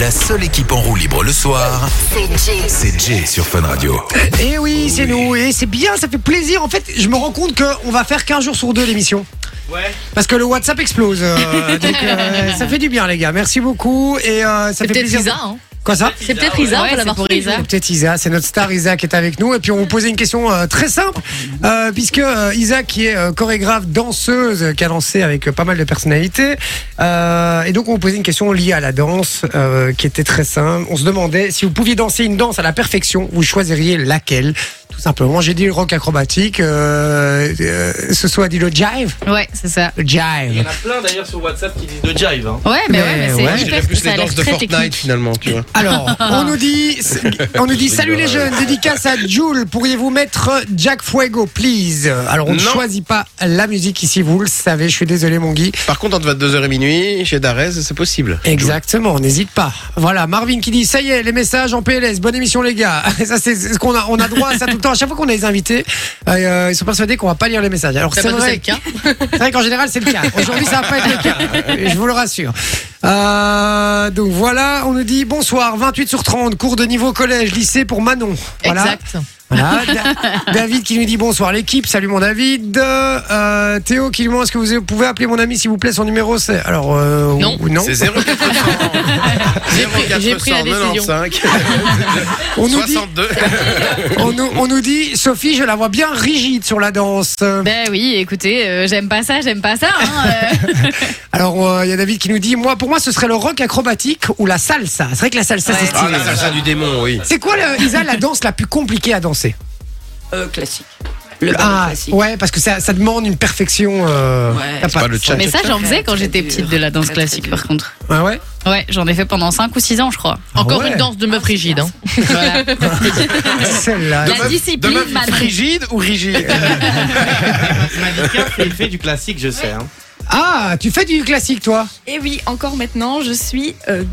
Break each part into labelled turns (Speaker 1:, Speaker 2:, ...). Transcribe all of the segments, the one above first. Speaker 1: La seule équipe en roue libre le soir,
Speaker 2: C'est Jay.
Speaker 1: c'est Jay sur Fun Radio.
Speaker 3: Et Eh oui, c'est nous. Et c'est bien, ça fait plaisir. En fait, je me rends compte qu'on va faire 15 jours sur deux l'émission.
Speaker 4: Ouais.
Speaker 3: Parce que le WhatsApp explose. euh, donc, euh, ça fait du bien, les gars. Merci beaucoup. Et euh, ça
Speaker 5: C'est
Speaker 3: fait
Speaker 5: peut-être
Speaker 3: plaisir.
Speaker 5: Isa, hein.
Speaker 3: Quoi ça
Speaker 5: C'est peut-être Isa, on
Speaker 6: Ouais,
Speaker 5: va
Speaker 6: c'est
Speaker 5: l'avoir
Speaker 6: pour
Speaker 5: trouvé.
Speaker 6: Isa.
Speaker 3: C'est peut-être Isa, c'est notre star Isa qui est avec nous. Et puis on vous posait une question euh, très simple, euh, puisque euh, Isa qui est euh, chorégraphe, danseuse, euh, qui a lancé avec euh, pas mal de personnalités. euh, et donc on vous posait une question liée à la danse, euh, qui était très simple. On se demandait si vous pouviez danser une danse à la perfection, vous choisiriez laquelle Tout simplement, j'ai dit le rock acrobatique, euh, euh, ce soit dit le jive.
Speaker 6: Ouais, c'est ça.
Speaker 3: Le
Speaker 4: Il y en
Speaker 3: jive.
Speaker 4: a plein d'ailleurs sur WhatsApp qui disent de jive. Hein.
Speaker 6: Ouais, mais,
Speaker 3: Mais
Speaker 6: ouais, mais
Speaker 3: ouais,
Speaker 6: c'est
Speaker 3: je
Speaker 6: hyper, ça a l'air très technique.
Speaker 7: finalement, tu vois.
Speaker 3: Alors, on nous dit, on nous dit salut les jeunes, dédicace à Jules, pourriez-vous mettre Jack Fuego, please Alors, on ne
Speaker 7: Non.
Speaker 3: choisit pas la musique ici, vous le savez, je suis désolé mon Guy.
Speaker 7: Par contre, entre 22h et minuit, chez Darès, c'est possible.
Speaker 3: Exactement, n'hésite pas. Voilà, Marvin qui dit ça y est, les messages en PLS, bonne émission les gars. Ça c'est c'est ce qu'on a, on a droit à ça tout le temps. À chaque fois qu'on a les invités, euh, ils sont persuadés qu'on va pas lire les messages. Alors
Speaker 5: T'as
Speaker 3: c'est
Speaker 5: pas
Speaker 3: vrai,
Speaker 5: le cas.
Speaker 3: c'est vrai qu'en général c'est le cas. Aujourd'hui ça va pas être le cas, euh, je vous le rassure. Euh, donc voilà, on nous dit bonsoir, 28 sur 30, cours de niveau collège, lycée pour Manon. Voilà.
Speaker 5: Exact.
Speaker 3: Voilà, Da- David qui nous dit bonsoir l'équipe, salut mon David. Euh, Théo qui nous demande est-ce que vous pouvez appeler mon ami s'il vous plaît son numéro c'est alors euh, ou-
Speaker 5: Non.
Speaker 3: ou non.
Speaker 7: C'est 0400.
Speaker 6: j'ai pris la décision.
Speaker 7: 0495,
Speaker 3: On nous dit
Speaker 7: 62.
Speaker 3: on, nous, on nous dit, Sophie, je la vois bien rigide sur la danse. Euh,
Speaker 6: Ben oui, écoutez, euh, j'aime pas ça, j'aime pas ça. hein, euh.
Speaker 3: Alors, euh, il y a David qui nous dit, moi, pour moi, ce serait le rock acrobatique ou la salsa. C'est vrai que la salsa, c'est
Speaker 7: Ah,
Speaker 3: stylé.
Speaker 7: la salsa du démon, oui.
Speaker 3: C'est quoi, le- Isa, la danse la plus compliquée à danser
Speaker 8: Euh, classique. Le ballon
Speaker 3: Ah,
Speaker 8: classique.
Speaker 3: ouais, parce que ça, ça demande une perfection. euh,
Speaker 8: Ouais.
Speaker 3: t'as
Speaker 8: C'est
Speaker 3: pas-
Speaker 7: pas le chat.
Speaker 6: mais ça, j'en faisais quand
Speaker 8: Très,
Speaker 6: j'étais
Speaker 8: très
Speaker 6: petite
Speaker 8: dur.
Speaker 6: de la danse
Speaker 8: Très, très
Speaker 6: classique,
Speaker 8: dur.
Speaker 6: par contre.
Speaker 3: Ah ouais
Speaker 6: Ouais, j'en ai fait pendant 5 ou 6 ans, je crois.
Speaker 5: Encore
Speaker 3: ouais.
Speaker 5: une danse de meuf rigide. hein.
Speaker 6: Voilà.
Speaker 3: Celle-là.
Speaker 6: La discipline,
Speaker 7: Demain,
Speaker 6: madame.
Speaker 7: frigide ou rigide
Speaker 4: Malika fait, fait du classique, je sais. Hein.
Speaker 3: Ah, tu fais du classique, toi
Speaker 9: Et oui, encore maintenant, je suis. euh,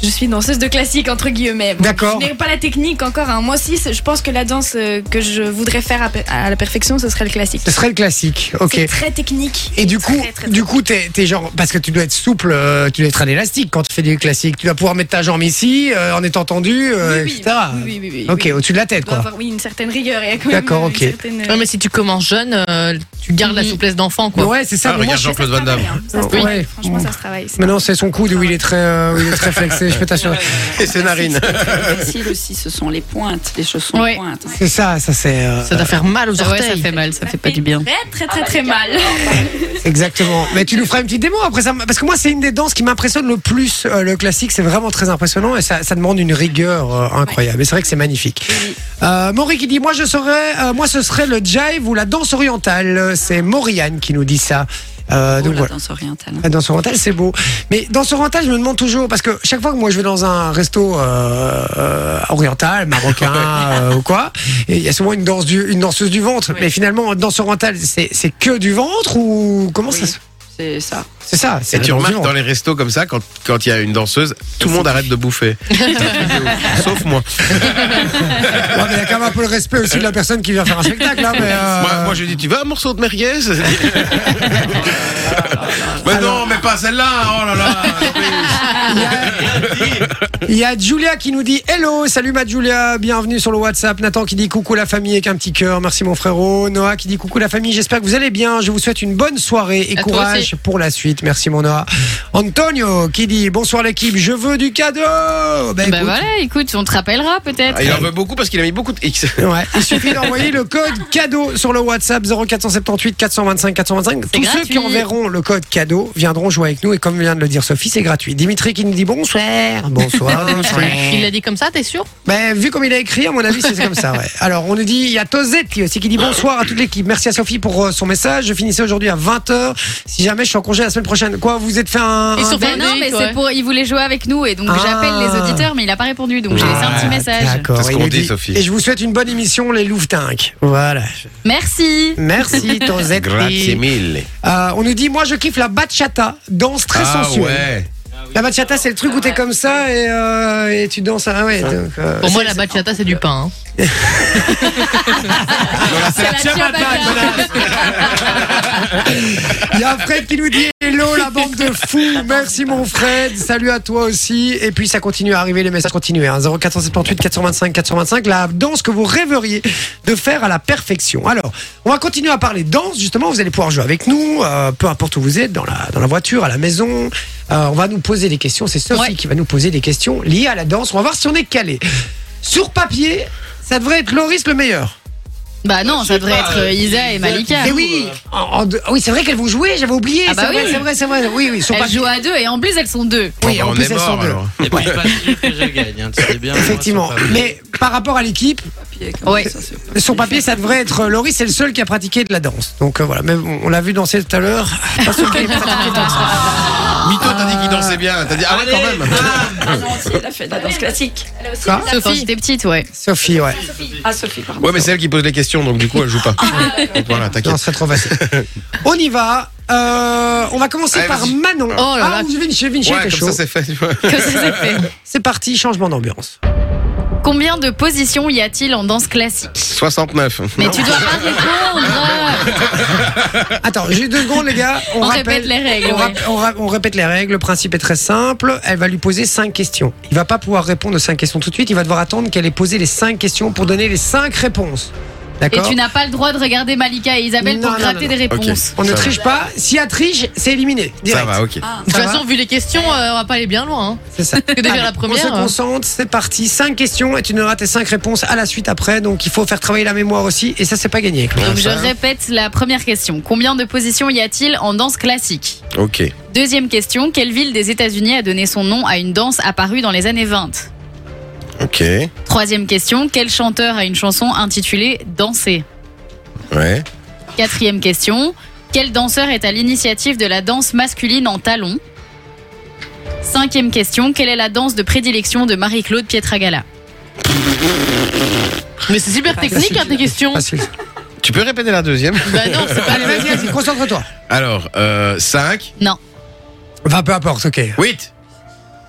Speaker 9: je suis danseuse de classique entre guillemets. Bon,
Speaker 3: D'accord.
Speaker 9: Je n'ai pas la technique encore. hein. Moi aussi, c'est- je pense que la danse euh, que je voudrais faire à, pe- à la perfection, ce serait le classique.
Speaker 3: Ce serait le classique, ok.
Speaker 9: C'est très technique.
Speaker 3: Et du coup,
Speaker 9: Très, très,
Speaker 3: du coup, t'es, t'es genre parce que tu dois être souple, euh, tu dois être un élastique quand tu fais du classique. Tu dois pouvoir mettre ta jambe ici euh, en étant tendu, euh,
Speaker 9: oui,
Speaker 3: etc.
Speaker 9: oui, oui, oui, oui,
Speaker 3: ok,
Speaker 9: oui.
Speaker 3: au-dessus de la tête,
Speaker 9: Il doit
Speaker 3: quoi.
Speaker 9: avoir oui, une certaine rigueur. Il y a quand
Speaker 3: D'accord,
Speaker 9: même, euh,
Speaker 3: ok.
Speaker 9: une certaine, euh,
Speaker 5: Ouais, Ah, mais si tu commences jeune, euh, tu gardes la
Speaker 6: Mhm.
Speaker 5: souplesse d'enfant,
Speaker 3: Mais
Speaker 5: quoi.
Speaker 3: Ouais, c'est ça.
Speaker 7: Ah,
Speaker 3: mais moi,
Speaker 7: regarde
Speaker 3: je-
Speaker 7: Jean-Claude
Speaker 9: ça
Speaker 7: Van
Speaker 9: se
Speaker 7: Damme.
Speaker 9: travaille, hein. Ça se
Speaker 3: Oui.
Speaker 9: travaille.
Speaker 3: Ouais.
Speaker 9: Franchement, ça se travaille. ça.
Speaker 3: Maintenant, c'est son coude où il est très, euh, où il est très flexé. Je peux t'assurer.
Speaker 7: Et ses narines.
Speaker 8: facile aussi, ce sont les pointes, les chaussons
Speaker 6: Ouais.
Speaker 8: pointes.
Speaker 3: C'est ça, ça c'est euh,
Speaker 5: Ça doit faire mal aux
Speaker 6: Ouais,
Speaker 5: orteils.
Speaker 6: ça fait mal, ça fait pas du bien.
Speaker 9: Très,
Speaker 5: Ah,
Speaker 9: très,
Speaker 5: bah,
Speaker 9: très, très mal.
Speaker 3: exactement. Mais tu nous feras une petite démo après ça, parce que moi, c'est une des danses qui m'impressionne le plus. euh, le classique, c'est vraiment très impressionnant et ça, ça demande une rigueur euh, incroyable. Et c'est vrai que c'est magnifique. Euh, Maury qui dit, moi, je serais, euh, moi, ce serait le jive ou la danse orientale. C'est Mauriane qui nous dit ça. Euh,
Speaker 8: Oh,
Speaker 3: donc
Speaker 8: la
Speaker 3: voilà.
Speaker 8: danse orientale.
Speaker 3: Ah, Dans son rental, c'est beau. Mais dans son rental, je me demande toujours, parce que chaque fois que moi je vais dans un resto euh, euh, oriental, marocain euh, ou quoi, et il y a souvent une, danse du, une danseuse du ventre. Mais finalement, dans son rental, c'est c'est que du ventre ou comment
Speaker 8: Oui,
Speaker 3: ça se.
Speaker 8: C'est ça.
Speaker 3: C'est ça, c'est
Speaker 7: Et
Speaker 3: la
Speaker 7: tu
Speaker 3: danse du
Speaker 7: remarques dans
Speaker 3: ventre.
Speaker 7: les restos comme ça, quand quand il y a une danseuse, tout le monde arrête de bouffer. Sauf moi.
Speaker 3: Ouais, mais il y a quand même un peu le respect aussi de la personne qui vient faire un spectacle. hein, mais, euh,
Speaker 7: Moi, moi, je dis, tu veux un morceau de merguez Mais non, mais pas celle-là. Oh là là.
Speaker 3: Il y a- Il y a Julia qui nous dit Hello, salut ma Julia, bienvenue sur le WhatsApp. Nathan qui dit coucou la famille avec un petit cœur, merci mon frérot. Noah qui dit coucou la famille, j'espère que vous allez bien. Je vous souhaite une bonne soirée et
Speaker 5: À toi
Speaker 3: courage
Speaker 5: aussi.
Speaker 3: pour la suite. Merci mon Noah. Antonio qui dit bonsoir l'équipe, je veux du cadeau. Ben,
Speaker 6: Bah
Speaker 3: écoute,
Speaker 6: voilà, écoute, on te rappellera peut-être.
Speaker 7: Ah, il en veut beaucoup parce qu'il a mis beaucoup de X.
Speaker 3: ouais, il suffit d'envoyer le code cadeau sur le WhatsApp 0478 425 425. Tous ceux
Speaker 6: gratuit.
Speaker 3: qui enverront le code cadeau viendront jouer avec nous et comme vient de le dire Sophie, c'est gratuit. Dimitri qui nous dit bonsoir. Bonsoir.
Speaker 5: Il l'a dit comme ça, t'es sûr
Speaker 3: Ben, vu comme il a écrit, à mon avis, c'est comme ça. Ouais. Alors, on nous dit, il y a Tozetti aussi qui dit bonsoir à toute l'équipe. Merci à Sophie pour euh, son message. Je finissais aujourd'hui à 20h. Si jamais je suis en congé la semaine prochaine, quoi, vous êtes fait un.
Speaker 5: Ils
Speaker 3: un-
Speaker 5: sont
Speaker 6: Ben non, mais
Speaker 5: Ouais.
Speaker 6: c'est pour. Il voulait jouer avec nous et donc
Speaker 3: Ah.
Speaker 6: j'appelle les auditeurs, mais il a pas répondu, donc j'ai laissé un petit
Speaker 3: Ah,
Speaker 6: message.
Speaker 3: D'accord.
Speaker 7: C'est ce
Speaker 3: Il
Speaker 7: qu'on
Speaker 3: nous
Speaker 7: dit, Sophie.
Speaker 3: Et je vous souhaite une bonne émission, les Louvetinques. Voilà.
Speaker 6: Merci.
Speaker 3: Merci, Tozetti.
Speaker 7: mille.
Speaker 3: Euh, on nous dit, moi, je kiffe la bachata, danse très
Speaker 7: ah
Speaker 3: sensuelle.
Speaker 7: ouais. Ah
Speaker 3: La bachata, c'est le truc où t'es comme ça et, euh, et tu danses. Ah ouais. donc, euh,
Speaker 5: Pour moi, la bachata, c'est du pain. hein.
Speaker 6: C'est la ciabatta.
Speaker 3: Il y a Fred qui nous dit hello la bande de fous. Merci mon Fred. Salut à toi aussi. Et puis ça continue à arriver, les messages continuent. Hein. 0478 425 425. La danse que vous rêveriez de faire à la perfection. Alors, on va continuer à parler danse. Justement, vous allez pouvoir jouer avec nous, euh, peu importe où vous êtes, dans la, dans la voiture, à la maison. Euh, on va nous poser des questions. C'est Sophie
Speaker 6: Ouais.
Speaker 3: qui va nous poser des questions liées à la danse. On va voir si on est calé. Sur papier, ça devrait être Loris le meilleur.
Speaker 6: Bah non, ça devrait
Speaker 4: pas,
Speaker 6: être euh, Isa et Malika.
Speaker 3: Mais oui, en- en deux- oui c'est vrai qu'elles vont jouer, j'avais oublié.
Speaker 6: Ah bah
Speaker 3: c'est vrai,
Speaker 6: oui.
Speaker 3: c'est vrai, c'est vrai. Oui, oui, sur
Speaker 6: Elles
Speaker 3: papier.
Speaker 6: jouent à deux et en plus elles sont deux.
Speaker 7: Bon,
Speaker 3: Oui,
Speaker 7: bah,
Speaker 3: en
Speaker 7: on
Speaker 3: plus,
Speaker 7: est
Speaker 3: elles
Speaker 7: mort,
Speaker 3: sont deux.
Speaker 7: alors.
Speaker 4: Et puis, pas sûr que je gagne, hein, tu sais bien. moi,
Speaker 3: Effectivement.
Speaker 4: c'est pas vrai.
Speaker 3: Mais par rapport à l'équipe,
Speaker 8: papier.
Speaker 6: Ouais.
Speaker 8: euh, Ça, c'est pas-
Speaker 3: sur papier, ça devrait être euh, Laurie, c'est le seul qui a pratiqué de la danse. Donc euh, voilà, mais on, on l'a vu danser tout à l'heure. Ah, Pas sûr qu'elle ait pratiqué de danse.
Speaker 7: Mytho, t'as dit qu'il dansait bien. T'as dit, ah ouais, quand
Speaker 4: Allez,
Speaker 7: même.
Speaker 4: bam
Speaker 8: Ah non, si, elle a fait de la danse classique.
Speaker 3: Quoi
Speaker 6: Quand j'étais petite, ouais.
Speaker 3: Sophie, ouais.
Speaker 8: Ah, Sophie, pardon.
Speaker 7: Ouais, mais c'est elle qui pose les questions, donc du coup, elle joue pas. Donc voilà,
Speaker 3: Non,
Speaker 7: t'inquiète.
Speaker 3: ce serait trop facile. on y va. Euh, on va commencer
Speaker 7: Allez,
Speaker 3: par
Speaker 7: vas-y.
Speaker 3: Manon.
Speaker 5: Oh là là.
Speaker 3: ah, Vinci, Vinci,
Speaker 7: Ouais,
Speaker 3: t'es
Speaker 7: comme
Speaker 3: chaud. Eh,
Speaker 7: ça, c'est fait. tu vois.
Speaker 6: Que ça s'est fait.
Speaker 3: C'est parti, changement d'ambiance.
Speaker 6: Combien de positions y a-t-il en danse classique
Speaker 7: 69.
Speaker 6: Mais tu dois pas répondre. hein.
Speaker 3: Attends, j'ai deux secondes, les gars. On,
Speaker 6: On
Speaker 3: rappelle-
Speaker 6: répète les règles,
Speaker 3: On,
Speaker 6: ouais.
Speaker 3: rap- on ra- on répète les règles. Le principe est très simple. Elle va lui poser cinq questions. Il va pas pouvoir répondre aux cinq questions tout de suite. Il va devoir attendre qu'elle ait posé les cinq questions pour donner les cinq réponses.
Speaker 6: Et
Speaker 3: D'accord
Speaker 6: tu n'as pas le droit de regarder Malika et Isabelle
Speaker 3: Non,
Speaker 6: pour
Speaker 3: non,
Speaker 6: gratter
Speaker 3: non,
Speaker 6: des
Speaker 7: Ok.
Speaker 6: réponses.
Speaker 3: On ne
Speaker 7: Ça va.
Speaker 3: triche pas. S'il y a triche, c'est éliminé.
Speaker 7: Ça
Speaker 3: Direct.
Speaker 7: va, ok.
Speaker 8: Ah,
Speaker 5: De toute
Speaker 3: Ça va
Speaker 5: façon, vu les questions, euh, on va pas aller bien loin. hein.
Speaker 3: C'est ça.
Speaker 5: déjà
Speaker 3: Allez,
Speaker 5: la première,
Speaker 3: On se
Speaker 5: hein.
Speaker 3: concentre, c'est parti. Cinq questions et tu n'auras tes cinq réponses à la suite après. Donc il faut faire travailler la mémoire aussi. Et ça, c'est pas gagné. Claude.
Speaker 6: Donc je
Speaker 3: Ça,
Speaker 6: répète la première question. Combien de positions y a-t-il en danse classique
Speaker 7: Ok.
Speaker 6: Deuxième question. Quelle ville des États-Unis a donné son nom à une danse apparue dans les années 20
Speaker 7: Ok.
Speaker 6: Troisième question. Quel chanteur a une chanson intitulée Danser
Speaker 7: Ouais.
Speaker 6: Quatrième question. Quel danseur est à l'initiative de la danse masculine en talons Cinquième question. Quelle est la danse de prédilection de Marie-Claude Pietragala
Speaker 5: Mais c'est super technique, hein, tes questions.
Speaker 3: Facile.
Speaker 7: Tu peux répéter la deuxième
Speaker 5: Bah non, c'est pas
Speaker 3: Allez, vas-y, vas-y, concentre-toi.
Speaker 7: Alors, euh, 5,
Speaker 3: Enfin, peu importe, ok.
Speaker 7: 8.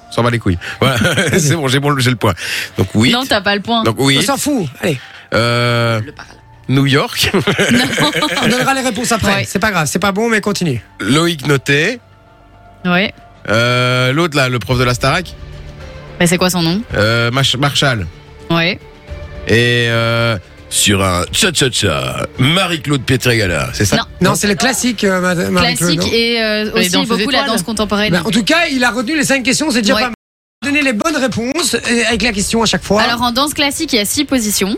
Speaker 7: On s'en bat les couilles. Voilà, c'est bon, j'ai bon, j'ai le point. Donc 8.
Speaker 6: Non, t'as pas le point.
Speaker 7: Donc
Speaker 3: On
Speaker 7: 8.
Speaker 3: s'en fout. Allez,
Speaker 7: Euh,
Speaker 8: le parallèle.
Speaker 7: New York.
Speaker 3: on donnera les réponses après.
Speaker 6: Ouais.
Speaker 3: C'est pas grave, c'est pas bon, mais continue.
Speaker 7: Loïc Noté.
Speaker 6: Ouais.
Speaker 7: Euh, L'autre là, le prof de la Starac.
Speaker 6: Bah, c'est quoi son nom
Speaker 7: Euh, Mach- Marshall.
Speaker 6: Ouais.
Speaker 7: Et euh, sur un tcha-tcha-tcha, Marie-Claude Pietragala. C'est ça
Speaker 6: Non.
Speaker 3: Non, c'est le classique, euh, madame- Marie-Claude,
Speaker 6: Classique
Speaker 3: non
Speaker 6: et euh,
Speaker 5: Les
Speaker 6: aussi
Speaker 5: danses des
Speaker 6: beaucoup la
Speaker 5: étoiles.
Speaker 6: danse contemporaine.
Speaker 3: Ben, en tout cas, il a retenu les cinq questions, c'est déjà
Speaker 6: Ouais.
Speaker 3: pas mal. Donner les bonnes réponses et avec la question à chaque fois.
Speaker 6: Alors en danse classique, il y a six positions.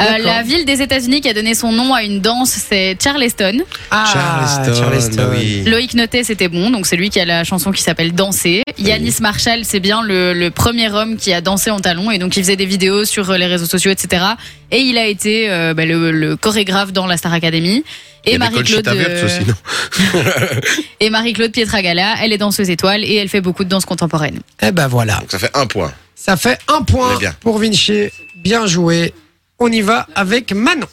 Speaker 6: Euh, la ville des États-Unis qui a donné son nom à une danse, c'est Charleston.
Speaker 3: ah,
Speaker 7: Charleston. bah oui.
Speaker 6: Loïc Notet, c'était bon, donc c'est lui qui a la chanson qui s'appelle Danser. Yanis Marshall, c'est bien le, le premier homme qui a dansé en talons et donc il faisait des vidéos sur euh, les réseaux sociaux, etc. Et il a été euh, bah, le, le chorégraphe dans la Star Academy.
Speaker 7: Il y
Speaker 6: Et
Speaker 7: a des
Speaker 6: Marie-Claude
Speaker 7: Conchita Wurst
Speaker 6: euh,
Speaker 7: aussi, non
Speaker 6: et Marie-Claude Pietragala, elle est danseuse étoile et elle fait beaucoup de danse contemporaine.
Speaker 3: Eh ben voilà.
Speaker 7: Donc ça fait un point.
Speaker 3: Ça fait un point
Speaker 7: On est bien.
Speaker 3: pour Vinci. Bien joué. On y va avec Manon.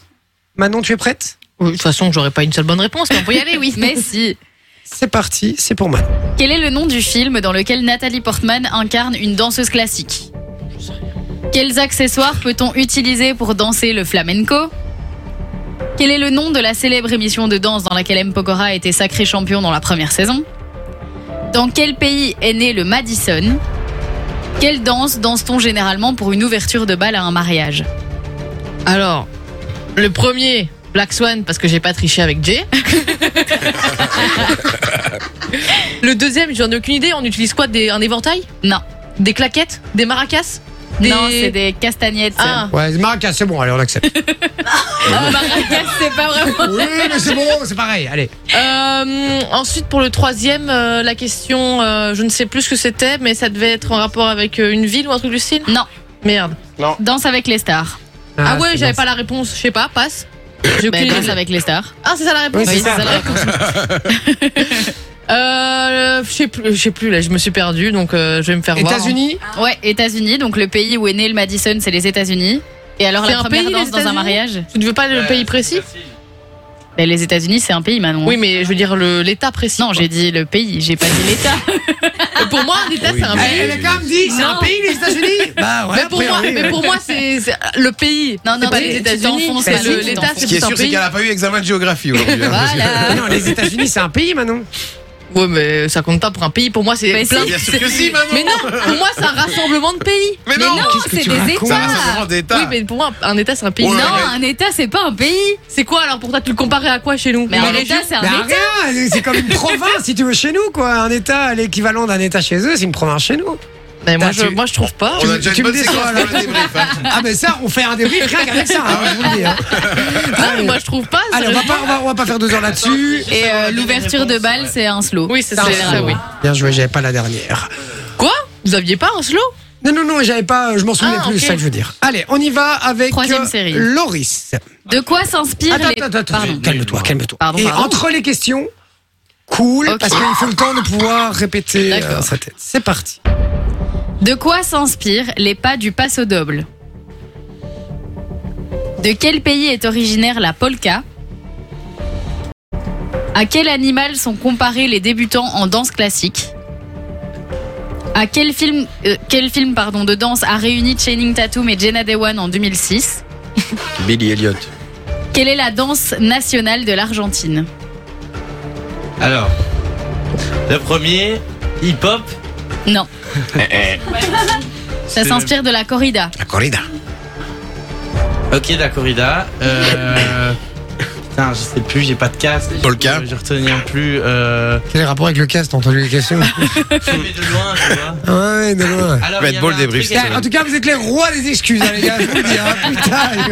Speaker 3: Manon, tu es prête
Speaker 5: Oui, De toute façon, j'aurais pas une seule bonne réponse, mais on peut y aller, oui.
Speaker 6: Mais si.
Speaker 3: C'est parti, c'est pour Manon.
Speaker 6: Quel est le nom du film dans lequel Nathalie Portman incarne une danseuse classique Quels accessoires peut-on utiliser pour danser le flamenco Quel est le nom de la célèbre émission de danse dans laquelle M. Pokora a été sacré champion dans la première saison Dans quel pays est né le Madison Quelle danse danse-t-on généralement pour une ouverture de bal à un mariage
Speaker 5: Alors, le premier, Black Swan, parce que j'ai pas triché avec Jay. le deuxième, j'en ai aucune idée. On utilise quoi des, Un éventail
Speaker 6: Non,
Speaker 5: Des claquettes Des maracas
Speaker 6: non, c'est des castagnettes.
Speaker 5: Ah,
Speaker 3: Ouais, Maracas, c'est bon, allez, on accepte.
Speaker 6: Ah,
Speaker 9: Bah,
Speaker 6: maracas, c'est pas vraiment.
Speaker 3: oui, mais c'est bon, c'est pareil, allez.
Speaker 5: euh, ensuite, pour le troisième, euh, la question, euh, je ne sais plus ce que c'était, mais ça devait être en rapport avec euh, une ville ou un truc du style
Speaker 6: Non.
Speaker 5: Merde.
Speaker 6: Danse avec les stars.
Speaker 5: Ah, ouais,
Speaker 3: c'est
Speaker 5: j'avais
Speaker 3: bon.
Speaker 5: pas la réponse, je sais pas, passe. J'ai
Speaker 6: Ben,
Speaker 5: aucune idée.
Speaker 6: danse avec les stars.
Speaker 5: Ah, c'est ça la réponse
Speaker 3: Oui, c'est
Speaker 6: Oui,
Speaker 3: ça.
Speaker 6: c'est ça la réponse.
Speaker 5: Euh, je sais plus, je sais plus, là, je me suis perdue, donc euh, je vais me faire voir.
Speaker 3: États-Unis
Speaker 6: Ouais, États-Unis, donc le pays où est né le Madison, c'est les États-Unis. Et alors
Speaker 5: C'est
Speaker 6: la
Speaker 5: un
Speaker 6: première
Speaker 5: pays, les
Speaker 6: danse dans un
Speaker 5: États-Unis
Speaker 6: mariage
Speaker 5: Tu ne veux pas le
Speaker 4: Ouais,
Speaker 5: pays précis
Speaker 4: merci.
Speaker 6: Mais les États-Unis, c'est un pays, Manon.
Speaker 5: Oui, mais je veux dire le- l'État précis. Ah,
Speaker 6: Non, j'ai dit le pays, j'ai pas dit l'État.
Speaker 5: Pour moi, l'État,
Speaker 7: Oui,
Speaker 5: c'est un
Speaker 7: mais-
Speaker 5: pays.
Speaker 3: Elle a quand même dit, c'est un
Speaker 5: Non.
Speaker 3: pays, les États-Unis Bah ouais,
Speaker 5: Mais pour, moi,
Speaker 3: priori,
Speaker 5: mais pour moi, c'est c'est le pays.
Speaker 6: Non,
Speaker 5: C'est
Speaker 6: non,
Speaker 5: pas
Speaker 6: tu-
Speaker 5: les
Speaker 6: tu
Speaker 5: États-Unis.
Speaker 6: t'enfonces,
Speaker 5: c'est
Speaker 6: vas-y,
Speaker 5: le-
Speaker 6: tu
Speaker 5: L'État,
Speaker 6: t'enfonces.
Speaker 5: c'est
Speaker 7: Ce qui est
Speaker 5: plus un
Speaker 7: sûr, c'est
Speaker 5: pays.
Speaker 7: qu'elle n'a pas eu examen de géographie aujourd'hui. hein, parce que-
Speaker 6: Voilà.
Speaker 3: Non, les États-Unis, c'est un pays, Manon.
Speaker 5: Ouais, mais ça compte pas pour un pays. Pour moi, c'est
Speaker 6: Mais
Speaker 5: plein.
Speaker 6: si.
Speaker 7: Bien sûr que si, Manon.
Speaker 5: Mais non, pour moi, c'est un rassemblement de pays.
Speaker 7: Mais
Speaker 6: Mais
Speaker 7: non,
Speaker 6: non,
Speaker 3: qu'est-ce que
Speaker 6: c'est
Speaker 3: tu
Speaker 6: des
Speaker 3: racontes
Speaker 7: C'est un
Speaker 6: États.
Speaker 7: rassemblement d'États.
Speaker 5: Oui, mais pour moi, un État, c'est un pays.
Speaker 7: Ouais.
Speaker 5: Non.
Speaker 6: Non, un État, c'est pas un pays.
Speaker 5: C'est quoi alors pour toi Tu le comparais à quoi chez nous
Speaker 6: Mais
Speaker 5: Une
Speaker 6: un
Speaker 5: région
Speaker 6: État, c'est un
Speaker 3: Bah,
Speaker 6: État.
Speaker 3: rien, c'est comme une province, si tu veux, chez nous, quoi. Un État, l'équivalent d'un État chez eux, c'est une province chez nous.
Speaker 5: Mais moi,
Speaker 3: Putain,
Speaker 5: je,
Speaker 3: tu-
Speaker 5: moi, je trouve pas.
Speaker 7: On a
Speaker 3: tu-
Speaker 7: déjà
Speaker 3: tu
Speaker 7: une
Speaker 3: me
Speaker 7: bonne
Speaker 3: déçois,
Speaker 7: séquence
Speaker 3: là.
Speaker 7: pour le débrief. hein.
Speaker 3: Ah, mais ça, on fait un débrief rien qu'avec ça, hein, je vous le dis. hein.
Speaker 5: Non, mais moi, je trouve pas.
Speaker 3: Allez, on va pas, on va, on va pas faire deux heures là-dessus.
Speaker 6: Et euh, l'ouverture de balle, c'est un slow.
Speaker 5: Oui, c'est
Speaker 3: Ça,
Speaker 5: ça.
Speaker 3: on
Speaker 5: ça,
Speaker 3: sait.
Speaker 5: oui.
Speaker 3: Bien joué, j'avais pas la dernière.
Speaker 5: Quoi Vous aviez pas un slow
Speaker 3: Non, non, non, j'avais pas, je m'en souvenais
Speaker 5: Ah,
Speaker 3: plus,
Speaker 5: ok.
Speaker 3: c'est ça que je veux dire. Allez, on y va avec
Speaker 6: Troisième
Speaker 3: euh,
Speaker 6: série.
Speaker 3: Loris.
Speaker 6: De quoi s'inspire
Speaker 3: Attends,
Speaker 6: les...
Speaker 3: attends, attends,
Speaker 6: Pardon.
Speaker 3: calme-toi, calme-toi.
Speaker 6: Pardon,
Speaker 3: Et
Speaker 6: pardon.
Speaker 3: entre les questions, cool,
Speaker 6: Ok.
Speaker 3: parce qu'il faut le temps de pouvoir répéter euh,
Speaker 6: D'accord.
Speaker 3: sa tête. C'est parti.
Speaker 6: De quoi s'inspirent les pas du passo doble De quel pays est originaire la polka À quel animal sont comparés les débutants en danse classique À quel film, euh, quel film pardon, de danse a réuni Channing Tatum et Jenna Dewan en 2006
Speaker 7: Billy Elliot.
Speaker 6: Quelle est la danse nationale de l'Argentine
Speaker 4: Alors, le premier, hip-hop.
Speaker 6: Non, ça
Speaker 4: c'est-
Speaker 6: s'inspire de la corrida.
Speaker 3: La corrida.
Speaker 4: Ok, la corrida. Euh... Putain, je sais plus, j'ai pas de casque.
Speaker 7: Polka.
Speaker 4: Je, je retiens plus. Euh...
Speaker 3: Quel est le rapport avec le cast T'as entendu les questions
Speaker 4: je mets de loin, tu vois.
Speaker 3: Ouais, de loin.
Speaker 4: Alors,
Speaker 7: Red
Speaker 4: il y avait
Speaker 7: Bull
Speaker 4: un
Speaker 7: débrief,
Speaker 4: truc-
Speaker 7: c'est
Speaker 3: Ah, ben, Bah, En tout cas, vous êtes les rois des excuses, hein, les gars, je vous le dis. hein. Putain, oh là là.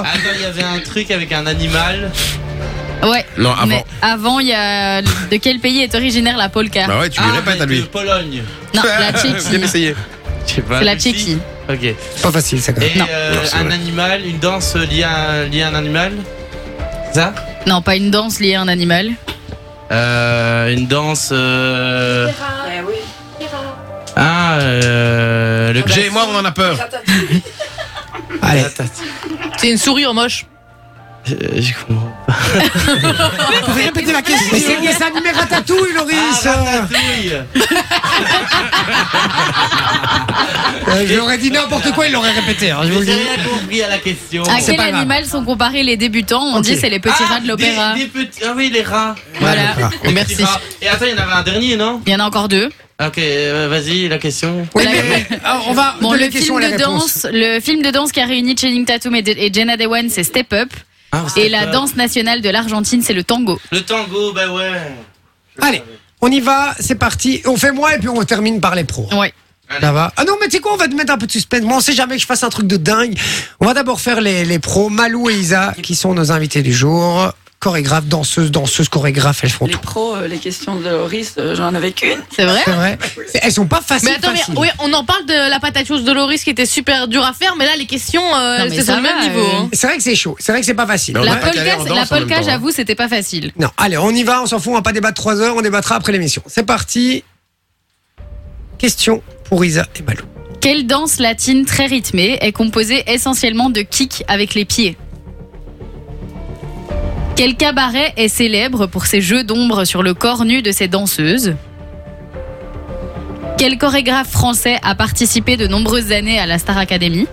Speaker 4: Attends, Ah, il y avait un truc avec un animal.
Speaker 6: Ouais,
Speaker 7: Non, avant.
Speaker 6: mais avant, il y a... De quel pays est originaire la polka
Speaker 7: Bah ouais, tu lui
Speaker 4: Ah,
Speaker 7: répètes à
Speaker 4: mais
Speaker 7: lui.
Speaker 4: de Pologne.
Speaker 6: Non, la Tchéquie.
Speaker 7: Bien essayé.
Speaker 4: Je sais pas.
Speaker 6: C'est la
Speaker 4: Russie.
Speaker 6: Tchéquie.
Speaker 4: Ok. Et
Speaker 3: Pas facile, ça, quand même.
Speaker 6: Non.
Speaker 4: euh,
Speaker 7: Non, c'est
Speaker 4: un
Speaker 7: vrai.
Speaker 4: animal, une danse liée à, un- liée à un animal C'est Ça
Speaker 6: Non, pas une danse liée à un animal.
Speaker 4: euh, Une danse. Euh...
Speaker 8: Eh oui.
Speaker 4: Ah, euh, le
Speaker 7: Jay et moi, on en a peur.
Speaker 8: Ratatouille.
Speaker 3: Allez,
Speaker 5: C'est une souris en moche.
Speaker 4: Euh, je comprends pas.
Speaker 3: vous pouvez répéter la question. Mais c'est le dessin animé Ratatouille, Loris.
Speaker 4: Ah, ratatouille
Speaker 3: Euh, je l'aurais dit n'importe quoi, il l'aurait répété, hein, je vous le
Speaker 4: J'ai
Speaker 3: dis.
Speaker 4: rien compris à la question.
Speaker 6: à
Speaker 3: Ah, c'est
Speaker 6: quel
Speaker 3: pas grave.
Speaker 6: animal sont comparés les débutants On
Speaker 3: Ok.
Speaker 6: dit c'est les petits
Speaker 4: Ah,
Speaker 6: rats de l'opéra.
Speaker 4: des- des petits- Ah oui, les rats.
Speaker 6: Voilà.
Speaker 3: Ouais,
Speaker 4: Les
Speaker 6: Merci.
Speaker 4: petits rats. Et attends, il y en avait un dernier, non
Speaker 6: Il y en a encore deux.
Speaker 4: Ok, euh, vas-y, la question.
Speaker 3: Oui,
Speaker 6: La-
Speaker 3: mais alors, on va.
Speaker 6: Bon,
Speaker 3: de
Speaker 6: le
Speaker 3: les questions
Speaker 6: film
Speaker 3: à les
Speaker 6: de
Speaker 3: réponses.
Speaker 6: danse, le film de danse qui a réuni Channing Tatum et, De- et Jenna Dewan, c'est Step Up.
Speaker 4: Ah, c'est
Speaker 6: Et la
Speaker 4: pas-
Speaker 6: danse nationale de l'Argentine, c'est le tango.
Speaker 4: Le tango, bah ouais.
Speaker 3: Allez, on y va, c'est parti. On fait moi et puis on termine par les pros.
Speaker 6: Ouais.
Speaker 3: Ça va Ah non, mais tu sais quoi, on va te mettre un peu de suspense. Moi, on sait jamais que je fasse un truc de dingue. On va d'abord faire les, les pros, Malou et Isa, qui sont nos invités du jour. Chorégraphe, danseuse, danseuse, chorégraphe, elles font
Speaker 8: Les
Speaker 3: tout.
Speaker 8: pros, euh, les questions de Loris, euh, j'en avais qu'une.
Speaker 6: C'est vrai
Speaker 3: C'est vrai C'est- Elles sont pas faciles.
Speaker 5: Mais attends, mais,
Speaker 3: faciles.
Speaker 5: oui, on en parle de la patate chose de Loris qui était super dure à faire, mais là, les questions, euh,
Speaker 6: Non, mais
Speaker 5: c'est
Speaker 6: ça
Speaker 5: sur le
Speaker 6: va,
Speaker 5: même niveau.
Speaker 6: euh.
Speaker 5: hein.
Speaker 3: C'est vrai que c'est chaud, c'est vrai que c'est pas facile.
Speaker 7: Non. On
Speaker 6: La
Speaker 7: a pas
Speaker 6: polka,
Speaker 7: calé en
Speaker 6: c'est-
Speaker 7: danse
Speaker 6: la
Speaker 7: en même
Speaker 6: polka
Speaker 7: temps, hein.
Speaker 6: j'avoue, c'était pas facile.
Speaker 3: Non, allez, on y va, on s'en fout, on va pas débattre trois heures, on débattra après l'émission. C'est parti. Question pour Isa et Malou.
Speaker 6: Quelle danse latine très rythmée est composée essentiellement de kicks avec les pieds Quel cabaret est célèbre pour ses jeux d'ombre sur le corps nu de ses danseuses Quel chorégraphe français a participé de nombreuses années à la Star Academy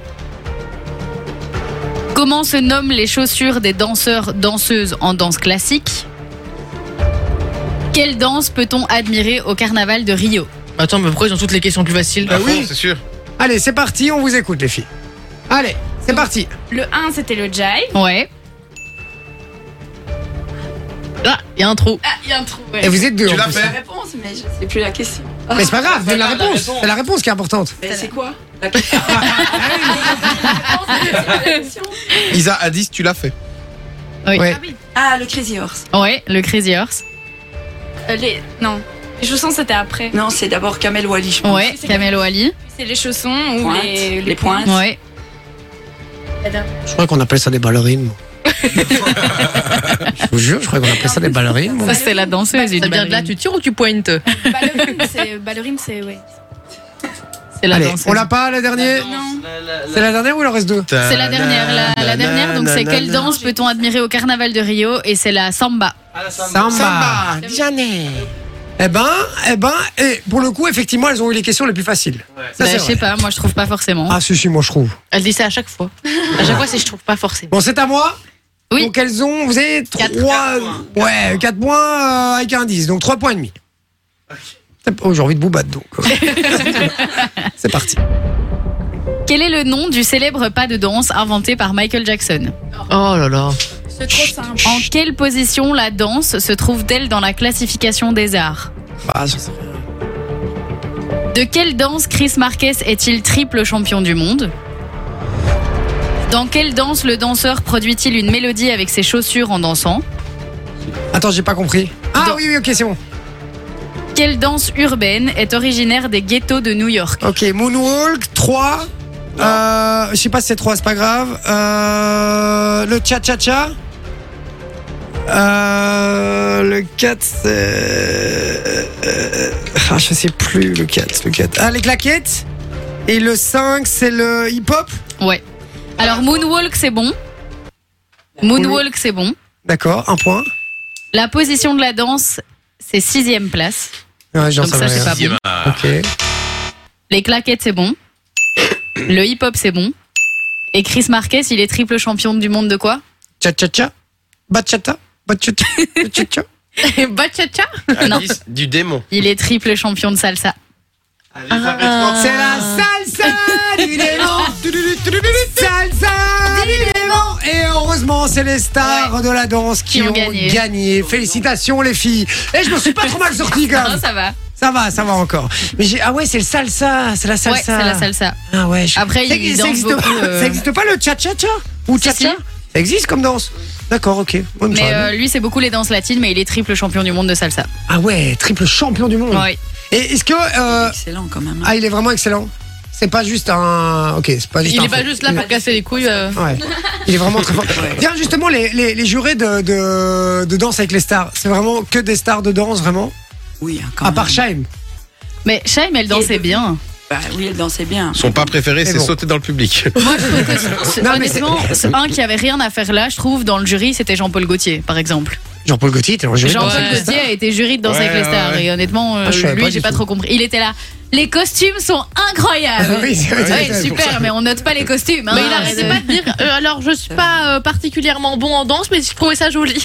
Speaker 6: Comment se nomment les chaussures des danseurs-danseuses en danse classique Quelle danse peut-on admirer au carnaval de Rio
Speaker 5: Attends, mais pourquoi ils ont toutes les questions plus faciles
Speaker 7: Ah
Speaker 3: Bah oui.
Speaker 7: bon, C'est sûr.
Speaker 3: Allez, c'est parti, on vous écoute, les filles. Allez, c'est parti.
Speaker 9: Le 1, c'était le jive.
Speaker 6: Ouais.
Speaker 5: Là, il y a un trou.
Speaker 9: Ah, il y a un trou, ouais.
Speaker 3: Et vous êtes deux.
Speaker 7: Tu
Speaker 3: en
Speaker 7: l'as
Speaker 3: plus.
Speaker 8: La
Speaker 7: fait Ah,
Speaker 8: réponse, mais je sais plus la question.
Speaker 3: Mais c'est pas grave,
Speaker 4: C'est
Speaker 3: donne la
Speaker 4: pas grave, la
Speaker 3: réponse.
Speaker 4: réponse.
Speaker 3: C'est la réponse qui est importante.
Speaker 8: Mais c'est quoi La question
Speaker 5: Ah,
Speaker 7: Isa a 10, tu l'as fait.
Speaker 6: Oui.
Speaker 3: Ouais.
Speaker 8: Ah, le Crazy Horse.
Speaker 6: Ouais, le Crazy Horse.
Speaker 9: Euh, les... Non. Les chaussons, c'était après.
Speaker 8: Non, c'est d'abord Kamel Wally, je pense.
Speaker 6: Ouais,
Speaker 9: c'est
Speaker 6: Camelo Ali.
Speaker 9: C'est les chaussons ou
Speaker 8: Pointe,
Speaker 9: les...
Speaker 8: les pointes.
Speaker 6: Ouais.
Speaker 3: Je crois qu'on appelle ça des ballerines. moi. je vous jure, je crois qu'on appelle ça des ballerines. moi.
Speaker 6: Ça, c'est la danseuse.
Speaker 5: Ça vient de là, tu tires ou tu pointes
Speaker 9: Ballerine, c'est... Ballerine, c'est... Ouais.
Speaker 6: C'est la
Speaker 3: Allez,
Speaker 6: danse.
Speaker 3: on l'a pas la dernière
Speaker 9: Non.
Speaker 3: C'est la dernière ou il en reste deux
Speaker 6: C'est la dernière, la, la dernière. Donc c'est quelle danse
Speaker 7: danse
Speaker 6: peut-on admirer au carnaval de Rio Et c'est la samba.
Speaker 3: Samba. Eh ben, eh ben, et pour le coup, effectivement, elles ont eu les questions les plus faciles. Ça,
Speaker 6: Bah,
Speaker 3: c'est
Speaker 6: je sais
Speaker 3: vrai.
Speaker 6: pas, moi je trouve pas forcément.
Speaker 3: Ah si, si, moi je trouve.
Speaker 5: Elle dit ça à chaque fois. À chaque fois, c'est je trouve pas forcément.
Speaker 3: Bon, c'est à moi.
Speaker 6: Oui.
Speaker 3: Donc elles ont, vous avez
Speaker 5: Quatre-
Speaker 3: 3,
Speaker 4: quatre points.
Speaker 3: ouais, 4 points euh, avec un 10, donc 3 points et demi. Oh, j'ai envie de boubattre donc. c'est parti.
Speaker 6: Quel est le nom du célèbre pas de danse inventé par Michael Jackson
Speaker 5: Oh là là.
Speaker 9: C'est trop simple.
Speaker 6: En quelle position la danse se trouve-t-elle dans la classification des arts
Speaker 3: Bah,
Speaker 6: De quelle danse Chris Marquez est-il triple champion du monde Dans quelle danse le danseur produit-il une mélodie avec ses chaussures en dansant
Speaker 3: Attends, j'ai pas compris. Ah
Speaker 6: Dans-
Speaker 3: oui, oui, ok, c'est bon.
Speaker 6: Quelle danse urbaine est originaire des ghettos de New York
Speaker 3: Ok, Moonwalk, 3. Euh, je sais pas si c'est 3, c'est pas grave. Euh, le cha-cha-cha. Euh, le 4, c'est. euh, ah, je sais plus, le 4, le 4. Ah, les claquettes. Et le 5, c'est le hip-hop.
Speaker 6: Ouais. Alors moonwalk c'est bon. Moonwalk c'est bon.
Speaker 3: D'accord, un point.
Speaker 6: La position de la danse c'est sixième place.
Speaker 3: Ouais, j'en
Speaker 6: Donc ça
Speaker 3: savais
Speaker 6: c'est
Speaker 3: rien.
Speaker 6: pas bon.
Speaker 3: Ok.
Speaker 6: Les claquettes, c'est bon. Le hip-hop, c'est bon. Et Chris Marquez, il est triple champion du monde de quoi
Speaker 3: Cha-cha-cha. Bachata. Bachata. Cha-cha.
Speaker 5: Bachata
Speaker 7: Ah,
Speaker 6: Non.
Speaker 7: Du démon.
Speaker 6: Il est triple champion de salsa.
Speaker 3: Ah, C'est la salsa du démon Salsa du démon Et heureusement, c'est les stars de la danse qui, ont, gagné. Félicitations les filles Et je me suis pas trop mal sorti quand
Speaker 6: Non,
Speaker 3: même
Speaker 6: ça va.
Speaker 3: Ça va, ça va encore. Mais j'ai... Ah ouais, c'est le salsa, c'est la
Speaker 6: Ouais, c'est
Speaker 3: salsa.
Speaker 6: la salsa.
Speaker 3: Ah ouais, je-
Speaker 6: Après,
Speaker 3: ça,
Speaker 6: il
Speaker 3: ça
Speaker 6: danse
Speaker 3: existe
Speaker 6: beaucoup,
Speaker 3: pas,
Speaker 6: euh,
Speaker 3: ça existe pas le cha-cha-cha Ou
Speaker 6: Si,
Speaker 3: cha-cha
Speaker 6: si.
Speaker 3: Ça existe comme danse D'accord, ok. Ouais, mais
Speaker 6: Mais
Speaker 3: j'aurais
Speaker 6: euh, lui, c'est beaucoup les danses latines, mais il est triple champion du monde de salsa.
Speaker 3: bien. Ah ouais, triple champion du monde.
Speaker 6: Ouais.
Speaker 3: Et est-ce que... euh,
Speaker 8: Excellent quand même.
Speaker 3: Ah, il est vraiment excellent C'est pas juste un... Ok, c'est pas juste
Speaker 5: Il
Speaker 3: un
Speaker 5: est pas
Speaker 3: faux.
Speaker 5: juste là pour casser les couilles. euh.
Speaker 3: Ouais. Il est vraiment très fort. Tiens, justement, les, les, les jurés de, de, de danse avec les stars, c'est vraiment que des stars de danse, vraiment
Speaker 8: Oui, hein, quand
Speaker 3: À
Speaker 8: même.
Speaker 3: part Shaim.
Speaker 6: Mais Shaim, elle dansait bien.
Speaker 8: Bah oui, elle dansait bien.
Speaker 7: Son pas préféré,
Speaker 3: C'est
Speaker 7: c'est
Speaker 3: bon.
Speaker 7: sauter dans le public.
Speaker 6: C'est-
Speaker 3: Non, mais c'est-
Speaker 6: Honnêtement, c'est un qui avait rien à faire là, je trouve, dans le jury, c'était Jean-Paul Gaultier, par exemple.
Speaker 3: Jean-Paul Gaultier était en jury. de danse
Speaker 6: Jean-Paul
Speaker 3: avec les stars.
Speaker 6: Gaultier a été jury de danse
Speaker 7: Ouais,
Speaker 6: avec les
Speaker 7: ouais,
Speaker 6: stars.
Speaker 7: ouais.
Speaker 6: Et honnêtement, euh,
Speaker 3: Ah, je savais pas
Speaker 6: lui,
Speaker 3: du
Speaker 6: j'ai pas
Speaker 3: tout.
Speaker 6: trop compris. Il était là. Les costumes sont incroyables.
Speaker 3: Oui, c'est vrai,
Speaker 6: Ouais,
Speaker 3: c'est pour ça.
Speaker 6: super, mais on note pas les costumes. hein.
Speaker 5: Mais il arrêtait pas de dire euh, alors je suis pas euh, particulièrement bon en danse mais je trouvais ça joli.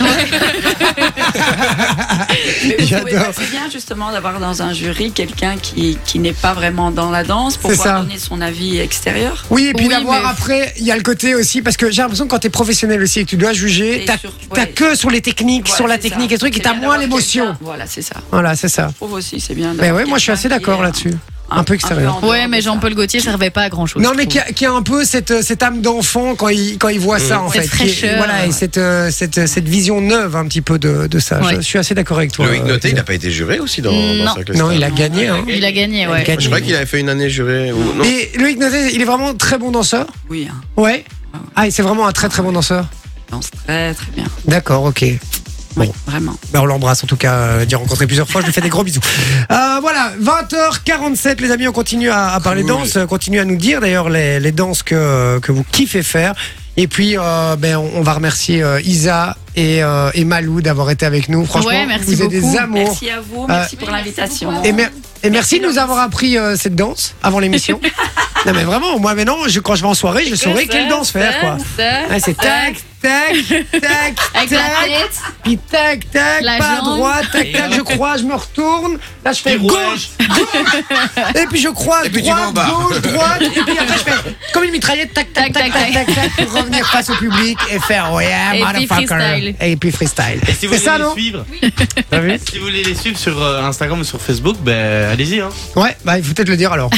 Speaker 8: Mais vous trouvez
Speaker 3: J'adore.
Speaker 8: pas- C'est bien justement d'avoir dans un jury quelqu'un qui, qui n'est pas vraiment dans la danse pour
Speaker 3: C'est
Speaker 8: pouvoir
Speaker 3: ça.
Speaker 8: donner son avis extérieur.
Speaker 3: Oui, et puis
Speaker 6: Oui,
Speaker 3: d'avoir
Speaker 6: mais-
Speaker 3: après, il y a le côté aussi, parce que j'ai l'impression que quand t'es professionnel aussi et que tu dois juger,
Speaker 8: Et
Speaker 3: t'as
Speaker 8: sur-
Speaker 3: t'as
Speaker 8: ouais.
Speaker 3: que sur les techniques,
Speaker 8: Voilà,
Speaker 3: sur la
Speaker 8: c'est
Speaker 3: technique
Speaker 8: ça.
Speaker 3: et trucs, et
Speaker 8: C'est
Speaker 3: t'as
Speaker 8: bien
Speaker 3: moins
Speaker 8: d'avoir
Speaker 3: l'émotion.
Speaker 8: quelqu'un- Voilà, c'est ça.
Speaker 3: Voilà, c'est ça.
Speaker 8: Je trouve aussi, c'est bien.
Speaker 3: Mais
Speaker 8: d'avoir
Speaker 3: ouais, moi je suis
Speaker 8: quelqu'un
Speaker 3: assez
Speaker 8: qui
Speaker 3: d'accord
Speaker 8: est
Speaker 3: là-dessus. Un peu extérieur.
Speaker 8: en dehors
Speaker 6: Ouais, mais
Speaker 8: de ça.
Speaker 6: Jean-Paul Gaultier servait pas à grand chose.
Speaker 3: Non, mais qui a, qui a un peu cette, euh, cette âme d'enfant quand il, quand il voit ça, en
Speaker 6: Cette
Speaker 3: fait. Qui est-
Speaker 6: fraîcheur.
Speaker 3: voilà, et cette, euh, cette, cette vision neuve un petit peu de, de ça.
Speaker 6: Ouais.
Speaker 3: Je suis assez d'accord avec toi.
Speaker 7: Loïc
Speaker 3: euh,
Speaker 7: Noté, il n'a pas été juré aussi dans,
Speaker 6: Non.
Speaker 7: dans sa classe.
Speaker 3: Non, il a gagné. Hein.
Speaker 6: Il a gagné, ouais.
Speaker 3: Gagné.
Speaker 7: Je crois qu'il avait fait une année jurée. Ou... Non.
Speaker 3: Et Loïc Noté, il est vraiment très bon danseur.
Speaker 8: Oui, hein.
Speaker 3: Ouais. Ah, et c'est vraiment un très très bon danseur.
Speaker 8: danse très très bien.
Speaker 3: D'accord, ok.
Speaker 8: Oui,
Speaker 3: Bon.
Speaker 8: vraiment.
Speaker 3: Bah, on l'embrasse en tout cas. euh, J'ai rencontré plusieurs fois. Je lui fais des gros bisous. Euh, voilà, 20h47, les amis. On continue à, à parler
Speaker 7: Cool.
Speaker 3: danse. euh, Continue à nous dire d'ailleurs les, les danses que, euh, que vous kiffez faire. Et puis, euh, ben, on, on va remercier euh, Isa et, euh, et Malou d'avoir été avec nous. Franchement,
Speaker 6: Ouais, merci
Speaker 3: vous êtes
Speaker 6: beaucoup.
Speaker 3: des amours.
Speaker 8: Merci à vous, merci pour l'invitation.
Speaker 3: Euh, Et, mer- et merci de nous avoir appris euh, cette danse avant l'émission. non mais vraiment, moi maintenant, je, quand je vais en soirée, je saurai quelle danse faire quoi. Ouais, c'est tac, tac, tac,
Speaker 6: Avec la
Speaker 3: tac,
Speaker 6: tête.
Speaker 3: puis tac, tac,
Speaker 6: La
Speaker 3: pas à
Speaker 6: jambe.
Speaker 3: droite, tac, tac, je crois, je me retourne, là je fais
Speaker 7: Et
Speaker 3: gauche,
Speaker 7: rouage.
Speaker 3: gauche, et puis je crois,
Speaker 7: Et puis tu vas en
Speaker 3: droite,
Speaker 7: bas.
Speaker 3: gauche, droite, et puis après je fais comme une mitraillette, tac, tac, tac, tac, tac, tac, pour revenir face au public et faire, ouais,
Speaker 6: Et puis
Speaker 3: motherfucker.
Speaker 6: freestyle.
Speaker 3: Et puis freestyle.
Speaker 4: Et si vous
Speaker 3: C'est
Speaker 4: voulez
Speaker 3: ça,
Speaker 4: les
Speaker 3: non
Speaker 4: suivre,
Speaker 3: T'as vu
Speaker 4: si vous voulez les suivre sur euh, Instagram ou sur Facebook, ben allez-y. Hein.
Speaker 3: Ouais, bah il faut peut-être le dire alors.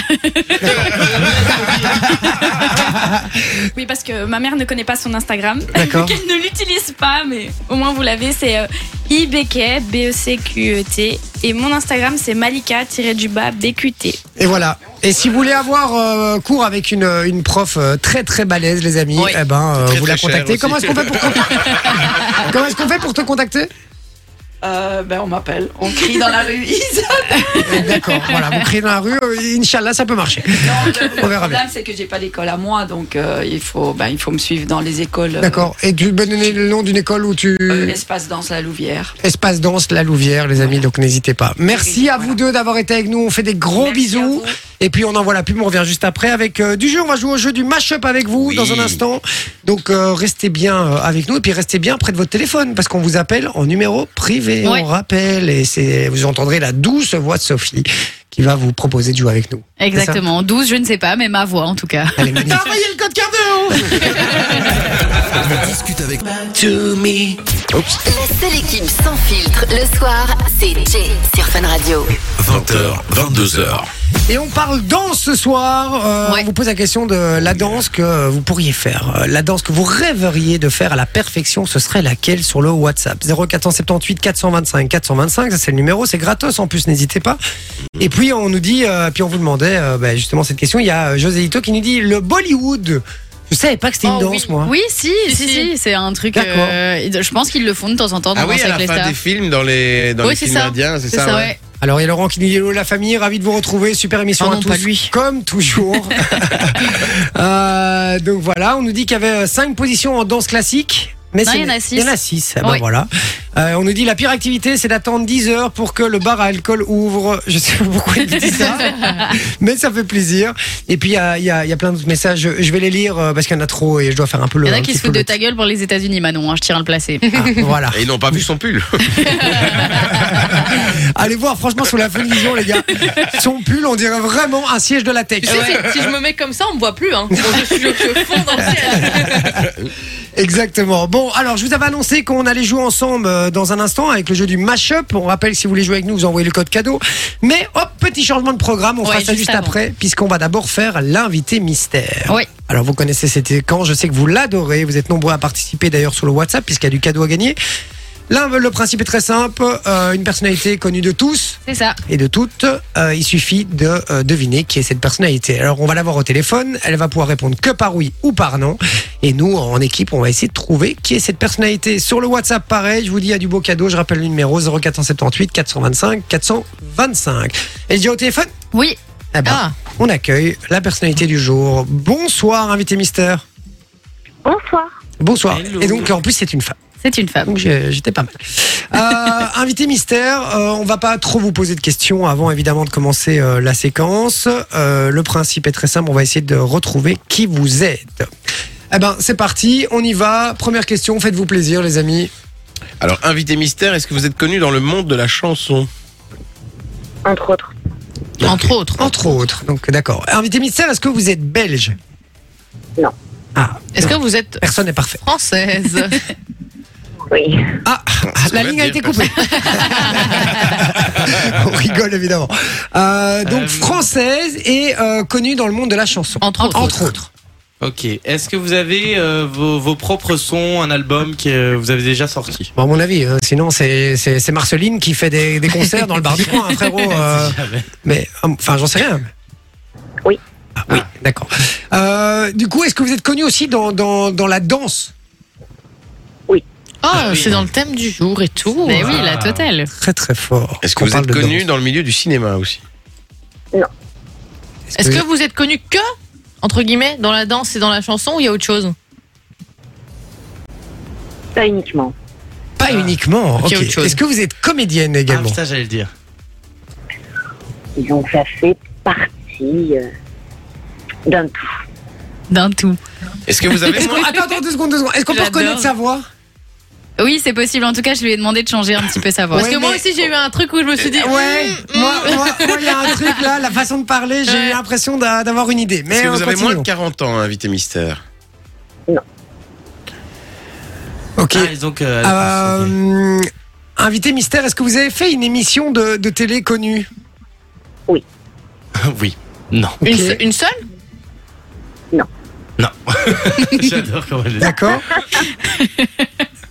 Speaker 9: Oui, parce que ma mère ne connaît pas son Instagram.
Speaker 3: D'accord.
Speaker 9: Donc elle ne l'utilise pas, mais au moins vous l'avez. C'est euh, IBK, B-E-C-Q-E-T. E Et mon Instagram, c'est malika-du-bas, BQT.
Speaker 3: Et voilà. Et si vous voulez avoir euh, cours avec une, une prof euh, très très balèze, les amis,
Speaker 6: Oui.
Speaker 3: eh ben, euh,
Speaker 7: Très,
Speaker 3: vous la
Speaker 7: très
Speaker 3: contactez.
Speaker 7: chère
Speaker 3: Comment est-ce
Speaker 7: aussi.
Speaker 3: qu'on fait pour Comment est-ce qu'on fait pour te contacter
Speaker 8: euh, ben, on m'appelle. On crie dans la rue. Isa.
Speaker 3: D'accord, voilà, vous criez dans la rue, euh, Inch'Allah, ça peut marcher.
Speaker 8: Non, le,
Speaker 3: On
Speaker 8: le
Speaker 3: verra bien.
Speaker 8: problème, c'est que j'ai pas d'école à moi, donc euh, il, faut, ben, il faut me suivre dans les écoles. euh,
Speaker 3: D'accord, et tu peux donner le nom d'une école où tu...
Speaker 8: euh, Espace danse à la Louvière.
Speaker 3: Espace Danse La Louvière, les amis, donc n'hésitez pas. Merci à
Speaker 8: Voilà.
Speaker 3: vous deux d'avoir été avec nous, on fait des gros
Speaker 8: Merci à
Speaker 3: bisous.
Speaker 8: vous.
Speaker 3: Et puis on envoie la pub, on revient juste après avec euh, du jeu. On va jouer au jeu du mash-up avec vous
Speaker 7: Oui.
Speaker 3: dans un instant. Donc euh, restez bien euh, avec nous et puis restez bien près de votre téléphone parce qu'on vous appelle en numéro privé.
Speaker 6: Ouais.
Speaker 3: On rappelle et c'est vous entendrez la douce voix de Sophie qui va vous proposer de jouer avec nous.
Speaker 6: Exactement. 12, je ne sais pas, mais ma voix en tout cas.
Speaker 3: Elle est magnifique.
Speaker 4: le code cardio
Speaker 1: Discute avec
Speaker 2: La seule équipe sans filtre le soir, c'est Jay sur Fun Radio.
Speaker 1: 20h, 22h.
Speaker 3: Et on parle danse ce soir. Euh,
Speaker 6: Ouais.
Speaker 3: On vous pose la question de la danse que vous pourriez faire. Euh, La danse que vous rêveriez de faire à la perfection, ce serait laquelle sur le WhatsApp 0478 425 425, ça c'est le numéro, c'est gratos en plus, n'hésitez pas. Et puis on nous dit, euh, puis on vous demandait euh, bah, justement cette question, il y a euh, Joséito qui nous dit le Bollywood. Je savais pas que c'était
Speaker 5: Oh,
Speaker 3: une danse,
Speaker 5: oui.
Speaker 3: moi.
Speaker 6: Oui, si, si, si,
Speaker 5: si.
Speaker 6: c'est un truc.
Speaker 3: D'accord.
Speaker 6: euh, je pense qu'ils le font de temps en temps dans
Speaker 7: Ah oui,
Speaker 6: Danse
Speaker 7: à
Speaker 6: avec les
Speaker 7: la fin
Speaker 6: stars.
Speaker 7: des films, dans les, dans
Speaker 6: Oui,
Speaker 7: les
Speaker 6: c'est
Speaker 7: films
Speaker 6: ça.
Speaker 7: indiens, c'est
Speaker 6: C'est
Speaker 7: ça,
Speaker 6: ça,
Speaker 7: ouais.
Speaker 6: ouais.
Speaker 3: Alors il y a Laurent qui nous dit hello la famille, ravi de vous retrouver, super émission
Speaker 6: Oh
Speaker 3: à
Speaker 6: non,
Speaker 3: tous,
Speaker 6: pas lui.
Speaker 3: comme toujours. Euh, donc voilà, on nous dit qu'il y avait 5 positions en danse classique. Mais
Speaker 6: Non,
Speaker 3: c'est-
Speaker 6: il y en a six.
Speaker 3: Il y en a 6. Ben
Speaker 6: Oui.
Speaker 3: voilà. Euh, on nous dit la pire activité, c'est d'attendre 10 heures pour que le bar à alcool ouvre. Je sais pas pourquoi il dit ça, mais ça fait plaisir. Et puis il y a, il y a- il y a plein d'autres messages. Je- Je vais les lire euh, parce qu'il y en a trop et je dois faire un peu le.
Speaker 6: Il y en a
Speaker 3: un
Speaker 6: qui
Speaker 3: petit
Speaker 6: se foutent
Speaker 3: peu
Speaker 6: de
Speaker 3: le-
Speaker 6: ta gueule pour les États-Unis, Manon, hein, je tiens à le placer.
Speaker 3: Ah, voilà.
Speaker 7: Et ils n'ont pas vu son pull.
Speaker 3: Allez voir, franchement, sur la fin vision, les gars. Son pull, on dirait vraiment un siège de la tech.
Speaker 5: Tu sais, si- si je me mets comme ça, on me voit plus. Hein. Donc, je, suis- je fonds dans le ciel.
Speaker 3: Exactement. Bon, alors je vous avais annoncé qu'on allait jouer ensemble euh, dans un instant avec le jeu du mashup. On rappelle si vous voulez jouer avec nous, vous envoyez le code cadeau. Mais hop, petit changement de programme, on
Speaker 6: Ouais,
Speaker 3: fera ça
Speaker 6: juste
Speaker 3: juste
Speaker 6: avant.
Speaker 3: après, puisqu'on va d'abord faire l'invité mystère.
Speaker 6: Ouais.
Speaker 3: Alors vous connaissez cette séquence, je sais que vous l'adorez, vous êtes nombreux à participer d'ailleurs sur le WhatsApp, puisqu'il y a du cadeau à gagner. Là, le principe est très simple, euh, une personnalité connue de tous,
Speaker 6: C'est ça.
Speaker 3: et de toutes, euh, il suffit de euh, deviner qui est cette personnalité. Alors on va l'avoir au téléphone, elle va pouvoir répondre que par oui ou par non. Et nous, en équipe, on va essayer de trouver qui est cette personnalité. Sur le WhatsApp, pareil, je vous dis, il y a du beau cadeau, je rappelle le numéro 0478 425 425. Et déjà au téléphone
Speaker 6: Oui.
Speaker 3: Eh ben,
Speaker 5: Ah.
Speaker 3: On accueille la personnalité du jour. Bonsoir, invité mystère. Bonsoir. Bonsoir.
Speaker 4: Hello.
Speaker 3: Et donc en plus, c'est une femme.
Speaker 6: C'est une femme.
Speaker 3: Donc j'ai- j'étais pas mal. Euh, invité mystère, euh, on va pas trop vous poser de questions avant évidemment de commencer euh, la séquence. Euh, le principe est très simple, on va essayer de retrouver qui vous êtes. Eh ben c'est parti, on y va. Première question, faites-vous plaisir les amis.
Speaker 7: Alors, invité mystère, est-ce que vous êtes connu dans le monde de la chanson
Speaker 10: entre autres.
Speaker 6: Entre autres.
Speaker 3: Entre autres, donc d'accord. Invité mystère, est-ce que vous êtes belge
Speaker 10: Non.
Speaker 3: Ah,
Speaker 5: Est-ce que vous êtes
Speaker 3: personne n'est parfait.
Speaker 5: française
Speaker 10: Oui.
Speaker 3: Ah,
Speaker 7: qu'on
Speaker 3: la
Speaker 7: va
Speaker 3: ligne a
Speaker 7: dire,
Speaker 3: été coupée. on rigole évidemment. Euh, donc
Speaker 4: Euh,
Speaker 3: française et euh, connue dans le monde de la chanson.
Speaker 5: Entre autres.
Speaker 3: autres.
Speaker 4: Ok, est-ce que vous avez euh, vos, vos propres sons, un album que euh, vous avez déjà sorti
Speaker 3: Bon, à mon avis, euh, sinon c'est, c'est, c'est Marceline qui fait des, des concerts dans le bar du coin, hein, frérot. euh, mais enfin, j'en sais rien.
Speaker 10: Oui.
Speaker 3: Ah, oui, d'accord. Euh, du coup, est-ce que vous êtes connu aussi dans, dans, dans la danse
Speaker 5: Oh,
Speaker 4: oui.
Speaker 5: c'est dans le thème du jour et tout.
Speaker 6: Mais
Speaker 4: Ah.
Speaker 6: oui, la totale.
Speaker 3: Très très fort.
Speaker 7: Est-ce que
Speaker 3: Qu'on
Speaker 7: vous
Speaker 3: parle
Speaker 7: êtes
Speaker 3: de
Speaker 7: connu
Speaker 3: danse.
Speaker 7: dans le milieu du cinéma aussi
Speaker 5: Est-ce
Speaker 3: Euh,
Speaker 5: que vous êtes connu que, entre guillemets, dans la danse et dans la chanson ou il y a autre chose
Speaker 10: Pas uniquement.
Speaker 3: Pas uniquement.
Speaker 5: Ah. Ok,
Speaker 3: ok.
Speaker 5: autre chose.
Speaker 3: Est-ce que vous êtes comédienne
Speaker 4: Ah
Speaker 3: également
Speaker 4: putain, j'allais le dire.
Speaker 10: Donc ça fait partie euh, d'un tout.
Speaker 6: D'un tout.
Speaker 7: Est-ce que vous avez
Speaker 3: Est-ce qu'on- Attends, attends, deux secondes, deux secondes. Est-ce qu'on peut
Speaker 6: J'adore.
Speaker 3: reconnaître sa voix
Speaker 6: Oui, c'est possible. En tout cas, je lui ai demandé de changer un petit peu sa voix.
Speaker 5: Parce que
Speaker 3: Ouais,
Speaker 5: moi
Speaker 3: mais-
Speaker 5: aussi j'ai eu un truc où je me suis dit.
Speaker 3: Ouais,
Speaker 5: mm,
Speaker 3: moi,
Speaker 5: mm.
Speaker 3: moi, moi, il y a un truc là, la façon de parler, j'ai
Speaker 5: Ouais.
Speaker 3: eu l'impression d'a- d'avoir une idée. Mais
Speaker 7: Est-ce que vous
Speaker 3: euh,
Speaker 7: avez moins de
Speaker 3: continuons.
Speaker 7: 40 ans, invité mystère
Speaker 3: Ok.
Speaker 4: Ah, et donc, euh, ok.
Speaker 3: Euh, Invité mystère, est-ce que vous avez fait une émission de, de télé connue
Speaker 7: Oui.
Speaker 4: Non.
Speaker 5: Une,
Speaker 3: Ok.
Speaker 5: se- une seule
Speaker 4: Non. J'adore comment elle le dit.
Speaker 3: D'accord.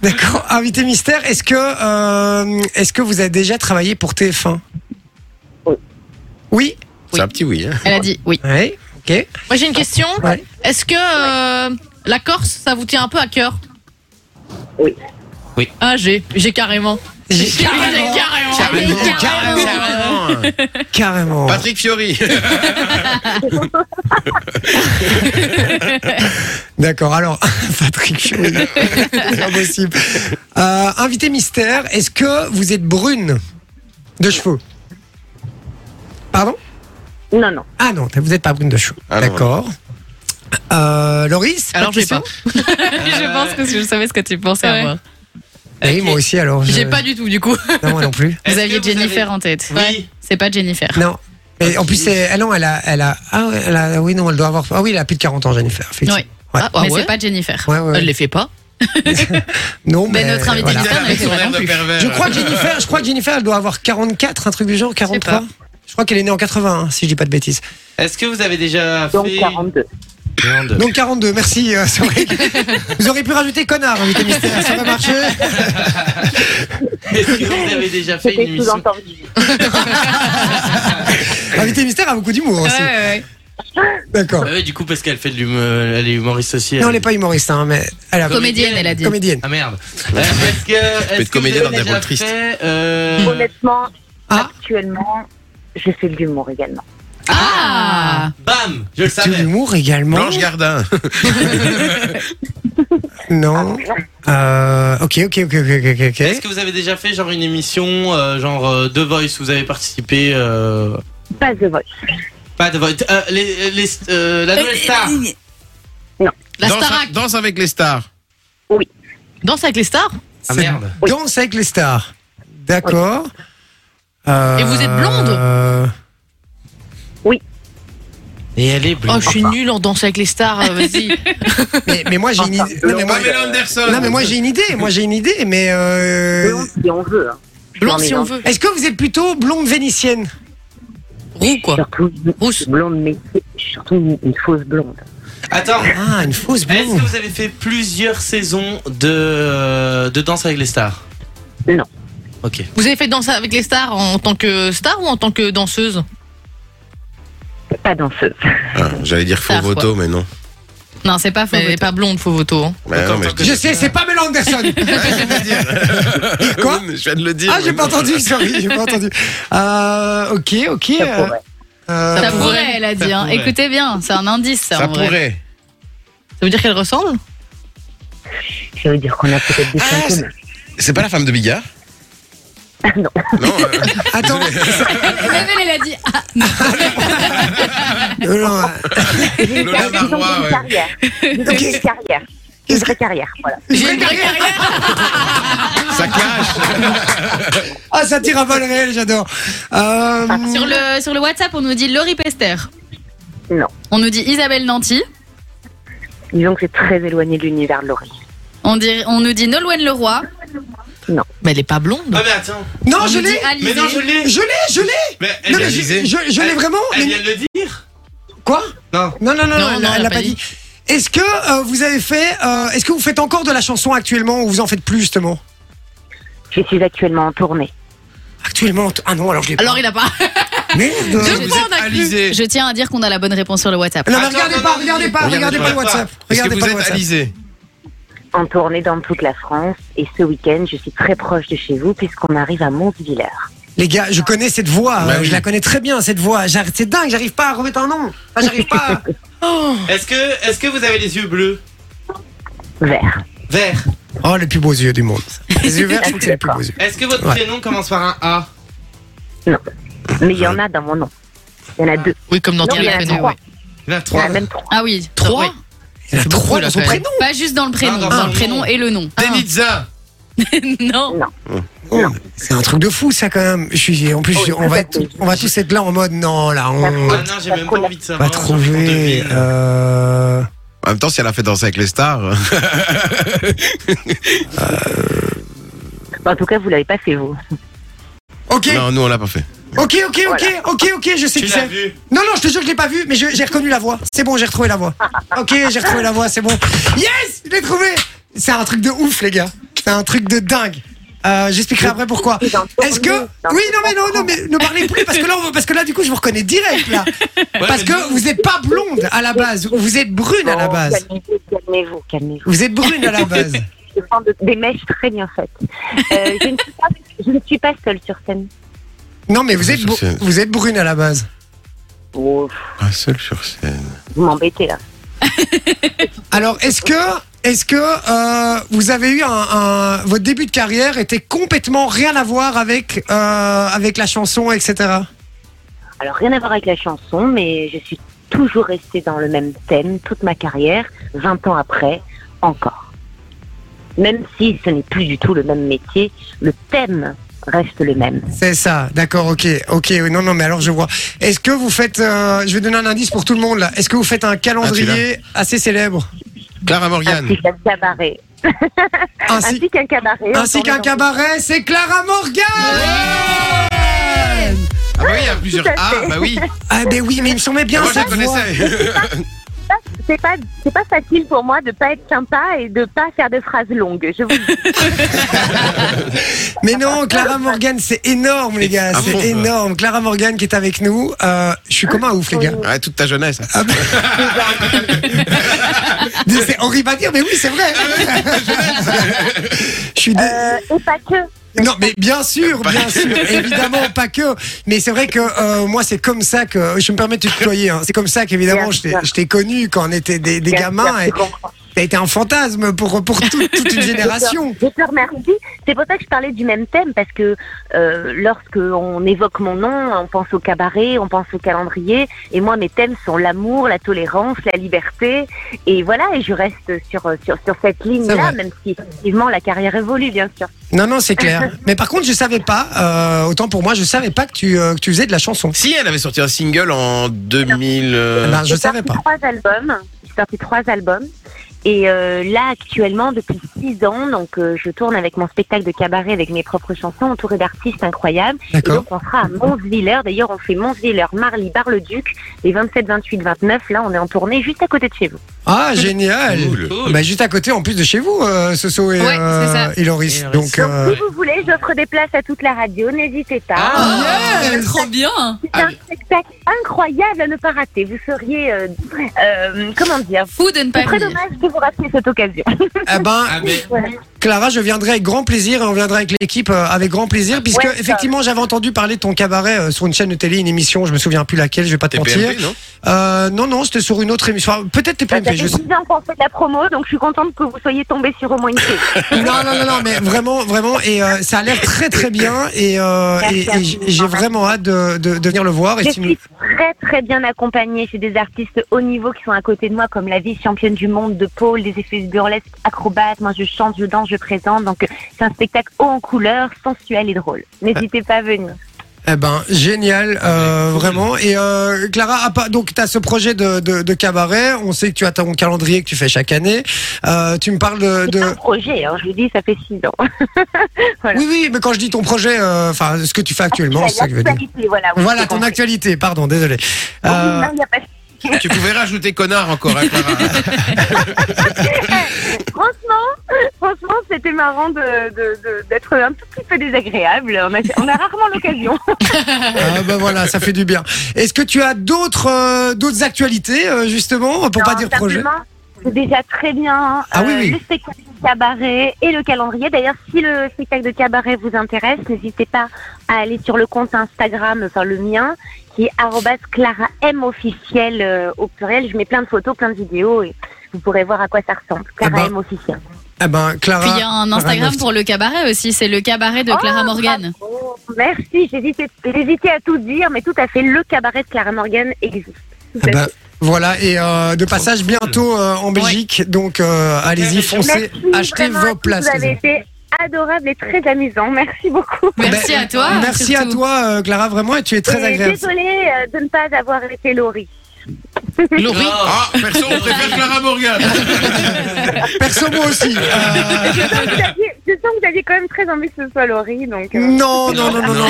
Speaker 3: D'accord. Invité mystère, est-ce que, euh, est-ce que vous avez déjà travaillé pour TF1
Speaker 10: Oui.
Speaker 3: Oui
Speaker 7: C'est un petit oui. hein.
Speaker 6: Elle a dit oui.
Speaker 3: Oui. Ok.
Speaker 5: Moi j'ai une question.
Speaker 3: Ouais.
Speaker 5: Est-ce que euh, la Corse, ça vous tient un peu à cœur
Speaker 10: Oui.
Speaker 4: Oui.
Speaker 5: Ah, j'ai, j'ai carrément.
Speaker 3: J'ai-
Speaker 5: Carrément. Carrément.
Speaker 3: Carrément. Carrément. Carrément.
Speaker 7: Patrick Fiori.
Speaker 3: D'accord, alors, Patrick Fiori. C'est impossible. Euh, invité mystère, est-ce que vous êtes brune de cheveux Pardon
Speaker 10: Non, non.
Speaker 3: Ah non, vous n'êtes pas brune de cheveux.
Speaker 7: Ah non.
Speaker 3: D'accord. Euh, Loris pas
Speaker 5: Alors,
Speaker 3: de
Speaker 5: j'ai
Speaker 3: question
Speaker 5: pas.
Speaker 6: Je pense que je savais ce que tu pensais à
Speaker 5: Ouais.
Speaker 6: moi.
Speaker 3: Oui, Eh, moi aussi, alors. je-
Speaker 5: J'ai pas du tout, du coup.
Speaker 3: Non, moi non plus.
Speaker 6: Vous
Speaker 4: Est-ce
Speaker 6: aviez
Speaker 4: que vous
Speaker 6: Jennifer en tête.
Speaker 4: Oui.
Speaker 6: C'est pas Jennifer.
Speaker 3: Non. Et en plus, c'est- elle, non, elle a, elle a, ah, ouais, elle a- oui, non, elle doit avoir, ah oui, elle a plus de 40 ans, Jennifer. effectivement.
Speaker 6: Oui.
Speaker 3: Ouais.
Speaker 5: Ah, ah
Speaker 6: mais
Speaker 5: ouais
Speaker 6: c'est pas Jennifer.
Speaker 3: Ouais, ouais.
Speaker 5: Elle les fait pas.
Speaker 3: Non, mais,
Speaker 6: Mais notre invité
Speaker 3: voilà.
Speaker 6: mystère ne
Speaker 7: Avec
Speaker 6: fait
Speaker 7: son
Speaker 6: pas
Speaker 7: air
Speaker 6: non
Speaker 7: de
Speaker 6: plus.
Speaker 7: pervers.
Speaker 3: Je crois que Jennifer, je crois que Jennifer, elle doit avoir 44, un truc du genre, 43.
Speaker 6: pas.
Speaker 3: Je crois qu'elle est née en 81, si je dis pas de bêtises.
Speaker 4: Est-ce que vous avez déjà
Speaker 10: Donc
Speaker 4: fait.
Speaker 10: 42.
Speaker 3: Donc 42, merci euh, Sorek. Vous auriez pu rajouter connard, invité mystère, ça va marcher.
Speaker 4: Est-ce que vous avez déjà fait une
Speaker 10: C'était
Speaker 4: émission
Speaker 10: sous-entendu.
Speaker 3: Invité mystère a beaucoup d'humour aussi. D'accord.
Speaker 4: Bah oui, du coup, parce qu'elle fait de l'humour. Elle est humoriste aussi.
Speaker 3: Non, elle
Speaker 4: elle.
Speaker 3: n'est pas humoriste, hein, mais elle a
Speaker 6: Comédienne, elle a dit.
Speaker 3: comédienne.
Speaker 4: Ah merde. Euh, Est-ce que. Est-ce que vous
Speaker 7: comédienne dans
Speaker 4: avez
Speaker 7: des
Speaker 4: déjà
Speaker 7: rôles tristes.
Speaker 4: fait, euh,
Speaker 10: Honnêtement,
Speaker 3: Ah.
Speaker 10: actuellement, je fais de l'humour également.
Speaker 6: Ah
Speaker 4: Bam Je le
Speaker 3: Tu
Speaker 4: savais.
Speaker 3: l'humour également.
Speaker 7: Blanche Gardin.
Speaker 3: Non. Euh, ok, ok, ok, ok, ok, ok.
Speaker 4: Est-ce que vous avez déjà fait genre une émission euh, genre euh, The Voice où vous avez participé euh,
Speaker 10: Pas de voix.
Speaker 4: pas The Voice euh, les, les, euh, la nouvelle star
Speaker 5: La
Speaker 7: Danse-
Speaker 5: Starac.
Speaker 7: Danse avec les stars.
Speaker 5: Danse avec les stars.
Speaker 4: ah merde
Speaker 10: Oui.
Speaker 3: Danse avec les stars. D'accord. Euh,
Speaker 5: Et vous êtes blonde
Speaker 3: euh,
Speaker 4: et elle est
Speaker 5: Oh,
Speaker 4: blonde
Speaker 5: je suis nulle en danse avec les stars. euh, Vas-y.
Speaker 3: mais, mais moi j'ai une idée. Non mais moi,
Speaker 7: Pamela Anderson.
Speaker 3: non, mais moi, j'ai une idée. Moi j'ai une idée. Mais euh,
Speaker 10: Blonde si on veut. Hein.
Speaker 5: Blonde
Speaker 10: Non, mais
Speaker 5: si
Speaker 10: non.
Speaker 5: on veut.
Speaker 3: est-ce que vous êtes plutôt blonde vénitienne
Speaker 5: Roux quoi.
Speaker 10: Surtout une
Speaker 5: Rousse.
Speaker 10: blonde, mais surtout une, une fausse blonde.
Speaker 4: attends
Speaker 3: Ah, une fausse
Speaker 4: est-ce que
Speaker 3: blonde.
Speaker 4: vous avez fait plusieurs saisons euh, de de Danse avec les stars
Speaker 10: Non.
Speaker 4: ok
Speaker 5: Vous avez fait danser avec les stars en tant que star ou en tant que danseuse
Speaker 10: Pas danseuse.
Speaker 5: Euh.
Speaker 7: Ah, J'allais dire faux
Speaker 6: Stars, quoi.
Speaker 7: voto, mais non.
Speaker 6: Non, c'est pas faux.
Speaker 5: Elle est pas blonde, faux voto.
Speaker 7: Bah, non, mais
Speaker 3: Je sais, c'est pas Mel Anderson.
Speaker 7: je-
Speaker 3: Quoi
Speaker 7: Je viens de le dire.
Speaker 3: Ah, j'ai
Speaker 7: mais
Speaker 3: pas
Speaker 7: non.
Speaker 3: entendu. Sorry, j'ai pas entendu. Euh, ok, ok.
Speaker 10: Ça pourrait.
Speaker 3: euh,
Speaker 6: Ça
Speaker 5: Ça pourrait.
Speaker 6: pourrait, elle a dit.
Speaker 7: Ça
Speaker 6: hein.
Speaker 7: pourrait.
Speaker 6: Écoutez bien, c'est un indice, ça,
Speaker 7: Ça
Speaker 6: en vrai.
Speaker 7: pourrait.
Speaker 5: Ça veut dire qu'elle ressemble
Speaker 10: Ça veut dire qu'on a peut-être des
Speaker 7: Ah,
Speaker 10: symptômes.
Speaker 7: C'est pas la femme de Bigard
Speaker 10: Ah, Non.
Speaker 7: Non, euh,
Speaker 3: Attends.
Speaker 6: Isabelle, elle a dit. Ah,
Speaker 3: Euh, non,
Speaker 10: J'ai une
Speaker 7: Lola
Speaker 10: carrière. Disons que
Speaker 7: Marois,
Speaker 10: j'ai
Speaker 7: ouais.
Speaker 10: une carrière. Disons que j'ai une carrière. Une vraie carrière, voilà.
Speaker 5: J'ai une vraie carrière.
Speaker 7: ça clash.
Speaker 3: Ah, ça tire à balles réelles, j'adore. Euh,
Speaker 6: Sur le, sur le WhatsApp, on nous dit Laurie Pester.
Speaker 10: Non.
Speaker 6: On nous dit Isabelle Nanty.
Speaker 10: Disons que c'est très éloigné de l'univers de Laurie.
Speaker 6: On, dir- on nous dit Nolwenn Leroy.
Speaker 5: Mais elle est pas blonde.
Speaker 4: ah mais attends
Speaker 3: Non,
Speaker 6: on
Speaker 3: je
Speaker 6: nous dit
Speaker 3: l'ai.
Speaker 6: Alizée.
Speaker 4: mais non je l'ai
Speaker 3: Je l'ai, je l'ai.
Speaker 4: mais elle,
Speaker 3: Non, mais
Speaker 4: vient-
Speaker 3: je
Speaker 7: Alizée.
Speaker 3: je- je l'ai vraiment.
Speaker 4: elle
Speaker 3: mais-
Speaker 4: vient de le dire
Speaker 3: Quoi
Speaker 4: non
Speaker 3: Non, non, non, non, elle l'a- elle l'a pas dit. Est-ce que euh, vous avez fait. euh, Est-ce que vous faites encore de la chanson actuellement ou vous en faites plus justement
Speaker 10: Je suis actuellement en tournée.
Speaker 3: Actuellement. t- Ah non, alors je l'ai. pas.
Speaker 5: Alors il a pas.
Speaker 3: Merde.
Speaker 5: Deux fois on a cru.
Speaker 7: Alizé.
Speaker 6: Je tiens à dire qu'on a la bonne réponse sur le WhatsApp.
Speaker 3: Non, mais
Speaker 4: Attends,
Speaker 3: regardez
Speaker 4: non,
Speaker 3: pas,
Speaker 4: non,
Speaker 3: regardez pas,
Speaker 4: regardez
Speaker 3: regardez pas le
Speaker 4: pas.
Speaker 3: WhatsApp.
Speaker 7: Est-ce que
Speaker 3: Regardez
Speaker 7: vous
Speaker 3: pas le
Speaker 7: êtes
Speaker 3: WhatsApp.
Speaker 7: Alizé
Speaker 10: En tournée dans toute la France. Et ce week-end, je suis très proche de chez vous puisqu'on arrive à Montvillers.
Speaker 3: Les gars, je connais cette voix.
Speaker 7: Bah
Speaker 3: euh,
Speaker 7: oui.
Speaker 3: Je la connais très bien, cette voix. J'arr- C'est dingue, j'arrive pas à remettre un nom. Ah, j'arrive pas. à-
Speaker 4: est-ce que est-ce que vous avez les yeux bleus
Speaker 10: Vert.
Speaker 4: verts
Speaker 3: Oh, les plus beaux yeux du monde. Les yeux verts, je trouve que c'est les plus beaux yeux.
Speaker 4: est-ce que votre
Speaker 3: Ouais.
Speaker 4: prénom commence par un A
Speaker 10: Non. Mais il y en a dans mon nom. Il y en a deux.
Speaker 5: Oui, comme dans
Speaker 10: Non,
Speaker 5: tous
Speaker 10: il y
Speaker 5: les
Speaker 10: en a
Speaker 5: prénoms.
Speaker 10: trois.
Speaker 5: ouais.
Speaker 4: il y en a
Speaker 10: Il y en
Speaker 4: trois
Speaker 10: a même trois.
Speaker 6: Ah oui.
Speaker 5: Trois
Speaker 6: Ouais.
Speaker 3: Il y en a
Speaker 5: C'est
Speaker 3: trois
Speaker 5: beaucoup,
Speaker 3: dans
Speaker 5: là, quand
Speaker 3: son
Speaker 5: même.
Speaker 3: prénom.
Speaker 6: Pas juste dans le prénom,
Speaker 4: Ah,
Speaker 6: dans,
Speaker 4: dans
Speaker 6: le
Speaker 4: le
Speaker 6: prénom
Speaker 4: nom.
Speaker 6: et le nom.
Speaker 3: Ah.
Speaker 7: Denitza
Speaker 6: non.
Speaker 10: Non.
Speaker 3: C'est un truc de fou, ça, quand même. Je suis, en plus, je- on, va être- on va tous être là en mode non, là, on
Speaker 4: ah non j'ai même pas envie de
Speaker 3: va
Speaker 4: savoir je
Speaker 3: trouver.
Speaker 4: devine.
Speaker 3: euh,
Speaker 7: En même temps, si elle a fait danser avec les stars.
Speaker 10: En tout cas, vous l'avez pas fait, vous.
Speaker 3: Ok,
Speaker 7: Non, nous, on l'a pas fait.
Speaker 3: ok, ok, ok, ok, ok, je sais
Speaker 4: tu
Speaker 3: qui
Speaker 4: l'as
Speaker 3: c'est.
Speaker 4: vu
Speaker 3: Non, non, je te jure que je l'ai pas vu, mais je- j'ai reconnu la voix. C'est bon, j'ai retrouvé la voix. Ok, j'ai retrouvé la voix, c'est bon. Yes, je l'ai trouvé. C'est un truc de ouf, les gars. C'est un truc de dingue. Euh, J'expliquerai après pourquoi. Est-ce que oui, non mais non, non mais ne parlez plus parce que là, on- parce que là, du coup, je vous reconnais direct là.
Speaker 4: Ouais,
Speaker 3: Parce
Speaker 4: mais
Speaker 3: que
Speaker 4: nous-
Speaker 3: vous n'êtes pas blonde à la base, ou vous êtes brune à la
Speaker 10: Non,
Speaker 3: base.
Speaker 10: Calmez-vous, calmez-vous, calmez-vous.
Speaker 3: Vous êtes brune à la base.
Speaker 10: je vends de- des mèches très bien faites. Euh, je, ne suis pas, je ne suis pas seule sur scène.
Speaker 3: Non, mais vous êtes,
Speaker 7: Ça,
Speaker 3: bru-
Speaker 7: c'est-
Speaker 3: vous êtes brune à la base.
Speaker 10: Oh,
Speaker 7: Un seul sur scène.
Speaker 10: vous m'embêtez là.
Speaker 3: Alors, est-ce que, est-ce que euh, vous avez eu un, un- votre début de carrière était complètement rien à voir avec euh, avec la chanson, etc.
Speaker 10: Alors rien à voir avec la chanson, mais je suis toujours restée dans le même thème toute ma carrière, 20 ans après, encore. Même si ce n'est plus du tout le même métier, le thème reste le même.
Speaker 3: C'est ça, d'accord, ok, ok. oui, Non, non, mais alors je vois. Est-ce que vous faites, euh, je vais donner un indice pour tout le monde là. Est-ce que vous faites un
Speaker 7: Ah,
Speaker 3: calendrier assez célèbre,
Speaker 7: Clara Morgan.
Speaker 10: Ainsi qu'un cabaret.
Speaker 3: ainsi,
Speaker 10: Ainsi qu'un cabaret.
Speaker 3: ainsi qu'un cabaret C'est Clara Morgan.
Speaker 7: Ah bah oui, il y a plusieurs
Speaker 10: à
Speaker 7: A,
Speaker 10: fait.
Speaker 7: bah oui.
Speaker 3: Ah ben oui, mais il me semblait bien
Speaker 7: Moi, je
Speaker 3: ça.
Speaker 7: la connaissais.
Speaker 10: C'est pas, c'est pas facile pour moi de pas être sympa et de pas faire de phrases longues. Je vous le dis.
Speaker 3: Mais non, Clara Morgan, c'est énorme les gars,
Speaker 7: À
Speaker 10: Ah
Speaker 7: fond,
Speaker 3: c'est
Speaker 7: ouais.
Speaker 3: énorme. Clara Morgan qui est avec nous. Euh, je suis comme un ouf les
Speaker 10: Oh
Speaker 3: gars.
Speaker 7: Ouais, toute ta jeunesse.
Speaker 3: Mais C'est horrible à dire, mais oui, c'est vrai.
Speaker 10: Ah
Speaker 3: Je suis dé-
Speaker 10: Euh, et pas que.
Speaker 3: Non, mais bien sûr, bien sûr, évidemment, pas que. Mais c'est vrai que euh, moi, c'est comme ça que je me permets de te tutoyer. hein. C'est comme ça qu'évidemment,
Speaker 10: Bien
Speaker 3: je t'ai-
Speaker 10: sûr.
Speaker 3: je t'ai connu quand on était des, des
Speaker 10: Bien
Speaker 3: gamins.
Speaker 10: sûr,
Speaker 3: Et
Speaker 10: je comprends.
Speaker 3: t'as été un fantasme pour pour toute- toute une génération.
Speaker 10: Je te remercie. C'est pour ça que je parlais du même thème, parce que euh, lorsque on évoque mon nom, on pense au cabaret, on pense au calendrier, et moi mes thèmes sont l'amour, la tolérance, la liberté, et voilà, et je reste sur, sur, sur cette
Speaker 3: C'est vrai.
Speaker 10: ligne-là, même si effectivement la carrière évolue, bien sûr.
Speaker 3: Non, non, c'est clair. Mais par contre, je savais pas. euh, autant pour moi, je savais pas que tu euh, que tu faisais de la chanson.
Speaker 7: Si, elle avait sorti un single en 2000. euh,
Speaker 3: Ben, je
Speaker 10: J'ai
Speaker 3: savais
Speaker 10: sorti
Speaker 3: pas.
Speaker 10: Trois albums. J'ai sorti trois albums. Et euh, là, actuellement, depuis six ans, donc euh, je tourne avec mon spectacle de cabaret avec mes propres chansons, entouré d'artistes incroyables. Et
Speaker 3: D'accord.
Speaker 10: donc, on sera à Monsviller. D'ailleurs, on fait Monsviller, Marly, Bar-le-Duc, les 27, 28, 29. Là, on est en tournée juste à côté de chez vous.
Speaker 3: Ah, génial.
Speaker 7: Cool.
Speaker 3: Bah, juste à côté, en plus de chez vous, euh, Soso et,
Speaker 6: Ouais,
Speaker 3: euh,
Speaker 6: c'est ça.
Speaker 3: et Loris.
Speaker 4: Et Loris.
Speaker 3: Donc,
Speaker 10: Donc,
Speaker 3: euh,
Speaker 10: si vous voulez, j'offre des places à toute la radio. N'hésitez pas.
Speaker 3: Ah,
Speaker 4: Ah,
Speaker 6: Trop bien
Speaker 10: C'est un spectacle incroyable à ne pas rater. Vous seriez, euh, euh, comment dire,
Speaker 6: Fou de ne pas
Speaker 10: c'est très
Speaker 6: venir.
Speaker 10: dommage que vous ratiez cette occasion.
Speaker 3: eh ben,
Speaker 4: Ah, mais
Speaker 10: Voilà.
Speaker 3: Clara, je viendrai avec grand plaisir et on viendra avec l'équipe euh, avec grand plaisir, puisque
Speaker 10: Ouais, ça.
Speaker 3: effectivement j'avais entendu parler de ton cabaret euh, sur une chaîne de télé, une émission, je me souviens plus laquelle, je vais pas te mentir.
Speaker 7: TPMP, non
Speaker 3: Euh, non, non, c'était sur une autre émission. Enfin, Peut-être
Speaker 10: Ça
Speaker 3: TPMP,
Speaker 10: fait
Speaker 3: je sais.
Speaker 10: 10 ans qu'on fait de la promo, donc je suis contente que vous soyez tombés sur au moins une chose.
Speaker 3: Non, non, non, non, mais vraiment, vraiment, et euh, ça a l'air très très bien, et, euh,
Speaker 10: Merci
Speaker 3: et-
Speaker 10: à
Speaker 3: et j-
Speaker 10: vous.
Speaker 3: j'ai vraiment hâte de, de, de venir le voir. Et
Speaker 10: Je
Speaker 3: si nous-
Speaker 10: suis très très bien accompagnée chez des artistes haut niveau qui sont à côté de moi, comme la vice-championne du monde de Paul, des effets burlesques, acrobates. Moi, je chante, je danse, je présente. Donc, euh, c'est un spectacle haut en couleur, sensuel et drôle. N'hésitez pas à venir.
Speaker 3: Eh ben, génial, euh, vraiment. Et euh, Clara, à part- donc tu as ce projet de, de, de cabaret, on sait que tu as ton calendrier que tu fais chaque année, Euh, tu me parles de...
Speaker 10: C'est
Speaker 3: de...
Speaker 10: un projet, hein, je vous dis, ça fait six ans. Voilà.
Speaker 3: Oui, oui, mais quand je dis ton projet, euh, enfin, ce que tu fais actuellement, c'est ça que je veux dire.
Speaker 10: L'actualité, voilà. oui,
Speaker 3: Voilà,
Speaker 10: c'est
Speaker 3: ton
Speaker 10: bon.
Speaker 3: actualité, pardon, désolé.
Speaker 10: Oui,
Speaker 3: Euh,
Speaker 10: non, il y a pas de-
Speaker 7: Tu pouvais rajouter connard encore, hein, Clara.
Speaker 10: Franchement, franchement, c'était marrant de- de- de- d'être un tout petit peu désagréable. On a, on a rarement l'occasion.
Speaker 3: ah, bah voilà, ça fait du bien. Est-ce que tu as d'autres euh, d'autres actualités, euh, justement, pour pas
Speaker 10: Non,
Speaker 3: dire projet
Speaker 10: simplement, C'est déjà très bien. hein. Euh,
Speaker 3: Ah oui, oui.
Speaker 10: Le spectacle de cabaret et le calendrier. D'ailleurs, si le spectacle de cabaret vous intéresse, n'hésitez pas à aller sur le compte Instagram, enfin le mien, qui est arobase Clara M officiel euh, au pluriel. Je mets plein de photos, plein de vidéos et vous pourrez voir à quoi ça ressemble. Clara
Speaker 3: Ah bah,
Speaker 10: M officiel.
Speaker 3: Eh ben, Clara.
Speaker 6: Puis il y a un Instagram
Speaker 3: Clara
Speaker 6: pour le cabaret aussi, c'est le cabaret de Clara Morgan.
Speaker 10: bravo. Merci. J'hésitais j'hésitais à tout dire, mais tout à fait. Le cabaret de Clara Morgan existe. Tout à
Speaker 3: Eh ben,
Speaker 10: fait.
Speaker 3: voilà, et euh, de passage bientôt euh, en Belgique, donc euh, allez-y, foncez,
Speaker 10: Merci
Speaker 3: achetez
Speaker 10: vraiment à
Speaker 3: vos
Speaker 10: tous,
Speaker 3: places.
Speaker 10: Vous
Speaker 3: les
Speaker 10: avez
Speaker 3: amis.
Speaker 10: été adorables et très amusants. Merci beaucoup.
Speaker 6: Merci
Speaker 5: Bah,
Speaker 3: Ben,
Speaker 6: à toi.
Speaker 3: Merci à
Speaker 6: surtout.
Speaker 3: toi, euh, Clara, vraiment, et tu es très
Speaker 10: Et
Speaker 3: agréable.
Speaker 10: Désolée euh, de ne pas avoir été Laurie.
Speaker 4: Laurie.
Speaker 7: Ah, perso, on préfère Clara Morgan.
Speaker 3: Perso, moi aussi. euh,
Speaker 10: Je sens que vous aviez- je sens que vous aviez quand même très envie que ce soit Laurie, donc. euh,
Speaker 3: Non, non, non, non, non.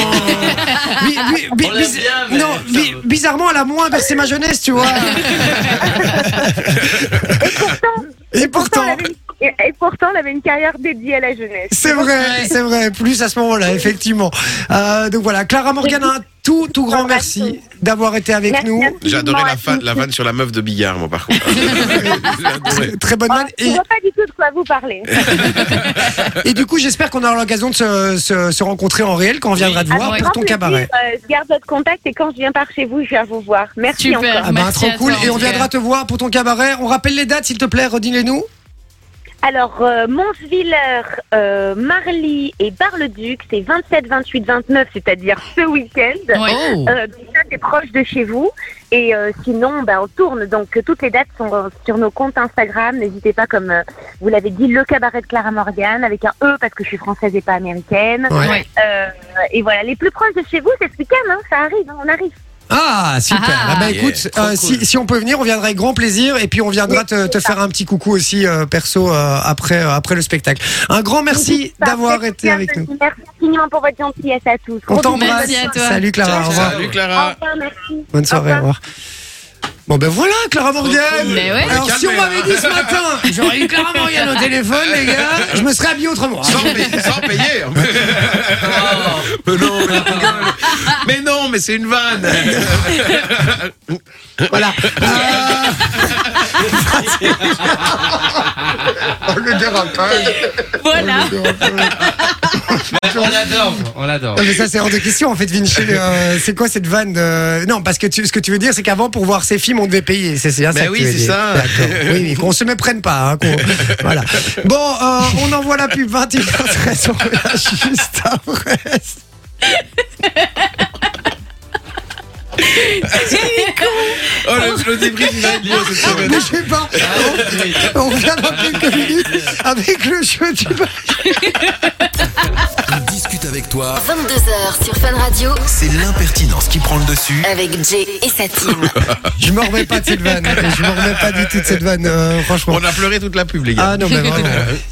Speaker 3: Bi- bi- bi-
Speaker 4: On l'aime
Speaker 3: biz-
Speaker 4: bien, mais-
Speaker 3: non, bi- bizarrement, elle a moins bercé ma jeunesse, tu vois. Et pourtant,
Speaker 10: elle avait une- Et, et pourtant, elle avait une carrière dédiée à la jeunesse.
Speaker 3: c'est vrai, c'est vrai. Plus à ce moment-là, effectivement. Euh, donc voilà, Clara Morgan, un tout, tout grand merci d'avoir été avec
Speaker 10: Merci
Speaker 3: nous.
Speaker 10: à tous.
Speaker 7: J'adorais la, fa- la vanne sur la meuf de billard, moi, par contre. J'adorais.
Speaker 3: Très bonne man.
Speaker 10: Je
Speaker 3: Et,
Speaker 10: ne Ah, vois pas du tout de quoi vous parlez.
Speaker 3: et du coup, j'espère qu'on aura l'occasion de se, se- se rencontrer en réel quand on viendra te
Speaker 10: Ah, Avec
Speaker 3: voir
Speaker 10: grand
Speaker 3: pour ton
Speaker 10: plaisir,
Speaker 3: cabaret.
Speaker 10: euh, je garde votre contact et quand je viens par chez vous, je viens vous voir. Merci
Speaker 6: Super.
Speaker 10: encore.
Speaker 3: Ah bah,
Speaker 6: Merci
Speaker 3: trop
Speaker 6: à toi,
Speaker 3: cool.
Speaker 6: en
Speaker 3: et on
Speaker 6: tout cas.
Speaker 3: viendra te voir pour ton cabaret. On rappelle les dates, s'il te plaît, redis-les-nous.
Speaker 10: Alors, euh, Montevillers, euh, Marly et Bar-le-Duc, c'est 27, 28, 29, c'est-à-dire ce week-end.
Speaker 6: Ouais.
Speaker 5: Oh.
Speaker 10: Euh, donc ça, c'est proche de chez vous. Et euh, sinon, ben, on tourne. Donc, euh, toutes les dates sont euh, sur nos comptes Instagram. N'hésitez pas, comme euh, vous l'avez dit, le cabaret de Clara Morgan, avec un E parce que je suis française et pas américaine.
Speaker 3: Ouais.
Speaker 6: Ouais.
Speaker 10: Euh, et voilà, les plus proches de chez vous, c'est ce week-end. Hein, ça arrive, hein, on arrive.
Speaker 3: Ah, super.
Speaker 6: Ah.
Speaker 3: Ah bah,
Speaker 7: Yeah,
Speaker 3: écoute,
Speaker 7: trop
Speaker 3: euh,
Speaker 7: cool.
Speaker 3: si, si on peut venir, on viendra avec grand plaisir. Et puis, on viendra te, te faire un petit coucou aussi, euh, perso, euh, après, euh, après le spectacle. Un grand merci d'avoir été avec nous.
Speaker 10: Merci infiniment pour votre gentillesse à tous.
Speaker 3: On
Speaker 10: Gros
Speaker 3: t'embrasse.
Speaker 10: bisous.
Speaker 6: Merci à toi.
Speaker 3: Salut Clara. Au revoir.
Speaker 7: Salut,
Speaker 10: Au
Speaker 7: Clara.
Speaker 10: revoir, merci.
Speaker 3: Bonne soirée. Au
Speaker 10: Au revoir.
Speaker 3: revoir. Bon ben voilà, Clara Morgan.
Speaker 6: Mais ouais.
Speaker 3: Alors si on
Speaker 7: Calmez,
Speaker 3: m'avait
Speaker 7: hein.
Speaker 3: dit ce matin, j'aurais eu Clara Morgan au téléphone, les gars, je me serais habillé autrement. Euh,
Speaker 7: Sans, payer- sans payer. mais non, mais, non, mais non, mais c'est une vanne.
Speaker 3: Voilà. Euh, Oh,
Speaker 7: le dérapage.
Speaker 6: Voilà.
Speaker 4: On l'adore, on l'adore.
Speaker 3: non, mais ça c'est hors de question en fait, Vinci. euh, c'est quoi cette vanne de- Non, parce que tu- ce que tu veux dire, c'est qu'avant pour voir ces films, on devait payer. C'est c'est bien ça.
Speaker 7: Ben
Speaker 3: que
Speaker 7: oui,
Speaker 3: tu veux
Speaker 7: c'est
Speaker 3: dire.
Speaker 7: ça.
Speaker 3: D'accord. Oui, oui, qu'on se méprenne pas. hein, qu'on- voilà. Bon, euh, on envoie la pub 21h13. On revient juste après.
Speaker 7: Oh, le, le débrief, il va être bien
Speaker 3: Ah,
Speaker 7: cette semaine.
Speaker 3: Bougez pas. On vient dans quelques minutes avec le jeu du bal.
Speaker 1: Il discute avec toi.
Speaker 2: 22h sur Fun Radio
Speaker 1: C'est l'impertinence qui prend le dessus.
Speaker 2: avec Jay et sa team.
Speaker 3: Je m'en remets pas de cette vanne. Je m'en remets pas du tout de cette vanne, euh, franchement.
Speaker 7: On a pleuré toute la pub, les gars.
Speaker 3: Ah non, mais vraiment,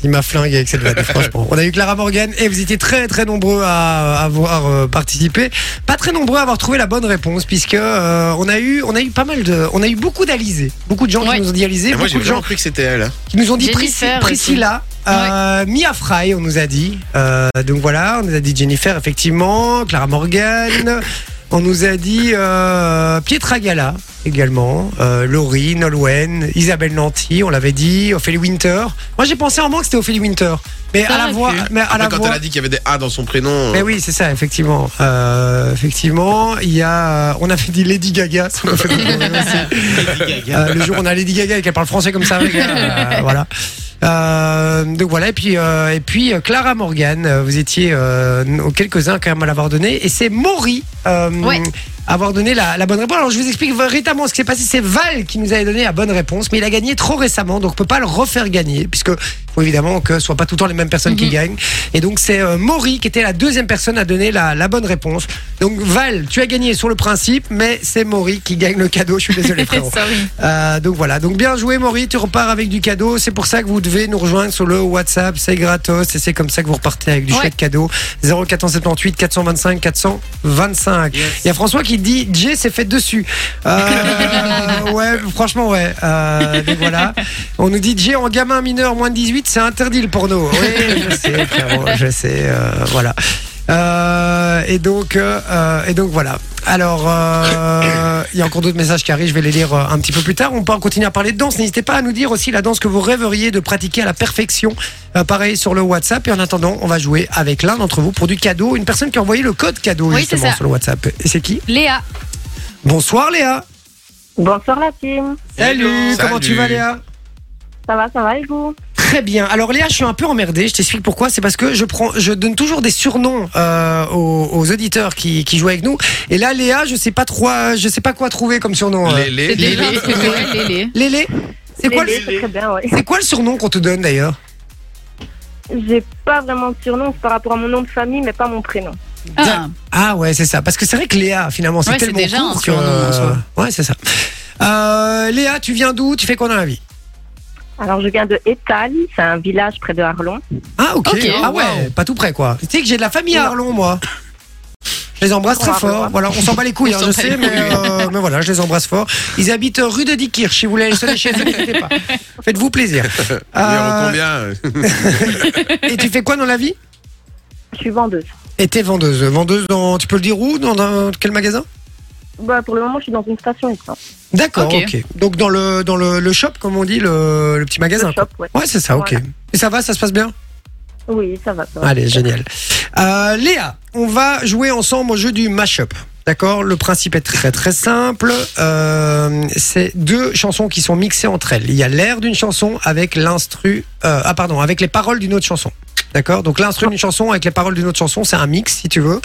Speaker 3: il m'a flingué avec cette vanne, franchement. On a eu Clara Morgan et vous étiez très très nombreux à avoir euh, participé. Pas très nombreux à avoir trouvé la bonne réponse, puisque euh, on, a eu, on a eu pas mal de. On a eu beaucoup d'Alizé. Beaucoup de gens
Speaker 6: Ouais.
Speaker 3: qui nous ont dit Alizé,
Speaker 7: Et moi,
Speaker 3: beaucoup
Speaker 7: j'ai
Speaker 3: de gens
Speaker 7: vraiment cru que c'était elle. hein.
Speaker 3: qui nous ont dit
Speaker 6: Jennifer
Speaker 3: Prisci- Priscilla. Euh, Mia Fry, on nous a dit. Euh, donc voilà, on nous a dit Jennifer, effectivement, Clara Morgan. On nous a dit euh, Pietra Gala également, euh, Laurie, Nolwenn, Isabelle Nanty, on l'avait dit, Ophélie Winter. Moi j'ai pensé un moment que c'était Ophélie Winter, mais
Speaker 6: Ça
Speaker 3: à la
Speaker 6: aurait
Speaker 3: voix,
Speaker 6: pu.
Speaker 3: mais à la
Speaker 7: Après, Ah, quand
Speaker 3: voix.
Speaker 7: elle a dit qu'il y avait des A dans son prénom.
Speaker 3: Mais oui, c'est ça, effectivement. Euh, effectivement, il y a, euh, on avait dit Lady Gaga. ça m'a fait rigoler aussi. Euh, le jour où on a Lady Gaga et qu'elle parle français comme ça, les gars, euh, voilà. Euh, donc voilà et puis euh, et puis euh, Clara Morgan, euh, vous étiez euh, quelques uns quand même à l'avoir donné et c'est Maury euh,
Speaker 6: Ouais.
Speaker 3: à avoir donné la, la bonne réponse. Alors je vous explique véritablement ce qui s'est passé. C'est Val qui nous avait donné la bonne réponse, mais il a gagné trop récemment, donc on peut pas le refaire gagner puisque faut évidemment que ce soit pas tout le temps les mêmes personnes qui gagnent. Et donc c'est euh, Maury qui était la deuxième personne à donner la, la bonne réponse. Donc Val, tu as gagné sur le principe, mais c'est Maury qui gagne le cadeau. Je suis désolé frérot.
Speaker 6: Sorry.
Speaker 3: Euh, donc voilà, donc bien joué Maury, tu repars avec du cadeau. C'est pour ça que vous devez nous rejoindre sur le WhatsApp, c'est gratos et c'est comme ça que vous repartez avec du
Speaker 6: Ouais.
Speaker 3: chouette cadeau. 0478 425 425. Il y a François qui dit Jay s'est fait dessus. Euh, ouais, franchement ouais. Euh, donc voilà, on nous dit Jay en gamin mineur moins de 18, c'est interdit le porno. Oui, je sais, frérot, je sais. euh, voilà. Euh, et donc, euh, euh, et donc voilà. Alors, euh, il y a encore d'autres messages qui arrivent. Je vais les lire euh, un petit peu plus tard. On peut en continuer à parler de danse. N'hésitez pas à nous dire aussi la danse que vous rêveriez de pratiquer à la perfection. Euh, pareil sur le WhatsApp. Et en attendant, on va jouer avec l'un d'entre vous pour du cadeau. Une personne qui a envoyé le code cadeau
Speaker 6: Oui, c'est
Speaker 3: justement
Speaker 6: ça.
Speaker 3: sur le WhatsApp. Et c'est qui
Speaker 6: Léa.
Speaker 3: Bonsoir Léa.
Speaker 10: Bonsoir la team.
Speaker 3: Salut. Comment
Speaker 7: Salut.
Speaker 3: tu vas Léa
Speaker 10: Ça va, ça va et vous
Speaker 3: Très bien. Alors Léa, je suis un peu emmerdé. Je t'explique pourquoi. C'est parce que je prends, je donne toujours des surnoms euh, aux, aux auditeurs qui, qui jouent avec nous. Et là, Léa, je sais pas trop, euh, je sais pas quoi trouver comme surnom. euh.
Speaker 7: Les, les,
Speaker 6: C'est
Speaker 7: les,
Speaker 6: déjà un truc, ouais, Lélé.
Speaker 3: Lélé. C'est quoi, le-
Speaker 10: Lélé, c'est Très bien, ouais.
Speaker 3: c'est quoi le surnom qu'on te donne d'ailleurs
Speaker 10: J'ai pas vraiment de surnom, c'est par rapport à mon nom de famille, mais pas mon prénom.
Speaker 6: Ah,
Speaker 3: Ah ouais, c'est ça. Parce que c'est vrai que Léa, finalement, c'est
Speaker 6: Ouais, c'est
Speaker 3: tellement
Speaker 6: déjà un
Speaker 3: court que-
Speaker 6: surnom, en soi.
Speaker 3: Ouais, c'est ça. Euh, Léa, tu viens d'où Tu fais quoi dans la vie
Speaker 10: Alors je viens de Étal, c'est un village près de Arlon.
Speaker 3: Ah ok.
Speaker 6: Ok.
Speaker 3: ah ouais, pas tout près quoi. Tu sais que j'ai de la famille à Arlon moi. Je les embrasse très
Speaker 10: Bravo.
Speaker 3: fort. Voilà, on s'en bat les couilles, hein, je sais, mais, euh, mais voilà, je les embrasse fort. Ils habitent rue de Dikirch. Si vous voulez aller sonner chez eux, n'hésitez pas. Faites-vous plaisir.
Speaker 7: numéro
Speaker 3: Euh,
Speaker 7: combien
Speaker 3: et tu fais quoi dans la vie
Speaker 10: Je suis vendeuse.
Speaker 3: était vendeuse. Vendeuse dans, tu peux le dire où Dans, dans quel magasin
Speaker 10: Bah, pour le moment, je suis dans une station. hein. quoi.
Speaker 3: D'accord,
Speaker 10: Ok.
Speaker 3: ok. Donc dans le dans le, le shop, comme on dit, le, le petit magasin.
Speaker 10: Le
Speaker 3: quoi.
Speaker 10: shop, ouais.
Speaker 3: c'est ça, ok.
Speaker 10: Voilà.
Speaker 3: Et ça va, ça se passe bien
Speaker 10: Oui, ça va. ça va.
Speaker 3: Allez, génial. Euh, Léa, on va jouer ensemble au jeu du mashup. D'accord Le principe est très très simple. Euh, c'est deux chansons qui sont mixées entre elles. Il y a l'air d'une chanson avec l'instru. euh, ah pardon, avec les paroles d'une autre chanson. D'accord Donc l'instru d'une chanson avec les paroles d'une autre chanson, c'est un mix si tu veux.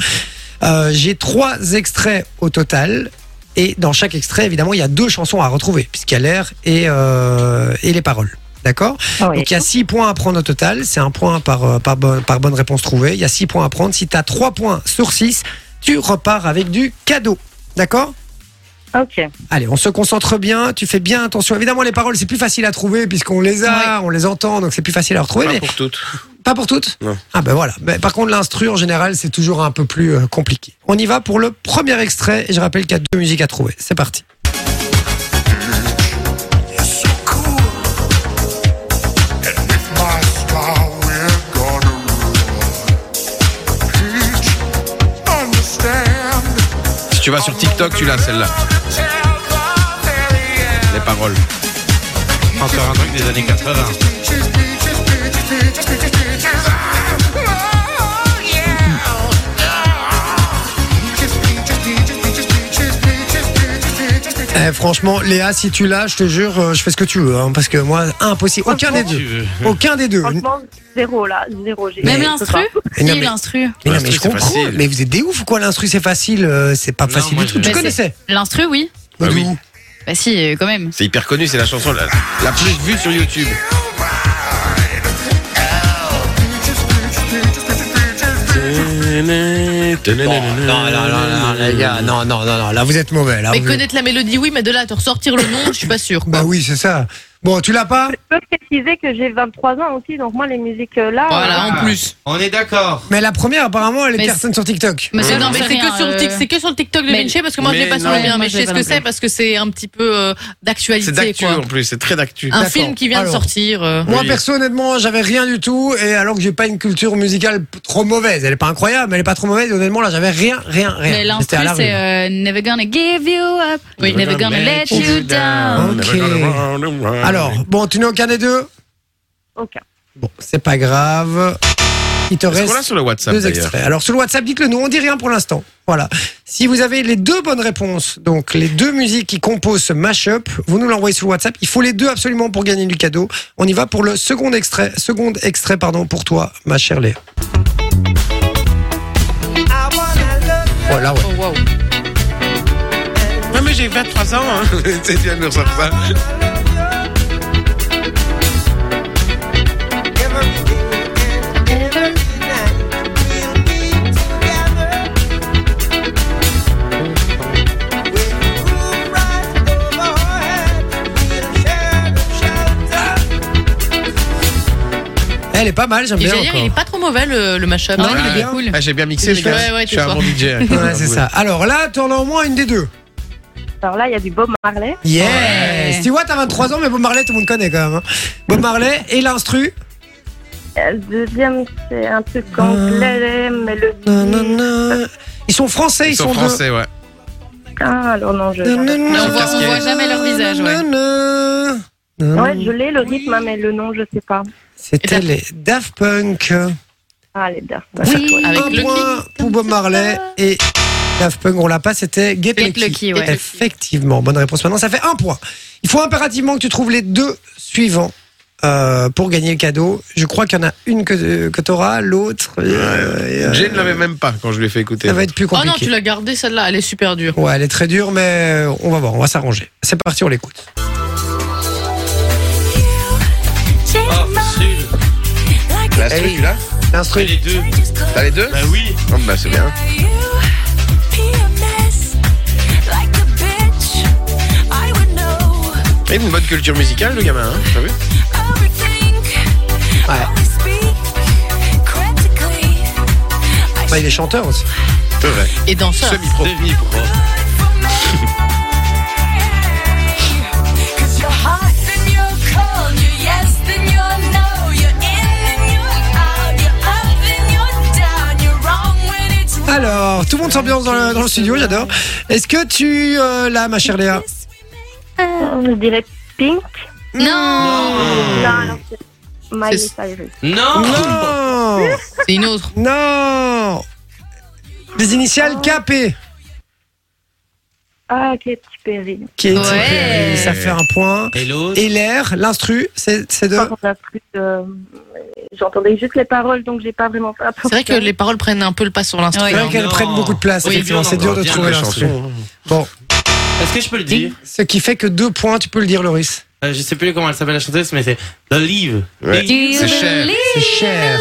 Speaker 3: Euh, J'ai trois extraits au total. Et dans chaque extrait, évidemment, il y a deux chansons à retrouver, puisqu'il y a l'air et, euh, et les paroles. D'accord Donc il y a 6 points à prendre au total. C'est un point par, euh, par, bonne, par bonne réponse trouvée. Il y a 6 points à prendre. Si tu as 3 points sur 6, tu repars avec du cadeau. D'accord
Speaker 10: Ok.
Speaker 3: Allez, on se concentre bien, tu fais bien attention. Évidemment, les paroles, c'est plus facile à trouver puisqu'on les a, on les entend, donc c'est plus facile à retrouver. mais-
Speaker 7: Pas pour toutes.
Speaker 3: Pas pour toutes
Speaker 7: Non.
Speaker 3: Ah ben voilà. Ben, par contre, l'instru, en général, c'est toujours un peu plus euh, compliqué. On y va pour le premier extrait et je rappelle qu'il y a deux musiques à trouver. C'est parti.
Speaker 7: Si tu vas sur TikTok, tu l'as celle-là. Les paroles.
Speaker 4: Encore un truc des années 80.
Speaker 3: Eh, franchement, Léa, si tu l'as, je te jure, euh, je fais ce que tu veux. hein, parce que moi, impossible. Aucun des
Speaker 4: Franchement,
Speaker 3: deux.
Speaker 4: tu veux.
Speaker 3: Aucun des deux.
Speaker 10: Franchement, zéro là, zéro. j'ai-
Speaker 6: Même
Speaker 10: je peux
Speaker 6: l'instru
Speaker 10: pas.
Speaker 3: Mais non,
Speaker 6: Si,
Speaker 3: mais-
Speaker 6: l'instru.
Speaker 3: Mais, non, mais
Speaker 7: L'instru,
Speaker 3: je
Speaker 7: c'est
Speaker 3: comprends.
Speaker 7: facile.
Speaker 3: Mais vous êtes des ouf ou quoi L'instru, c'est facile. euh, c'est pas
Speaker 4: Non,
Speaker 3: facile
Speaker 4: moi,
Speaker 3: du tout.
Speaker 4: je-
Speaker 3: Tu
Speaker 6: Bah,
Speaker 3: connaissais
Speaker 6: c'est- L'instru, oui.
Speaker 7: Bah oui.
Speaker 3: d'où
Speaker 6: Bah si, euh, quand même.
Speaker 7: C'est hyper connu, c'est la chanson la, la plus vue sur YouTube.
Speaker 4: non, non, non, non, les gars,
Speaker 3: non, non, non, non, là vous êtes mauvais. Là,
Speaker 6: Ah,
Speaker 5: Mais
Speaker 3: vous êtes-
Speaker 5: connaître la mélodie, oui, mais de là à te ressortir le nom, je suis pas sûre.
Speaker 3: Bah oui, c'est ça. Bon, tu l'as pas
Speaker 10: Je peux préciser que j'ai 23 ans aussi, donc moi, les musiques euh, là.
Speaker 6: Voilà, en plus.
Speaker 4: On est d'accord.
Speaker 3: Mais la première, apparemment, elle est
Speaker 6: Mais
Speaker 3: personne sur TikTok.
Speaker 6: Mais c'est
Speaker 5: Non, mais c'est que, sur le tic- c'est que sur le TikTok de
Speaker 6: euh. Mais-
Speaker 5: Vinci, parce que moi je l'ai
Speaker 7: Mais
Speaker 5: pas sur le
Speaker 6: non.
Speaker 5: mien,
Speaker 6: Moi,
Speaker 5: mais
Speaker 6: je
Speaker 5: je
Speaker 6: l'ai
Speaker 5: sais ce
Speaker 6: pas
Speaker 5: que
Speaker 6: non
Speaker 5: c'est parce que c'est un petit peu euh,
Speaker 7: C'est
Speaker 5: d'actualité.
Speaker 7: d'actu
Speaker 5: quoi.
Speaker 7: en plus, c'est très d'actu.
Speaker 6: Ah,
Speaker 5: Un
Speaker 3: D'accord.
Speaker 5: film qui vient de
Speaker 3: Alors.
Speaker 5: sortir. euh.
Speaker 3: Moi,
Speaker 7: Oui.
Speaker 3: perso, honnêtement, j'avais rien du tout. Et alors que j'ai pas une culture musicale p- trop mauvaise, elle est pas incroyable, mais elle est pas trop mauvaise. Honnêtement, là, j'avais rien, rien, rien.
Speaker 6: Mais
Speaker 3: C'était
Speaker 6: l'instru,
Speaker 3: à la
Speaker 6: c'est
Speaker 3: rue.
Speaker 6: euh, Never gonna give you up.
Speaker 5: Oui.
Speaker 6: Never gonna let you down.
Speaker 3: Ok. Alors, bon, tu n'as aucun des deux
Speaker 10: euh, Aucun.
Speaker 3: Bon, c'est pas grave. Il te
Speaker 7: est-ce qu'on
Speaker 3: reste
Speaker 7: l'a sur le WhatsApp
Speaker 3: deux
Speaker 7: d'ailleurs
Speaker 3: extraits. Alors, sur le WhatsApp, dites-le nous, on dit rien pour l'instant. Voilà. Si vous avez les deux bonnes réponses, donc les deux musiques qui composent ce mashup, vous nous l'envoyez sur le WhatsApp. Il faut les deux absolument pour gagner du cadeau. On y va pour le second extrait. Second extrait, pardon, pour toi, ma chère Léa. Voilà,
Speaker 5: Oh,
Speaker 3: ouais.
Speaker 7: Non mais j'ai 23 ans. Hein. tu viens de me ressortir ça.
Speaker 3: Elle est pas mal, j'aime
Speaker 5: Et
Speaker 3: bien.
Speaker 5: j'allais dire,
Speaker 3: encore.
Speaker 5: il est pas trop mauvais le, le mashup. hein,
Speaker 3: Non, il est
Speaker 5: Ouais.
Speaker 3: bien.
Speaker 7: Ah, j'ai bien mixé les gars.
Speaker 5: Ouais, ouais,
Speaker 7: je
Speaker 5: tu
Speaker 7: suis un
Speaker 5: vois.
Speaker 7: bon DJ.
Speaker 3: Ouais, c'est ça. Alors là, tu en as au moins une des deux.
Speaker 10: Alors là, il y a du Bob Marley.
Speaker 3: Yes.
Speaker 6: Ouais.
Speaker 3: Tu vois, t'as 23 ans, mais Bob Marley, tout le monde connaît quand même. hein. Bob Marley et l'instru.
Speaker 10: Euh, Deuxième, c'est un truc anglais, mélodie.
Speaker 3: Nanana. Ils sont français, ils,
Speaker 7: Ils sont français, ouais.
Speaker 10: Ah, alors non, je.
Speaker 3: Nanana.
Speaker 6: on voit- on voit jamais leur visage, ouais.
Speaker 3: Nanana.
Speaker 10: Ouais, je l'ai, le rythme, hein, mais le nom, je sais pas.
Speaker 3: C'était les Daft Punk.
Speaker 10: Ah, les Daft Punk.
Speaker 6: Oui,
Speaker 5: Avec
Speaker 3: Un
Speaker 5: le
Speaker 3: point pour Bob Marley et Daft Punk, on l'a pas, c'était Get,
Speaker 6: Get Lucky, ouais.
Speaker 3: Effectivement, bonne réponse maintenant, ça fait un point. Il faut impérativement que tu trouves les deux suivants euh, pour gagner le cadeau. Je crois qu'il y en a une que, que t'auras, l'autre. euh, et, euh,
Speaker 7: Jay ne l'avait même pas quand je lui ai fait écouter.
Speaker 3: ça va être plus
Speaker 5: Oh
Speaker 3: compliqué.
Speaker 5: non, tu l'as gardée celle-là, elle est super dure.
Speaker 3: Ouais, elle est très dure, mais euh, on va voir, on va s'arranger. C'est parti, on l'écoute.
Speaker 4: Oh, facile.
Speaker 7: La truc, tu l'as
Speaker 4: Mais
Speaker 3: L'instru.
Speaker 4: les deux.
Speaker 7: T'as les deux
Speaker 4: Bah oui.
Speaker 7: Oh, Bah c'est bien. Il a une bonne culture musicale, le gamin, hein t'as vu
Speaker 3: Bah, il est chanteur aussi.
Speaker 7: C'est vrai.
Speaker 5: Et danseur.
Speaker 4: Oh.
Speaker 7: Semi-pro.
Speaker 4: Demi-pro.
Speaker 11: You're in and you're out, you're up and you're down, you're wrong when
Speaker 3: monde s'ambiance dans le, dans le studio, j'adore. Est-ce que tu euh, l'as, ma chère Léa
Speaker 10: On dirait Pink.
Speaker 6: Non
Speaker 10: Non, alors c'est
Speaker 5: Ah.
Speaker 10: Miley
Speaker 5: C'est-
Speaker 10: Cyrus.
Speaker 4: Non
Speaker 3: Non
Speaker 5: C'est une autre.
Speaker 3: Non Les initiales KP.
Speaker 10: Ah, Katy Perry.
Speaker 3: Qui est
Speaker 6: Ouais.
Speaker 3: Ça fait un point.
Speaker 4: Et l'autre
Speaker 3: Et l'air, l'instru, c'est c'est de.
Speaker 10: Par contre, la plus, euh, J'entendais juste les paroles, donc j'ai pas vraiment.
Speaker 5: C'est vrai que les paroles prennent un peu le pas sur l'instru.
Speaker 3: C'est
Speaker 6: Ouais.
Speaker 3: vrai
Speaker 4: Non.
Speaker 3: qu'elles prennent beaucoup de place,
Speaker 4: Oui,
Speaker 3: effectivement.
Speaker 4: bien
Speaker 3: C'est dur
Speaker 4: encore,
Speaker 3: de
Speaker 4: bien
Speaker 3: trouver
Speaker 7: la
Speaker 3: l'instru. Bon,
Speaker 4: Est-ce que je peux le dire
Speaker 3: ce qui fait que deux points, tu peux le dire, Loris.
Speaker 4: Euh, Je sais plus comment elle s'appelle la chanteuse, mais c'est The Leave.
Speaker 7: Ouais.
Speaker 4: Leave.
Speaker 7: C'est cher.
Speaker 3: C'est cher.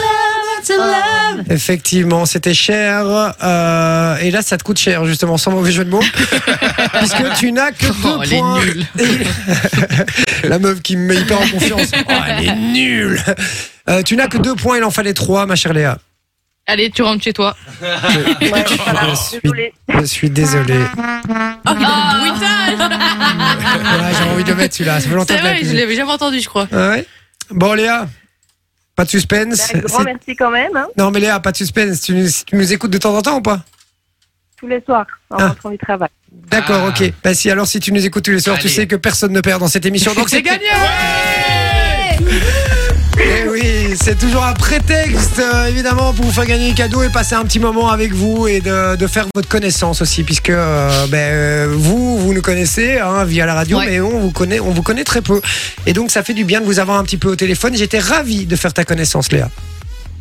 Speaker 5: Ah.
Speaker 3: Effectivement, c'était cher. euh, et là, ça te coûte cher, justement, sans mauvais jeu de mots. puisque tu n'as que
Speaker 6: Oh,
Speaker 3: deux
Speaker 6: elle est
Speaker 3: points.
Speaker 6: nulle.
Speaker 3: La meuf qui me met hyper en confiance. Oh, elle est nulle. Euh, tu n'as que deux points, il en fallait trois, ma chère Léa.
Speaker 5: Allez, tu rentres chez
Speaker 3: Oh,
Speaker 5: toi.
Speaker 10: Désolée.
Speaker 3: Je suis désolé.
Speaker 5: Oh, il a le bruitage
Speaker 3: Ouais, J'ai envie de le mettre celui-là. Ça fait longtemps
Speaker 5: C'est
Speaker 3: que
Speaker 5: vrai,
Speaker 3: je
Speaker 5: je
Speaker 3: l'ai
Speaker 5: l'avais jamais entendu, je crois.
Speaker 3: pas vu. Ah Ouais. Bon, Léa, pas de suspense.
Speaker 10: Un Bah, grand
Speaker 3: C'est-
Speaker 10: merci quand même, hein,
Speaker 3: Non, mais Léa, pas de suspense. Tu, nous- tu nous écoutes de temps en temps ou pas
Speaker 10: tous les soirs, en
Speaker 3: Ah.
Speaker 10: rentrant du travail.
Speaker 3: D'accord,
Speaker 4: Ah.
Speaker 3: ok. Bah si, alors si tu nous écoutes tous les soirs, tu
Speaker 4: Allez.
Speaker 3: sais que personne ne perd dans cette émission, donc c'est gagné Eh oui, c'est toujours un prétexte, euh, évidemment, pour vous faire gagner des cadeaux et passer un petit moment avec vous et de, de faire votre connaissance aussi, puisque euh, ben, euh, vous, vous nous connaissez hein, via la radio,
Speaker 6: Ouais.
Speaker 3: mais on vous, connaît, on vous connaît très peu. Et donc, ça fait du bien de vous avoir un petit peu au téléphone. J'étais ravi de faire ta connaissance, Léa.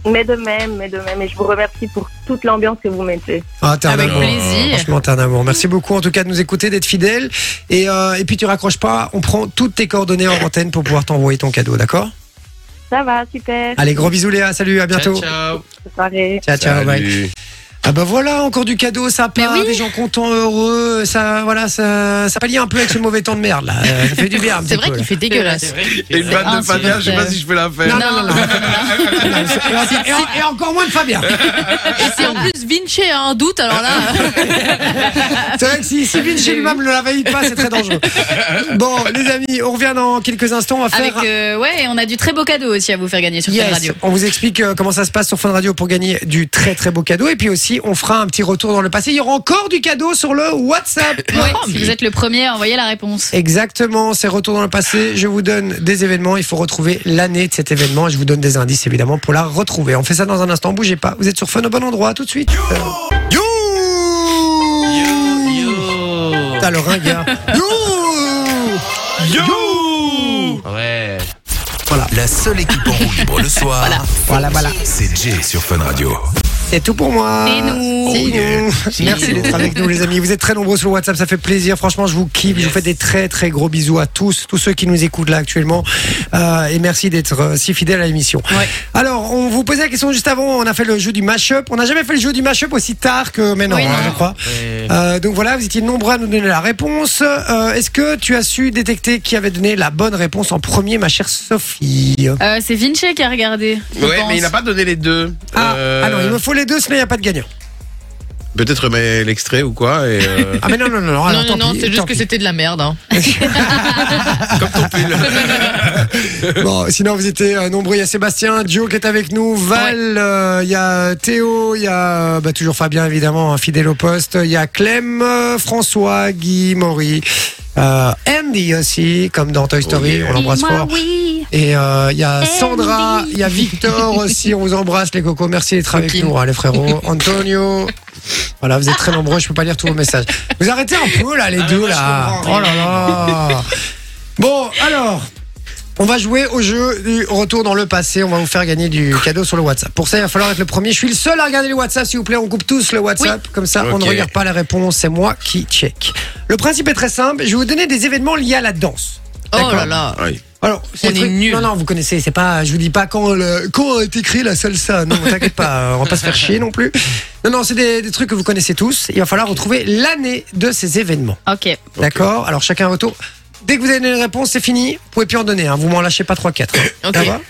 Speaker 10: Mais de même, mais de même. Et je vous remercie pour toute l'ambiance que vous mettez.
Speaker 3: Ah, t'es un
Speaker 6: Avec
Speaker 3: amour.
Speaker 6: plaisir.
Speaker 3: Franchement, t'es un amour. Merci beaucoup en tout cas de nous écouter, d'être fidèle. Et, euh, et puis tu raccroches pas, on prend toutes tes coordonnées en antenne pour pouvoir t'envoyer ton cadeau, d'accord
Speaker 10: Ça va, super.
Speaker 3: Allez, gros bisous Léa, salut, à bientôt.
Speaker 4: Ciao, ciao.
Speaker 10: Bonne soirée.
Speaker 3: Ciao, ciao, bye.
Speaker 7: Salut.
Speaker 3: Ah bah voilà, encore du cadeau, ça part,
Speaker 6: Mais oui.
Speaker 3: des gens contents, heureux, ça voilà, ça, ça pallie un peu avec ce mauvais temps de merde là. Euh, Ça fait du bien un
Speaker 5: C'est
Speaker 3: petit
Speaker 5: vrai
Speaker 3: peu,
Speaker 5: qu'il fait
Speaker 3: là.
Speaker 4: C'est
Speaker 5: dégueulasse.
Speaker 4: vrai qu'il fait
Speaker 7: Et une
Speaker 4: ça.
Speaker 7: vanne de Fabien, je sais pas si je peux la faire.
Speaker 3: Non, non, non, non. Et en- et encore moins de Fabien.
Speaker 5: Et si en plus Vinci a un doute, alors là.
Speaker 3: C'est vrai que si, si Vinci lui-même ne la valide pas, c'est très dangereux. Bon, les amis, on revient dans quelques instants, on va faire
Speaker 6: Avec, euh, ouais, on a du très beau cadeau aussi à vous faire gagner sur
Speaker 3: Yes.
Speaker 6: Fun Radio.
Speaker 3: On vous explique euh, comment ça se passe sur Fun Radio pour gagner du très très beau cadeau. Et puis aussi, on fera un petit retour dans le passé. Il y aura encore du cadeau sur le WhatsApp.
Speaker 6: Ouais, si vous êtes le premier à envoyer la réponse.
Speaker 3: Exactement, c'est retour dans le passé. Je vous donne des événements. Il faut retrouver l'année de cet événement. Et je vous donne des indices évidemment pour la retrouver. On fait ça dans un instant. Bougez pas. Vous êtes sur Fun au bon endroit. À Tout de suite. Euh, You.
Speaker 4: Yo.
Speaker 3: Putain, le ringard. You.
Speaker 4: Ouais.
Speaker 1: La seule équipe en roue libre le soir,
Speaker 3: Voilà, voilà.
Speaker 1: c'est Jay sur Fun Radio.
Speaker 3: C'est tout pour moi.
Speaker 6: C'est nous.
Speaker 3: C'est
Speaker 1: Yeah.
Speaker 3: nous.
Speaker 1: C'est
Speaker 3: Merci
Speaker 1: nous.
Speaker 3: d'être avec nous, les amis. Vous êtes très nombreux sur le WhatsApp, ça fait plaisir. Franchement, je vous kiffe. Je vous fais des très, très gros bisous à tous, tous ceux qui nous écoutent là actuellement. Euh, et merci d'être euh, si fidèles à l'émission.
Speaker 6: Ouais.
Speaker 3: Alors, on vous posait la question juste avant. On a fait le jeu du mashup. On n'a jamais fait le jeu du mashup aussi tard que maintenant,
Speaker 6: Oui,
Speaker 3: hein,
Speaker 6: non.
Speaker 3: je crois.
Speaker 4: Ouais.
Speaker 3: Euh, donc voilà, vous étiez nombreux à nous donner la réponse. Euh, Est-ce que tu as su détecter qui avait donné la bonne réponse en premier, ma chère Sophie
Speaker 6: Euh, c'est Vinci qui a regardé. je
Speaker 7: Ouais,
Speaker 6: pense.
Speaker 7: mais il n'a pas donné les deux.
Speaker 3: ah,
Speaker 7: Euh,
Speaker 3: ah non, il me faut les deux, sinon il n'y a pas de gagnant.
Speaker 7: Peut-être mais l'extrait ou quoi. Et, euh,
Speaker 3: Ah mais non, non, non, alors,
Speaker 5: non, non,
Speaker 3: tant
Speaker 5: non,
Speaker 3: pis,
Speaker 5: c'est
Speaker 3: tant
Speaker 5: juste que
Speaker 3: pis.
Speaker 5: c'était de la merde. hein.
Speaker 7: comme ton pull.
Speaker 3: Bon, sinon vous étiez euh, nombreux. Il y a Sébastien, Joe qui est avec nous, Val, euh, il y a Théo, il y a euh, bah, toujours Fabien évidemment, hein, fidèle au poste. Il y a Clem, euh, François, Guy, Maury, euh, Andy aussi, comme dans Toy Story,
Speaker 7: yeah.
Speaker 3: on l'embrasse fort. Et euh, il y
Speaker 5: Eh
Speaker 3: a Sandra, il y a Victor aussi. On vous embrasse les cocos. Merci d'être avec nous, hein, les frérots. Antonio. Voilà, vous êtes très nombreux. Je peux pas lire tous vos messages. Vous arrêtez un peu là, les
Speaker 4: Ah, mais
Speaker 3: deux
Speaker 4: moi, je
Speaker 3: là.
Speaker 4: comprends
Speaker 3: Oh là
Speaker 4: rien.
Speaker 3: là. Bon, alors. On va jouer au jeu du retour dans le passé. On va vous faire gagner du cadeau sur le WhatsApp. Pour ça, il va falloir être le premier. Je suis le seul à regarder le WhatsApp, s'il vous plaît. On coupe tous le WhatsApp. Comme ça, on ne
Speaker 7: Ok.
Speaker 3: regarde pas la réponse. C'est moi qui check. Le principe est très simple. Je vais vous donner des événements liés à la danse.
Speaker 5: Oh
Speaker 3: D'accord.
Speaker 5: là là.
Speaker 7: Ouais.
Speaker 3: Alors, c'est
Speaker 5: On
Speaker 3: le
Speaker 5: est
Speaker 3: truc-
Speaker 5: nuls.
Speaker 3: Non, non, vous connaissez, c'est pas, je vous dis pas quand, le, quand a été créé la salsa. Non, t'inquiète pas, euh, on va pas se faire chier non plus. Non, non, c'est des, des trucs que vous connaissez tous. Il va falloir retrouver l'année de ces événements.
Speaker 6: Ok.
Speaker 3: D'accord Alors, chacun retour. Dès que vous avez donné une réponse, c'est fini. Vous pouvez plus en donner, hein. vous m'en lâchez pas 3-4. hein.
Speaker 5: Ok.
Speaker 3: Ça va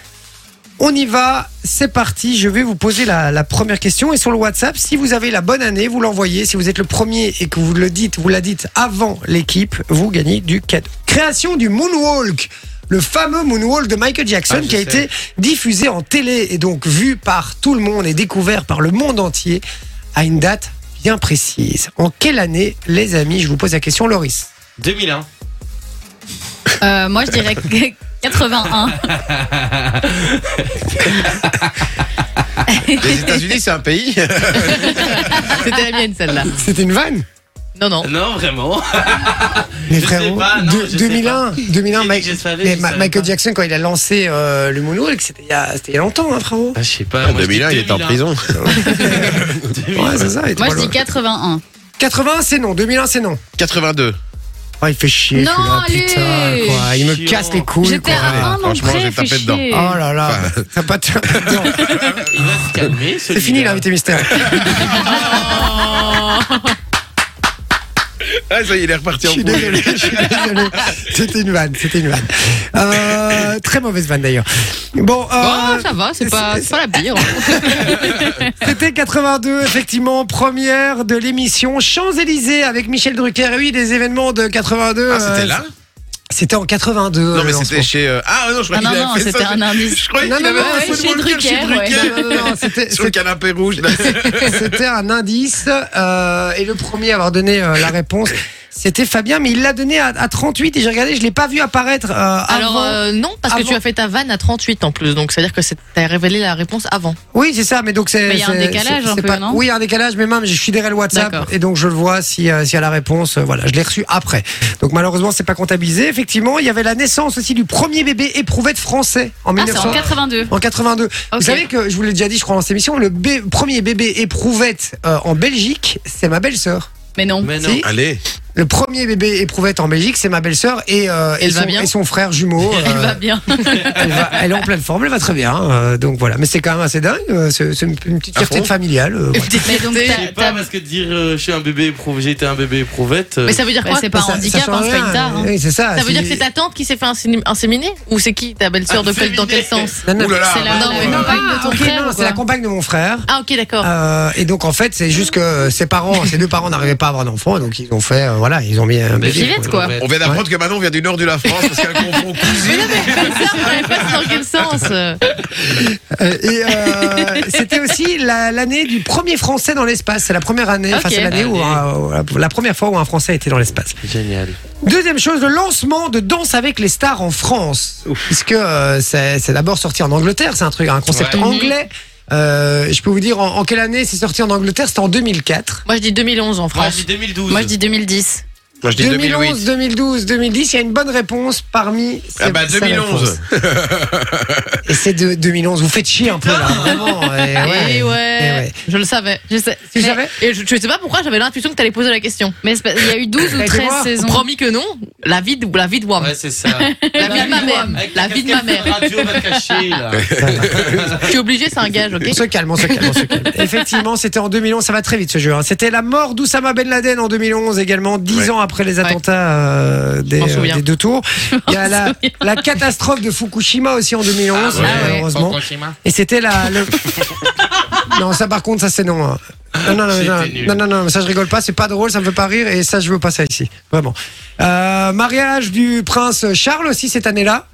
Speaker 3: on y va, c'est parti. Je vais vous poser la, la première question. Et sur le WhatsApp, si vous avez la bonne année, vous l'envoyez. Si vous êtes le premier et que vous le dites, vous la dites avant l'équipe, vous gagnez du cadeau. Création du Moonwalk. Le fameux Moonwalk de Michael Jackson
Speaker 4: Ah, je
Speaker 3: qui a
Speaker 4: sais.
Speaker 3: été diffusé en télé et donc vu par tout le monde et découvert par le monde entier à une date bien précise. En quelle année, les amis, je vous pose la question, Loris
Speaker 4: 2001.
Speaker 6: Euh, moi, je dirais que 81.
Speaker 7: Les États-Unis, c'est un pays.
Speaker 5: C'était la mienne, celle-là.
Speaker 3: C'était une vanne
Speaker 5: Non, non.
Speaker 4: Oh. Non, vraiment.
Speaker 3: Mais
Speaker 4: Je
Speaker 3: frérot,
Speaker 4: sais pas, non,
Speaker 3: de-
Speaker 4: je sais
Speaker 3: 2001, 2001
Speaker 4: J'ai dit
Speaker 3: Ma-
Speaker 4: que je savais,
Speaker 3: mais
Speaker 4: je
Speaker 3: Ma-
Speaker 4: savais
Speaker 3: Michael
Speaker 4: pas.
Speaker 3: Jackson, quand il a lancé euh, le moonwalk, c'était il, y a- c'était il y a longtemps, hein, frérot.
Speaker 4: Ah, je sais pas.
Speaker 7: En
Speaker 4: moi, je dis
Speaker 7: 2001, il est en
Speaker 4: 2001.
Speaker 7: prison.
Speaker 3: Ouais, c'est ça. il était
Speaker 6: Moi,
Speaker 3: pas
Speaker 6: je dis
Speaker 3: loin.
Speaker 6: 81.
Speaker 3: 80, c'est non. 2001, c'est non.
Speaker 7: 82.
Speaker 3: Oh, il fait chier,
Speaker 6: Non,
Speaker 3: celui-là,
Speaker 6: allez.
Speaker 3: putain, quoi. Il me
Speaker 4: Chiant.
Speaker 3: casse les couilles,
Speaker 6: J'étais
Speaker 3: quoi.
Speaker 6: à un an
Speaker 7: franchement, j'ai
Speaker 6: près, fais
Speaker 7: tapé dedans.
Speaker 6: chier.
Speaker 3: Oh là là, t'as pas de- Non,
Speaker 4: Il va se calmer.
Speaker 3: C'est fini l'invité mystère.
Speaker 7: Ah, ça y est, il est reparti
Speaker 3: Je
Speaker 7: en
Speaker 3: suis
Speaker 7: couille.
Speaker 3: désolé, je suis désolé. C'était une vanne, c'était une vanne. Euh, très mauvaise vanne d'ailleurs. Bon, euh,
Speaker 6: Oh, ça va, c'est pas, c'est pas la pire.
Speaker 5: Ah,
Speaker 3: C'était 82, effectivement, première de l'émission Champs-Élysées avec Michel Drucker. Et oui, des événements de 82.
Speaker 7: Ah, c'était
Speaker 3: euh,
Speaker 7: là
Speaker 3: C'était en 82.
Speaker 7: Non,
Speaker 3: le
Speaker 7: mais
Speaker 3: lancement.
Speaker 7: c'était chez. euh, Ah, non, je
Speaker 6: Ah
Speaker 7: croyais
Speaker 6: non,
Speaker 7: qu'il
Speaker 6: non,
Speaker 7: avait fait
Speaker 6: c'était
Speaker 7: ça.
Speaker 6: un indice.
Speaker 7: Je croyais
Speaker 3: Non,
Speaker 7: qu'il
Speaker 3: non,
Speaker 7: avait
Speaker 3: non,
Speaker 7: fait
Speaker 6: ouais,
Speaker 7: ça
Speaker 6: chez
Speaker 7: de Drucker, chez
Speaker 6: Drucker, ouais.
Speaker 7: Drucker.
Speaker 3: Non, non, non, c'était-
Speaker 7: Sur le canapé rouge, là.
Speaker 3: C'était un indice. euh, et le premier à avoir donné euh, la réponse, c'était Fabien, mais il l'a donné à, à 38. Et j'ai regardé, je l'ai pas vu apparaître euh,
Speaker 5: Alors,
Speaker 3: avant.
Speaker 5: euh, non, parce que
Speaker 3: avant.
Speaker 5: tu as fait ta vanne à 38 en plus. Donc, c'est-à-dire que c'est- t'as révélé la réponse avant.
Speaker 3: Oui, c'est ça, mais donc c'est.
Speaker 6: Mais il y a un
Speaker 3: c'est-
Speaker 6: décalage
Speaker 3: c'est-
Speaker 6: un
Speaker 3: c'est
Speaker 6: peu, non
Speaker 3: Oui, il y a un décalage, mais même, je suis derrière le WhatsApp
Speaker 6: D'accord.
Speaker 3: et donc je le vois si, euh, s'il y a la réponse. euh, voilà, je l'ai reçu après. Donc malheureusement, c'est pas comptabilisé. Effectivement, il y avait la naissance aussi du premier bébé éprouvé de français en
Speaker 6: Ah, c'est
Speaker 3: 1900.
Speaker 6: en 82.
Speaker 3: En 82.
Speaker 6: Ok.
Speaker 3: Vous savez que, je vous l'ai déjà dit, je crois, dans cette émission, le bé- premier bébé éprouvette euh, en Belgique, c'est ma belle-sœur.
Speaker 6: Mais non.
Speaker 4: Mais non.
Speaker 3: Si.
Speaker 7: Allez.
Speaker 3: Le premier bébé éprouvette en Belgique, c'est ma belle-sœur et, euh, et,
Speaker 5: Elle va
Speaker 3: son-
Speaker 5: bien
Speaker 3: et son frère jumeau. euh,
Speaker 6: Elle va bien.
Speaker 3: elle, va- elle est en pleine forme, elle va très bien. euh, donc voilà, mais c'est quand même assez dingue. euh, c'est c'est une, une petite
Speaker 7: Ah
Speaker 3: fierté
Speaker 7: bon
Speaker 3: de familiale. euh, voilà.
Speaker 6: Mais donc,
Speaker 4: Je
Speaker 6: t'as-
Speaker 4: sais pas,
Speaker 6: t'as-
Speaker 4: parce que dire euh, je suis un bébé éprouvé, j'étais un bébé éprouvette. euh,
Speaker 5: Mais ça veut dire
Speaker 6: bah,
Speaker 5: quoi
Speaker 6: c'est pas
Speaker 3: Ça-
Speaker 6: un
Speaker 3: ça
Speaker 6: handicap,
Speaker 3: change
Speaker 6: hein, c'est pas
Speaker 3: rien.
Speaker 6: une tare. hein.
Speaker 3: Oui, c'est ça.
Speaker 5: Ça veut
Speaker 3: c'est-
Speaker 5: dire que c'est ta tante qui s'est fait insémi- inséminer Ou c'est qui ta belle-sœur de quel, Dans quel sens
Speaker 3: Non, non,
Speaker 7: Ouh là là.
Speaker 6: C'est la
Speaker 5: non, mais
Speaker 6: la
Speaker 5: non,
Speaker 6: compagne de
Speaker 3: Ah,
Speaker 6: ton
Speaker 3: ok,
Speaker 6: frère.
Speaker 3: non,
Speaker 6: ou
Speaker 3: c'est la
Speaker 6: quoi
Speaker 3: compagne de mon frère.
Speaker 5: Ah, ok, d'accord.
Speaker 3: Euh, et donc en fait, c'est juste que ses parents, ses deux parents n'arrivaient pas à avoir d'enfant, donc ils ont fait, euh, voilà, ils ont mis un bébé.
Speaker 4: bébé
Speaker 6: Gillette, quoi.
Speaker 4: éprouvette.
Speaker 7: On vient d'apprendre que Manon vient du nord de la France parce qu'elle confond cousine.
Speaker 5: Ça, on savait pas dans quel sens. euh.
Speaker 3: Euh, Et euh, c'était aussi la- l'année du premier Français dans l'espace. C'est la première année, enfin
Speaker 5: Ok.
Speaker 3: c'est l'année où un- où la première fois où un Français était dans l'espace.
Speaker 4: Génial.
Speaker 3: Deuxième chose, le lancement de Danse avec les stars en France. Puisque euh, c'est c'est d'abord sorti en Angleterre, c'est un truc, un concept
Speaker 4: Ouais.
Speaker 3: anglais. Euh, je peux vous dire en, en quelle année c'est sorti en Angleterre, c'était en 2004.
Speaker 5: Moi, je dis 2011 en
Speaker 4: Moi,
Speaker 5: France.
Speaker 4: je dis 2012.
Speaker 6: Moi, je dis 2010.
Speaker 7: Moi, je dis 2008.
Speaker 3: 2011, 2012, 2010, il y a une bonne réponse parmi ces
Speaker 7: Ah bah,
Speaker 3: ces
Speaker 7: 2011.
Speaker 3: réponses. Et c'est de 2011, vous faites chier un peu là, vraiment. Et ouais.
Speaker 5: Eh ouais,
Speaker 3: Eh ouais.
Speaker 5: je le savais.
Speaker 6: Je sais.
Speaker 3: Tu
Speaker 6: mais-
Speaker 3: savais
Speaker 5: Et je, je sais pas pourquoi j'avais l'intuition que t'allais poser la question.
Speaker 6: Mais c'est pas- il y a eu 12 ou
Speaker 3: Eh, tu vois,
Speaker 6: 13
Speaker 5: Ils
Speaker 6: saisons.
Speaker 5: ont promis que non. La vie de, la vie
Speaker 3: Oh.
Speaker 5: de Wam.
Speaker 4: Ouais, c'est ça.
Speaker 5: La vie de ma mère.
Speaker 4: Avec
Speaker 5: La vie de ma
Speaker 4: casquette
Speaker 5: mère.
Speaker 4: Radio va cacher, là.
Speaker 5: Je suis obligé, c'est un gage, ok
Speaker 3: On se calme, on se calme, on se calme. Effectivement, c'était en 2011, ça va très vite ce jeu. hein. C'était la mort d'Oussama Ben Laden en 2011 également, dix
Speaker 7: Ouais.
Speaker 3: ans après les attentats euh, des,
Speaker 5: m'en
Speaker 3: euh,
Speaker 5: souviens.
Speaker 3: des deux tours. Il y a la, la catastrophe de Fukushima aussi en 2011,
Speaker 4: Ah ouais.
Speaker 3: malheureusement.
Speaker 4: Fukushima.
Speaker 3: Et c'était la... le- non, ça par contre, ça c'est non. hein. Non, non, non,
Speaker 4: J'étais
Speaker 3: non,
Speaker 4: nul.
Speaker 3: non, non, non, ça je rigole pas, c'est pas drôle, ça me fait pas rire et ça je veux pas ça ici, vraiment. Euh, mariage du prince Charles aussi cette année-là.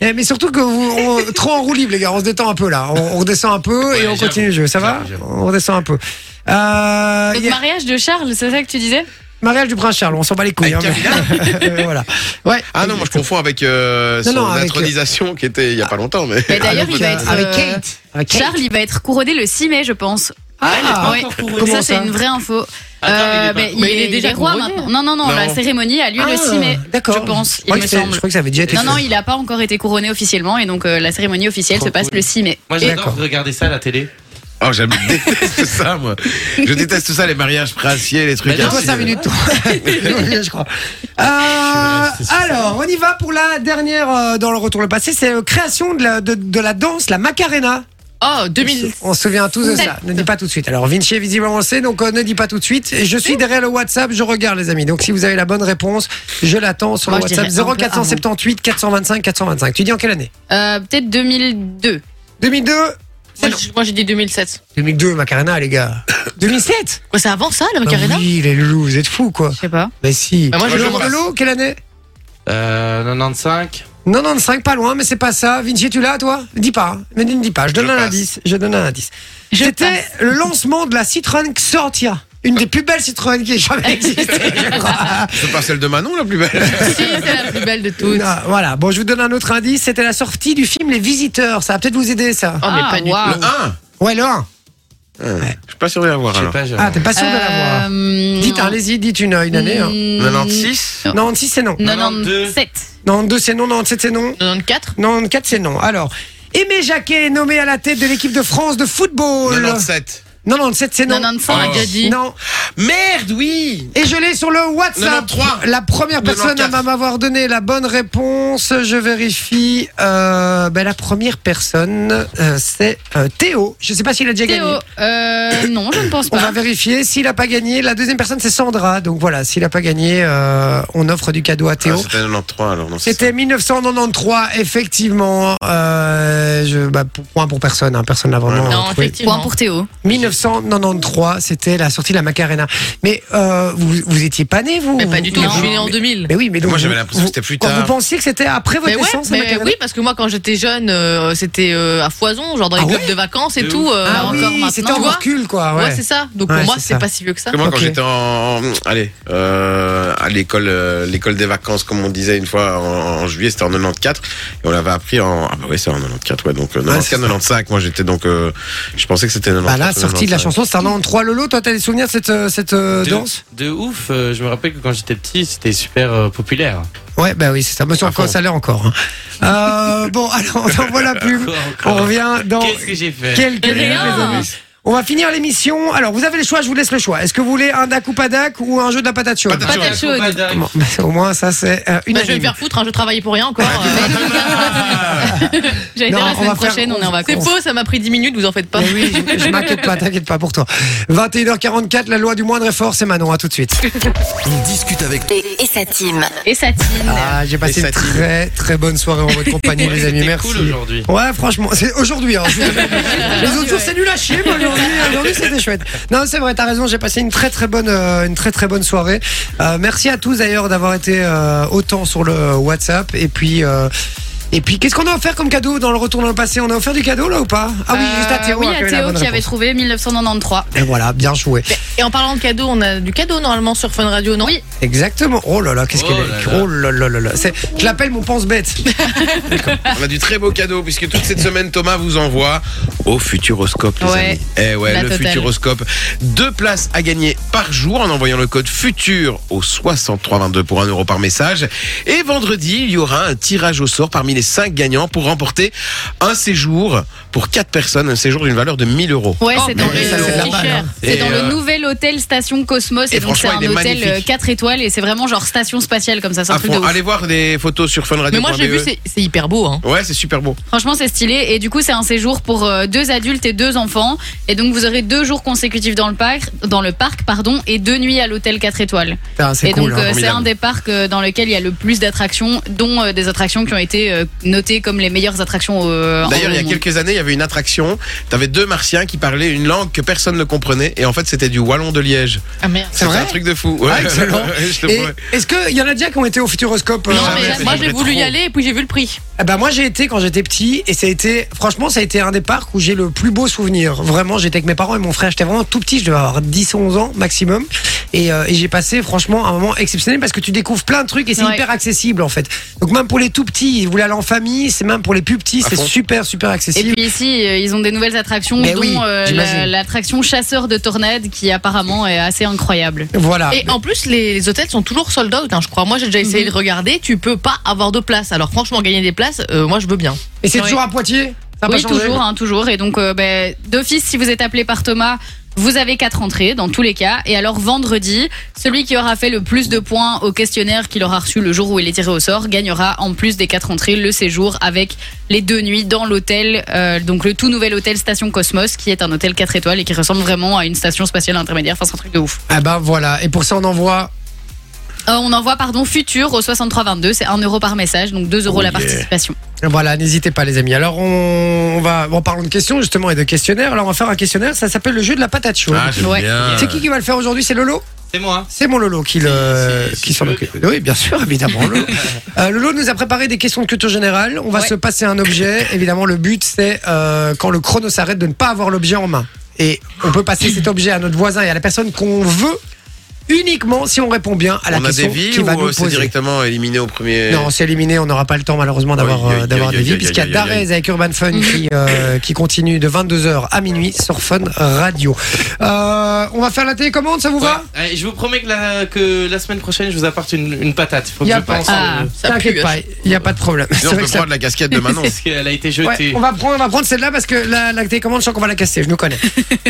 Speaker 3: Eh, mais surtout que vous, on- trop en roue libre, les gars, on se détend un peu là, on, on redescend un peu
Speaker 4: Ouais,
Speaker 3: et on
Speaker 4: j'avoue,
Speaker 3: continue le jeu, ça va
Speaker 4: j'avoue, j'avoue.
Speaker 3: On redescend un peu. Euh,
Speaker 6: Donc,
Speaker 3: il y a-
Speaker 6: mariage de Charles, c'est ça que tu disais
Speaker 3: mariage du prince Charles, on s'en bat les couilles.
Speaker 7: Avec
Speaker 3: mais- Euh, voilà. Ouais.
Speaker 7: Ah non, moi je confonds avec euh,
Speaker 3: Non,
Speaker 7: son
Speaker 3: non, avec-
Speaker 7: intronisation qui était il y a pas longtemps. Mais...
Speaker 6: Mais d'ailleurs,
Speaker 3: Avec,
Speaker 6: il va
Speaker 3: euh,
Speaker 6: être.
Speaker 3: avec
Speaker 6: euh,
Speaker 3: Kate. Avec Kate.
Speaker 6: Charles, il va être couronné le 6 mai, je pense.
Speaker 3: Ah,
Speaker 6: Ouais.
Speaker 3: Comment ça
Speaker 6: ça, c'est une vraie info.
Speaker 4: Attends,
Speaker 6: Euh,
Speaker 4: mais il est pas-
Speaker 6: ben,
Speaker 5: mais il est
Speaker 6: il est
Speaker 5: déjà
Speaker 6: déjà roi
Speaker 5: couronné.
Speaker 6: maintenant. Non, non, non,
Speaker 7: Non.
Speaker 6: la cérémonie a lieu
Speaker 3: Ah,
Speaker 6: le 6 mai.
Speaker 3: D'accord.
Speaker 6: Je pense, il
Speaker 3: crois que
Speaker 6: me
Speaker 3: c'était-
Speaker 6: semble.
Speaker 3: Je crois que ça avait déjà été
Speaker 6: Non,
Speaker 3: fait.
Speaker 6: non, il n'a pas encore été couronné officiellement et donc euh, la cérémonie officielle
Speaker 4: Trop
Speaker 6: se passe
Speaker 4: cool.
Speaker 6: le 6 mai.
Speaker 4: Moi,
Speaker 3: D'accord.
Speaker 4: j'adore regarder ça à la télé.
Speaker 7: Oh, j'aime, je déteste ça, moi. Je déteste ça, les mariages princiers, les trucs.
Speaker 4: Mais non,
Speaker 3: Toi,
Speaker 7: ainsi.
Speaker 4: c'est-
Speaker 3: 5 minutes, toi. je crois. Euh,
Speaker 4: Je suis resté
Speaker 3: alors, on y va pour la dernière euh, dans le retour le passé. C'est euh, création de la, de, de la danse, la Macarena.
Speaker 5: Oh, 2000.
Speaker 3: On se souvient tous de ça. Ne dis pas tout de suite. Alors, Vinci est visiblement le sait, donc euh, ne dis pas tout de suite. Et je suis derrière le WhatsApp, je regarde, les amis. Donc, si vous avez la bonne réponse, je l'attends sur
Speaker 6: Moi,
Speaker 3: le
Speaker 6: je
Speaker 3: WhatsApp
Speaker 6: dirais un peu
Speaker 3: 0478 425 425. Tu dis en quelle année
Speaker 6: Euh, Peut-être 2002.
Speaker 3: 2002
Speaker 5: Moi, je- Moi, j'ai dit 2007.
Speaker 3: 2002, Macarena, les gars. 2007
Speaker 5: Quoi, c'est avant ça, la
Speaker 3: Bah
Speaker 5: Macarena
Speaker 3: Oui, les loulous, vous êtes fous, quoi.
Speaker 6: Je sais pas.
Speaker 3: Mais si.
Speaker 5: Bah, moi, je
Speaker 3: Le
Speaker 5: le
Speaker 7: passe.
Speaker 3: Bordelot, quelle année
Speaker 4: Euh, 95.
Speaker 3: 95, pas loin, mais c'est pas ça. Vinci, tu l'as, toi Dis pas. hein. Mais ne dis pas. Je donne
Speaker 7: Je
Speaker 3: un
Speaker 7: passe.
Speaker 3: indice. Je donne un indice.
Speaker 6: Je
Speaker 3: C'était le lancement de la Citroën Xortia. une des plus belles Citroën qui ait jamais existé, je crois.
Speaker 7: C'est pas celle de Manon la plus belle.
Speaker 5: Si, c'est la plus belle de toutes.
Speaker 3: Non, voilà, bon, je vous donne un autre indice. C'était la sortie du film Les Visiteurs. Ça va peut-être vous aider, ça.
Speaker 5: Oh, mais
Speaker 6: Ah,
Speaker 5: pas du
Speaker 6: waouh.
Speaker 5: tout.
Speaker 7: Le 1
Speaker 3: Ouais, le 1.
Speaker 7: Je suis pas sûr de l'avoir
Speaker 4: Je sais
Speaker 7: alors.
Speaker 4: pas, je-
Speaker 3: Ah, t'es pas sûr de l'avoir.
Speaker 6: Euh,
Speaker 3: Dites, hein, allez-y, dites une, une année. hein.
Speaker 6: Mmh.
Speaker 7: 96
Speaker 3: 96, c'est non.
Speaker 6: 97.
Speaker 3: 92, c'est non. 97, c'est non.
Speaker 5: 94
Speaker 3: 94, c'est non. Alors, Aimé Jacquet est nommé à la tête de l'équipe de France de
Speaker 6: Oh
Speaker 3: football.
Speaker 7: 97.
Speaker 3: 97, c'est non.
Speaker 6: 95, on a déjà dit.
Speaker 3: Non.
Speaker 7: Merde, oui
Speaker 3: Et je l'ai sur le WhatsApp.
Speaker 7: 93.
Speaker 3: La première personne
Speaker 7: 94.
Speaker 3: à m'avoir donné la bonne réponse, je vérifie. Euh, ben, la première personne, euh, c'est euh, Théo. Je sais pas s'il a déjà
Speaker 6: Théo,
Speaker 3: gagné.
Speaker 6: euh, non, je ne pense
Speaker 3: On va
Speaker 6: pas.
Speaker 3: vérifier. S'il a pas gagné, la deuxième personne, c'est Sandra. Donc voilà, s'il a pas gagné, euh, on offre du cadeau à Théo.
Speaker 7: Ah, C'était 93 alors. non, c'est
Speaker 3: C'était 1993, effectivement. Euh, je, bah, pour- point pour personne, hein, personne n'a vraiment.
Speaker 5: Non,
Speaker 3: euh, trouvé.
Speaker 6: Point
Speaker 5: effectivement.
Speaker 6: pour Théo.
Speaker 3: 1993, c'était la sortie de la Macarena. Mais euh, vous, vous étiez pas né, vous
Speaker 5: Mais pas du tout,
Speaker 3: Vous-
Speaker 5: je suis né en 2000.
Speaker 3: Mais oui, mais donc.
Speaker 7: Moi, j'avais
Speaker 3: vous-
Speaker 7: l'impression que
Speaker 3: vous-
Speaker 7: c'était plus
Speaker 3: quoi,
Speaker 7: tard.
Speaker 3: Vous pensiez que c'était après votre
Speaker 5: Mais, ouais,
Speaker 3: naissance, la
Speaker 5: mais
Speaker 3: Macarena
Speaker 5: oui, parce que moi quand j'étais jeune, euh, c'était euh, à foison, genre dans les
Speaker 3: Ah
Speaker 5: clubs
Speaker 3: ouais
Speaker 5: de vacances et
Speaker 4: De
Speaker 5: tout. euh,
Speaker 3: Ah
Speaker 5: encore
Speaker 3: oui,
Speaker 5: maintenant,
Speaker 3: c'était
Speaker 5: tu vois.
Speaker 3: encore cul, quoi.
Speaker 5: Ouais,
Speaker 3: Ouais.
Speaker 5: c'est ça. Donc
Speaker 3: Ouais,
Speaker 5: pour moi,
Speaker 3: c'est
Speaker 5: c'est
Speaker 3: ça.
Speaker 5: pas si vieux que ça.
Speaker 7: Comment
Speaker 3: Ok.
Speaker 7: quand j'étais en, allez, euh, à l'école, euh, l'école des vacances, comme on disait une fois en, en juillet, c'était en 94 et on l'avait appris en ah bah oui c'est en 94 ouais donc euh,
Speaker 3: Ouais, c'est
Speaker 7: 94 95 moi j'étais donc euh, je pensais que c'était 94.
Speaker 3: bah là, sortie de la
Speaker 7: 95.
Speaker 3: chanson, c'est un an 3 Lolo. Toi, t'as des souvenirs de cette, euh, cette euh,
Speaker 4: de,
Speaker 3: danse
Speaker 4: de ouf, euh, je me rappelle que quand j'étais petit, c'était super euh, populaire.
Speaker 3: Ouais, bah oui, c'est ça. Mais sur
Speaker 7: À
Speaker 3: quoi
Speaker 7: fond.
Speaker 3: ça l'est encore. hein. Euh, bon, alors, on envoie la pub. On revient dans
Speaker 4: Qu'est-ce que j'ai fait Ah,
Speaker 3: quelques minutes,
Speaker 6: Rien.
Speaker 3: les amis. On va finir l'émission. Alors, vous avez le choix, je vous laisse le choix. Est-ce que vous voulez un dac ou pas dac ou un jeu de la patate chaude
Speaker 7: Patate
Speaker 6: Patate chaude.
Speaker 3: Bon, bah, Au moins, ça, c'est euh, une
Speaker 5: Bah, je vais me faire foutre, hein, je travaillais pour rien encore. euh.
Speaker 6: J'allais
Speaker 3: Non,
Speaker 6: dire la
Speaker 3: on va
Speaker 6: semaine
Speaker 3: faire-
Speaker 6: prochaine, on est en
Speaker 5: C'est
Speaker 6: vacances.
Speaker 5: faux, ça m'a pris 10 minutes, vous en faites pas.
Speaker 3: Mais oui, je, je m'inquiète pas, t'inquiète pas pour toi. 21h44, la loi du moindre effort, c'est Manon, à tout de suite.
Speaker 1: On discute avec
Speaker 2: et, et sa team.
Speaker 6: Et Satine.
Speaker 3: Ah, j'ai passé
Speaker 7: Et
Speaker 3: une
Speaker 7: ça tine.
Speaker 3: très très bonne soirée en votre compagnie, les amis,
Speaker 4: C'était
Speaker 3: merci.
Speaker 4: cool aujourd'hui.
Speaker 3: Ouais, franchement, c'est aujourd'hui. hein. Les autres jours, c'est nul à chier, mais aujourd'hui, aujourd'hui, c'était chouette. Non, c'est vrai, t'as raison. J'ai passé une très très bonne, euh, une très très bonne soirée. Euh, merci à tous d'ailleurs d'avoir été euh, autant sur le WhatsApp. Et puis, euh, et puis, qu'est-ce qu'on a offert comme cadeau dans le retour dans le passé On a offert du cadeau là ou pas Ah oui, juste à
Speaker 9: Euh,
Speaker 3: Théo.
Speaker 6: Euh, Oui,
Speaker 3: hein,
Speaker 6: à
Speaker 3: avait la
Speaker 6: Théo
Speaker 3: bonne
Speaker 6: qui avait
Speaker 3: réponse.
Speaker 6: trouvé 1993.
Speaker 3: Et voilà, bien joué.
Speaker 5: Et en parlant de cadeaux, on a du cadeau normalement sur Fun Radio, non
Speaker 6: Oui.
Speaker 3: Exactement. Oh là là, qu'est-ce
Speaker 4: Oh
Speaker 3: qu'elle
Speaker 4: là
Speaker 3: est.
Speaker 4: là.
Speaker 3: Oh là là là là. C'est- Je l'appelle mon pense-bête.
Speaker 7: On a du très beau cadeau puisque toute cette semaine Thomas vous envoie au Futuroscope. Les
Speaker 6: Ouais.
Speaker 7: amis. Eh ouais,
Speaker 6: La
Speaker 7: le
Speaker 6: totale.
Speaker 7: Futuroscope. Deux places à gagner par jour en envoyant le code FUTUR au 6322 pour 1 euro par message. Et vendredi, il y aura un tirage au sort parmi les cinq gagnants pour remporter un séjour pour quatre personnes, un séjour d'une valeur de 1000 euros.
Speaker 6: Ouais,
Speaker 5: Oh,
Speaker 6: c'est dans,
Speaker 5: mais
Speaker 3: ça, c'est de la
Speaker 6: le,
Speaker 3: balle, hein.
Speaker 6: c'est
Speaker 7: Et,
Speaker 6: dans
Speaker 7: euh,
Speaker 6: le nouvel hôtel Station Cosmos. Et,
Speaker 7: et
Speaker 6: donc, c'est
Speaker 7: franchement,
Speaker 6: un
Speaker 7: il est
Speaker 6: hôtel
Speaker 7: magnifique.
Speaker 6: 4 étoiles et c'est vraiment genre station spatiale comme ça. C'est un
Speaker 7: À
Speaker 6: truc
Speaker 7: fond.
Speaker 6: de ouf.
Speaker 7: Allez voir des photos sur Fun
Speaker 5: Mais moi j'ai vu, c'est c'est hyper beau. Hein.
Speaker 7: E. Ouais, c'est super beau.
Speaker 6: Franchement, c'est stylé. Et du coup, c'est un séjour pour euh, deux adultes et deux enfants. Et donc, vous aurez deux jours consécutifs dans le parc, dans le parc pardon, et deux nuits à l'hôtel 4 étoiles.
Speaker 3: Putain, C'est
Speaker 6: Et
Speaker 3: cool.
Speaker 6: donc,
Speaker 3: hein.
Speaker 6: euh, c'est
Speaker 7: formidable.
Speaker 6: un des parcs euh, dans lequel il y a le plus d'attractions, dont euh, des attractions qui ont été euh, notées comme les meilleures attractions. euh, en-
Speaker 7: D'ailleurs, il y a
Speaker 6: au monde.
Speaker 7: quelques années, il y avait une attraction. T'avais deux martiens qui parlaient une langue que personne ne comprenait. Et en fait, c'était du wallon de Liège.
Speaker 5: Ah merde.
Speaker 3: C'est
Speaker 7: C'est
Speaker 3: vrai
Speaker 7: un truc de fou. Ouais.
Speaker 3: Ah, excellent.
Speaker 7: Je te
Speaker 3: Et
Speaker 7: promets.
Speaker 3: Est-ce qu'il y en a déjà qui ont été au Futuroscope euh,
Speaker 5: Non,
Speaker 7: jamais,
Speaker 5: mais
Speaker 7: c'est
Speaker 5: moi
Speaker 7: vrai
Speaker 5: j'ai voulu y
Speaker 7: trop.
Speaker 5: aller et puis j'ai vu le prix.
Speaker 3: Eh ben moi j'ai été quand j'étais petit et ça a été franchement ça a été un des parcs où j'ai le plus beau souvenir. Vraiment j'étais avec mes parents et mon frère, j'étais vraiment tout petit, je devais avoir 10 11 ans maximum et, euh, et j'ai passé franchement un moment exceptionnel parce que tu découvres plein de trucs et c'est
Speaker 6: Ouais.
Speaker 3: hyper accessible en fait. Donc même pour les tout petits, ils voulaient aller en famille, c'est même pour les plus petits,
Speaker 7: À
Speaker 3: c'est
Speaker 7: fond.
Speaker 3: super super
Speaker 6: Et
Speaker 3: accessible.
Speaker 6: puis ici, euh, ils ont des nouvelles attractions,
Speaker 3: Mais
Speaker 6: dont
Speaker 3: oui,
Speaker 6: euh, la-
Speaker 3: j'imagine.
Speaker 6: l'attraction chasseur de tornades, qui apparemment est assez incroyable.
Speaker 3: voilà.
Speaker 5: et en plus, les, les hôtels sont toujours sold out, hein, je crois. Moi j'ai déjà essayé
Speaker 6: Mhm.
Speaker 5: de regarder, tu peux pas avoir de place. Alors franchement, gagner des places, euh, moi je veux bien.
Speaker 3: Et c'est
Speaker 6: Ouais.
Speaker 3: toujours à Poitiers Ça a
Speaker 6: Oui,
Speaker 3: pas changé
Speaker 6: toujours, hein, toujours. Et donc, euh, ben, d'office, si vous êtes appelé par Thomas, vous avez quatre entrées dans tous les cas. Et alors, vendredi, celui qui aura fait le plus de points au questionnaire qu'il aura reçu le jour où il est tiré au sort gagnera en plus des quatre entrées le séjour avec les deux nuits dans l'hôtel, euh, donc le tout nouvel hôtel Station Cosmos, qui est un hôtel 4 étoiles et qui ressemble vraiment à une station spatiale intermédiaire. Enfin, c'est un truc de ouf.
Speaker 3: Ah ben voilà, et pour ça on envoie
Speaker 6: Euh, on envoie, pardon, Futur au 6322. C'est 1 euro par message, donc 2
Speaker 5: Oh
Speaker 6: euros la participation.
Speaker 3: Voilà, n'hésitez pas les amis. Alors on, on va en parlant de questions justement et de questionnaires. Alors on va faire un questionnaire, ça s'appelle le jeu de la patate chaude.
Speaker 7: Ah, j'aime
Speaker 6: Ouais.
Speaker 7: bien.
Speaker 3: c'est qui qui va le faire aujourd'hui C'est Lolo
Speaker 4: C'est moi.
Speaker 3: C'est mon Lolo qui, le,
Speaker 4: Si, si, si
Speaker 3: qui s'en
Speaker 4: tu
Speaker 3: occupe. Oui, bien sûr, évidemment. Lolo. Euh, Lolo nous a préparé des questions de culture générale. On va
Speaker 6: Ouais.
Speaker 3: se passer un objet. Évidemment, le but, c'est euh, quand le chrono s'arrête de ne pas avoir l'objet en main. et on peut passer cet objet à notre voisin et à la personne qu'on veut uniquement si on répond bien à la
Speaker 7: on a des
Speaker 3: question
Speaker 7: vies
Speaker 3: qui va
Speaker 7: ou
Speaker 3: nous
Speaker 7: euh, c'est
Speaker 3: poser.
Speaker 7: directement éliminé au premier.
Speaker 3: Non, c'est éliminé, on n'aura pas le temps malheureusement d'avoir
Speaker 7: Oui, oui,
Speaker 3: euh,
Speaker 7: oui,
Speaker 3: d'avoir
Speaker 7: oui,
Speaker 3: des
Speaker 7: oui,
Speaker 3: vies,
Speaker 7: oui,
Speaker 3: puisqu'il y a
Speaker 7: oui, oui,
Speaker 3: Darez
Speaker 7: oui.
Speaker 3: avec Urban Fun qui, euh, qui continue de 22h à minuit sur Fun Radio. Euh, on va faire la télécommande, ça vous va
Speaker 4: Ouais. Allez, je vous promets que la, que la semaine prochaine, je vous apporte une, une patate. Faut que
Speaker 3: Y a
Speaker 4: je
Speaker 3: pas-
Speaker 4: pense.
Speaker 5: Ah,
Speaker 4: euh,
Speaker 5: ça pue.
Speaker 3: T'inquiète pas, il n'y a pas de problème. C'est
Speaker 7: Sinon, on
Speaker 3: vrai
Speaker 7: peut
Speaker 3: que ça-
Speaker 7: prendre la casquette de Manon.
Speaker 4: Parce qu'elle a été jetée.
Speaker 3: Ouais, on va prendre, on va prendre celle-là parce que la, la télécommande, je sens qu'on va la casser, je nous connais.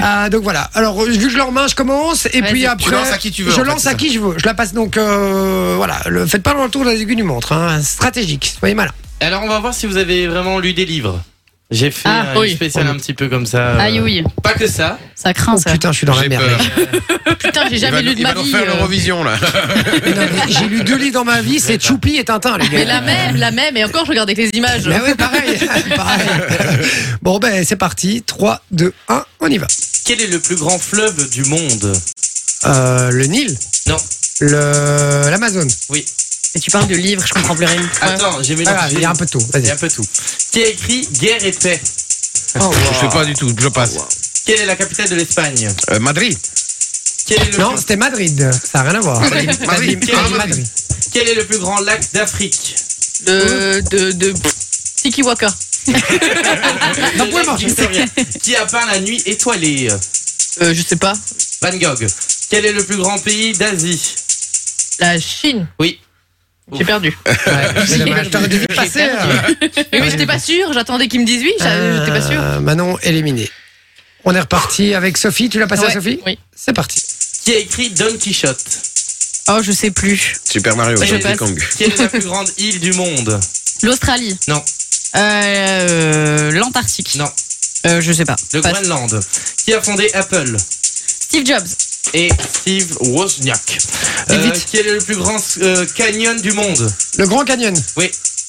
Speaker 3: Ah, donc voilà. Alors, euh, vu que je leur main, je commence et puis
Speaker 6: Vas-y.
Speaker 3: après.
Speaker 7: Tu lances à qui tu veux,
Speaker 3: Je
Speaker 7: en fait,
Speaker 3: lance
Speaker 7: c'est
Speaker 3: à
Speaker 7: ça.
Speaker 3: qui je veux. Je la passe donc, euh, voilà. Le, faites pas dans le tour des aiguilles du montre, hein. Stratégique, soyez malin.
Speaker 4: Alors, on va voir si vous avez vraiment lu des livres. J'ai fait
Speaker 6: Ah,
Speaker 4: un
Speaker 6: oui.
Speaker 4: spécial un petit peu comme
Speaker 3: Ah,
Speaker 4: ça. euh,
Speaker 6: Aïe, oui.
Speaker 4: Pas que ça.
Speaker 6: Ça craint
Speaker 3: Oh
Speaker 6: ça.
Speaker 3: putain, je suis dans la
Speaker 7: J'ai
Speaker 3: merde.
Speaker 7: peur.
Speaker 5: Putain, j'ai
Speaker 7: Il va
Speaker 5: jamais
Speaker 7: nous-
Speaker 5: lu de
Speaker 7: il
Speaker 5: ma
Speaker 7: va nous
Speaker 5: vie.
Speaker 7: faire
Speaker 5: euh.
Speaker 7: l'Eurovision là.
Speaker 3: Mais non, mais J'ai lu deux livres dans ma vie, c'est Choupi et Tintin, les gars.
Speaker 5: Mais la même, la même, et encore je regarde avec les images. hein,
Speaker 3: Mais ouais, pareil, pareil. Bon, ben, c'est parti. 3, 2, 1, on y va.
Speaker 4: Quel est le plus grand fleuve du monde
Speaker 3: Euh, le Nil
Speaker 4: Non.
Speaker 3: Le- L'Amazon.
Speaker 11: Et tu parles de livres, je comprends plus rien.
Speaker 4: Attends, j'ai
Speaker 3: Ah, grave,
Speaker 4: mélangé.
Speaker 3: il y a un peu de tout.
Speaker 4: Il y a
Speaker 3: Vas-y.
Speaker 4: un peu tout. Qui a écrit Guerre et paix
Speaker 7: Je fais pas du tout, je passe.
Speaker 4: Quelle est la capitale de l'Espagne
Speaker 7: Euh, Madrid.
Speaker 4: Quel est le
Speaker 3: Non,
Speaker 4: plus-
Speaker 3: c'était Madrid. Ça n'a rien à voir. T'as dit-
Speaker 4: Madrid.
Speaker 3: t'as dit
Speaker 4: Ah,
Speaker 3: Madrid.
Speaker 4: Quel est le plus grand lac d'Afrique
Speaker 5: De, de, de. Tiki Waka.
Speaker 3: Ah, Non,
Speaker 4: Le
Speaker 3: pouvez
Speaker 4: lac
Speaker 3: manger.
Speaker 4: Victoria. Qui a peint la nuit étoilée
Speaker 5: Euh, je sais pas.
Speaker 4: Van Gogh. Quel est le plus grand pays d'Asie
Speaker 5: La Chine.
Speaker 4: Oui.
Speaker 5: J'ai perdu.
Speaker 3: Ouais, c'est dommage. T'aurais dû vite passer. euh.
Speaker 5: Mais, mais j'étais pas sûre, j'attendais qu'il me dise oui, j'a- j'étais pas sûre.
Speaker 3: Euh, Manon, éliminé. On est reparti avec Sophie. Tu l'as passé à
Speaker 5: Ouais,
Speaker 3: Sophie
Speaker 5: Oui.
Speaker 3: C'est parti.
Speaker 4: Qui a écrit Don Quichotte
Speaker 11: Oh, je sais plus.
Speaker 7: Super Mario,
Speaker 4: Je
Speaker 7: Donkey
Speaker 4: passe.
Speaker 7: Kong.
Speaker 4: Quelle est la plus grande île du monde
Speaker 6: L'Australie.
Speaker 11: Euh, L'Antarctique.
Speaker 4: Non.
Speaker 11: Euh, je sais pas.
Speaker 4: Le
Speaker 11: Passe.
Speaker 4: Groenland. Qui a fondé Apple
Speaker 6: Steve Jobs.
Speaker 4: Et Steve Wozniak. Euh, qui est le plus grand euh, canyon du monde
Speaker 3: Le Grand Canyon.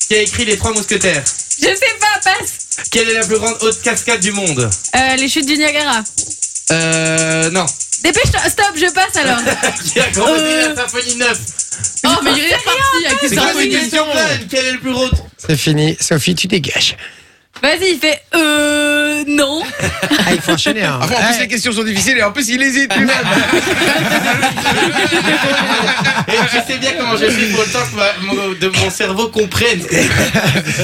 Speaker 4: Qui a écrit Les Trois Mousquetaires
Speaker 6: Je sais pas, passe.
Speaker 4: Quelle est la plus grande haute cascade du monde
Speaker 6: Euh, les chutes du Niagara.
Speaker 4: Euh. Non.
Speaker 6: Dépêche-toi, stop, je passe alors.
Speaker 4: Qui a composé la symphonie 9
Speaker 5: Oh, mais il est parti avec ses
Speaker 4: Euh, C'est quoi cette
Speaker 5: symphonie.
Speaker 4: question Quelle est le plus haute
Speaker 3: C'est fini. Sophie, tu dégages.
Speaker 6: Vas-y, il fait euh non.
Speaker 3: Ah, il faut enchaîner. hein.
Speaker 7: Ah, bon, en plus,
Speaker 3: Ouais.
Speaker 7: les questions sont difficiles et en plus, il hésite lui-même.
Speaker 4: Et tu sais bien comment je suis pour le temps que ma- mon, de mon cerveau comprenne.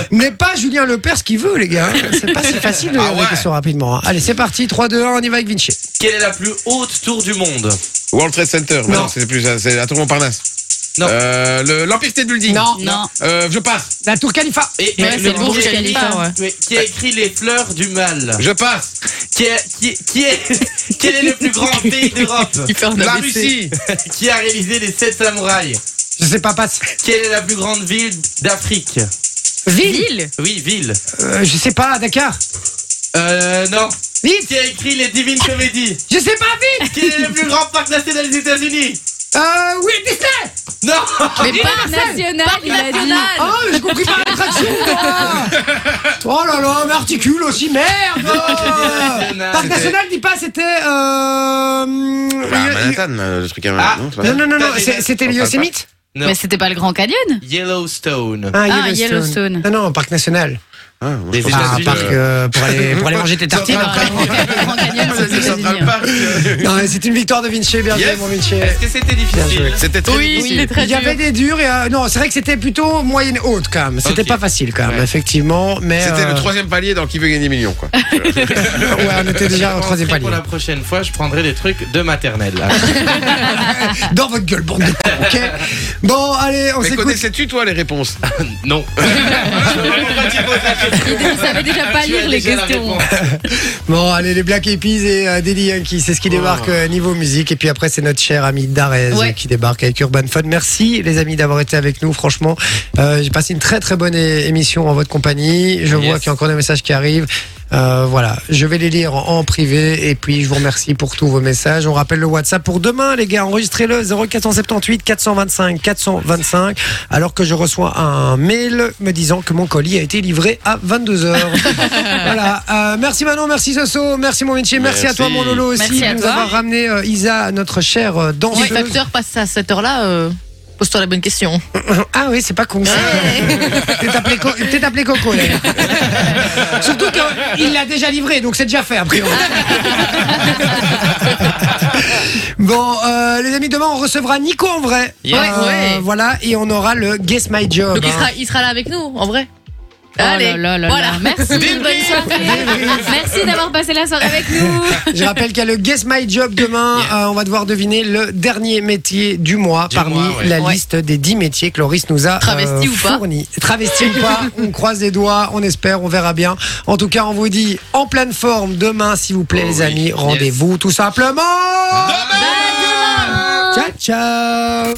Speaker 3: N'est pas Julien Lepers qui veut, les gars. hein. C'est pas si facile de
Speaker 7: Ah
Speaker 3: répondre
Speaker 7: ouais.
Speaker 3: questions rapidement. hein. Allez, c'est parti. 3, 2, 1, on y va avec Vinci.
Speaker 4: Quelle est la plus haute tour du monde
Speaker 7: World Trade Center.
Speaker 3: Non.
Speaker 7: Non, c'est plus ça, c'est la Tour Montparnasse.
Speaker 4: Non.
Speaker 7: Euh, le- L'Empire State Building.
Speaker 3: Non.
Speaker 6: Non.
Speaker 7: Euh, je passe.
Speaker 3: La Tour Khalifa.
Speaker 4: Et,
Speaker 5: Ouais, c'est le Burj
Speaker 4: qui a-
Speaker 5: Khalifa, ouais.
Speaker 4: oui, Qui a écrit Les Fleurs du Mal
Speaker 7: Je passe.
Speaker 4: qui, a- qui, qui est, Quel est le plus grand pays d'Europe
Speaker 5: Il fait un
Speaker 7: La
Speaker 5: AVC.
Speaker 7: Russie.
Speaker 4: Qui a réalisé Les Sept Samouraïs
Speaker 3: Je sais pas, passe.
Speaker 4: Quelle est la plus grande ville d'Afrique
Speaker 3: Ville.
Speaker 6: Ville.
Speaker 4: Oui, ville.
Speaker 3: Euh, je sais pas, Dakar.
Speaker 4: Euh, non.
Speaker 3: Vite.
Speaker 4: Qui a écrit Les Divines Comédies
Speaker 3: Je sais pas, vite.
Speaker 4: Quel est le plus grand parc national des États-Unis
Speaker 3: Euh, oui, Disney.
Speaker 4: Non
Speaker 6: Mais
Speaker 3: Ah,
Speaker 6: pas national, il a dit.
Speaker 3: Oh, mais j'ai compris par l'attraction, moi Oh là là, mais articule aussi, merde Parc national, dis pas, c'était... Euh...
Speaker 7: Bah,
Speaker 3: le-
Speaker 7: Manhattan, euh, le truc à
Speaker 4: Ah.
Speaker 7: Manhattan, c'est pas ça
Speaker 3: Non, non, non, non, c'est- c'était le
Speaker 7: On parle
Speaker 3: Yosemite
Speaker 4: Non.
Speaker 6: Mais c'était pas le Grand Canyon.
Speaker 4: Yellowstone.
Speaker 3: Ah,
Speaker 6: Yellowstone.
Speaker 3: Non, non, parc national.
Speaker 7: Ah, moi,
Speaker 4: Les
Speaker 7: je pensais
Speaker 3: Ah,
Speaker 7: que c'était,
Speaker 3: parc
Speaker 7: euh,
Speaker 3: euh, pour, aller, pour aller manger des tartines.
Speaker 6: Non, le Grand Canyon, c'est aux
Speaker 7: c'était Central
Speaker 6: États-Unis.
Speaker 7: Park, euh.
Speaker 3: Non, mais c'est une victoire de Vinci, bien joué,
Speaker 7: Yes.
Speaker 3: mon Vinci.
Speaker 4: Est-ce que c'était
Speaker 3: Bien
Speaker 4: difficile
Speaker 7: C'était très
Speaker 5: Oui,
Speaker 7: difficile.
Speaker 5: il est très
Speaker 3: Il y
Speaker 5: dur.
Speaker 3: avait des durs et euh, non, c'est vrai que c'était plutôt moyenne haute quand même. C'était
Speaker 4: Ok.
Speaker 3: pas facile quand même,
Speaker 4: Ouais.
Speaker 3: effectivement. Mais
Speaker 7: C'était
Speaker 3: euh,
Speaker 7: le troisième palier dans Qui veut gagner millions quoi.
Speaker 3: ouais, on était déjà au
Speaker 4: Je
Speaker 3: troisième palier.
Speaker 4: penserai Pour la prochaine fois, je prendrai des trucs de maternelle.
Speaker 3: Dans votre gueule, bande de cons, ok Bon, allez, on
Speaker 7: Mais
Speaker 3: s'écoute.
Speaker 7: connaissais-tu toi les réponses
Speaker 4: non.
Speaker 6: Ils savaient déjà pas lire les questions.
Speaker 3: Bon, allez, les Black Eyed Peas et euh, Daddy Yankee, c'est ce qui débarque euh, niveau musique. Et puis après, c'est notre cher ami Darez
Speaker 6: Ouais.
Speaker 3: euh, qui débarque avec Urban Fun. Merci, les amis, d'avoir été avec nous. Franchement, euh, j'ai passé une très très bonne é- émission en votre compagnie. Je
Speaker 4: Yes.
Speaker 3: vois qu'il y a encore des messages qui arrivent. Euh, voilà, je vais les lire en, en privé et puis je vous remercie pour tous vos messages. On rappelle le WhatsApp pour demain, les gars, enregistrez-le 0478 425 425. Alors que je reçois un mail me disant que mon colis a été livré à 22h. voilà, Euh, merci Manon, merci Soso, merci mon métier, merci, à
Speaker 7: Merci.
Speaker 3: toi mon Lolo aussi
Speaker 6: Merci à
Speaker 3: de nous
Speaker 6: toi.
Speaker 3: avoir ramené euh, Isa, notre chère euh,
Speaker 5: Si
Speaker 3: danseuse.
Speaker 5: le facteur passe à cette heure-là, euh,
Speaker 6: Pose-toi la bonne question.
Speaker 3: Ah oui, c'est pas con. ça. Peut-être appelé Co- peut-être appelé Coco, d'ailleurs. Surtout qu'il l'a déjà livré, donc c'est déjà fait, a priori. bon, euh, les amis, demain, on recevra Nico en vrai. Euh,
Speaker 6: Yeah. Ouais, ouais.
Speaker 3: Voilà, et on aura le Guess My Job.
Speaker 6: Donc il
Speaker 3: hein.
Speaker 6: sera, il sera là avec nous, en vrai.
Speaker 9: Oh
Speaker 6: Ah, Allez,
Speaker 9: là là là
Speaker 6: voilà.
Speaker 9: là. Merci, bonne soirée. Merci d'avoir passé la soirée avec nous.
Speaker 3: Je rappelle qu'il y a le Guess My Job demain. Euh, on va devoir deviner le dernier métier du mois
Speaker 4: Du
Speaker 3: parmi
Speaker 4: mois, ouais.
Speaker 3: la
Speaker 6: Ouais.
Speaker 3: liste des 10 métiers que Loris nous a
Speaker 6: Travesti
Speaker 3: euh,
Speaker 6: ou pas
Speaker 3: fourni. Travesti ou pas, on croise les doigts, on espère, on verra bien. En tout cas, on vous dit en pleine forme demain, s'il vous plaît,
Speaker 4: Oh
Speaker 3: les
Speaker 4: oui.
Speaker 3: amis.
Speaker 4: Yes.
Speaker 3: Rendez-vous tout simplement. Ciao, ciao.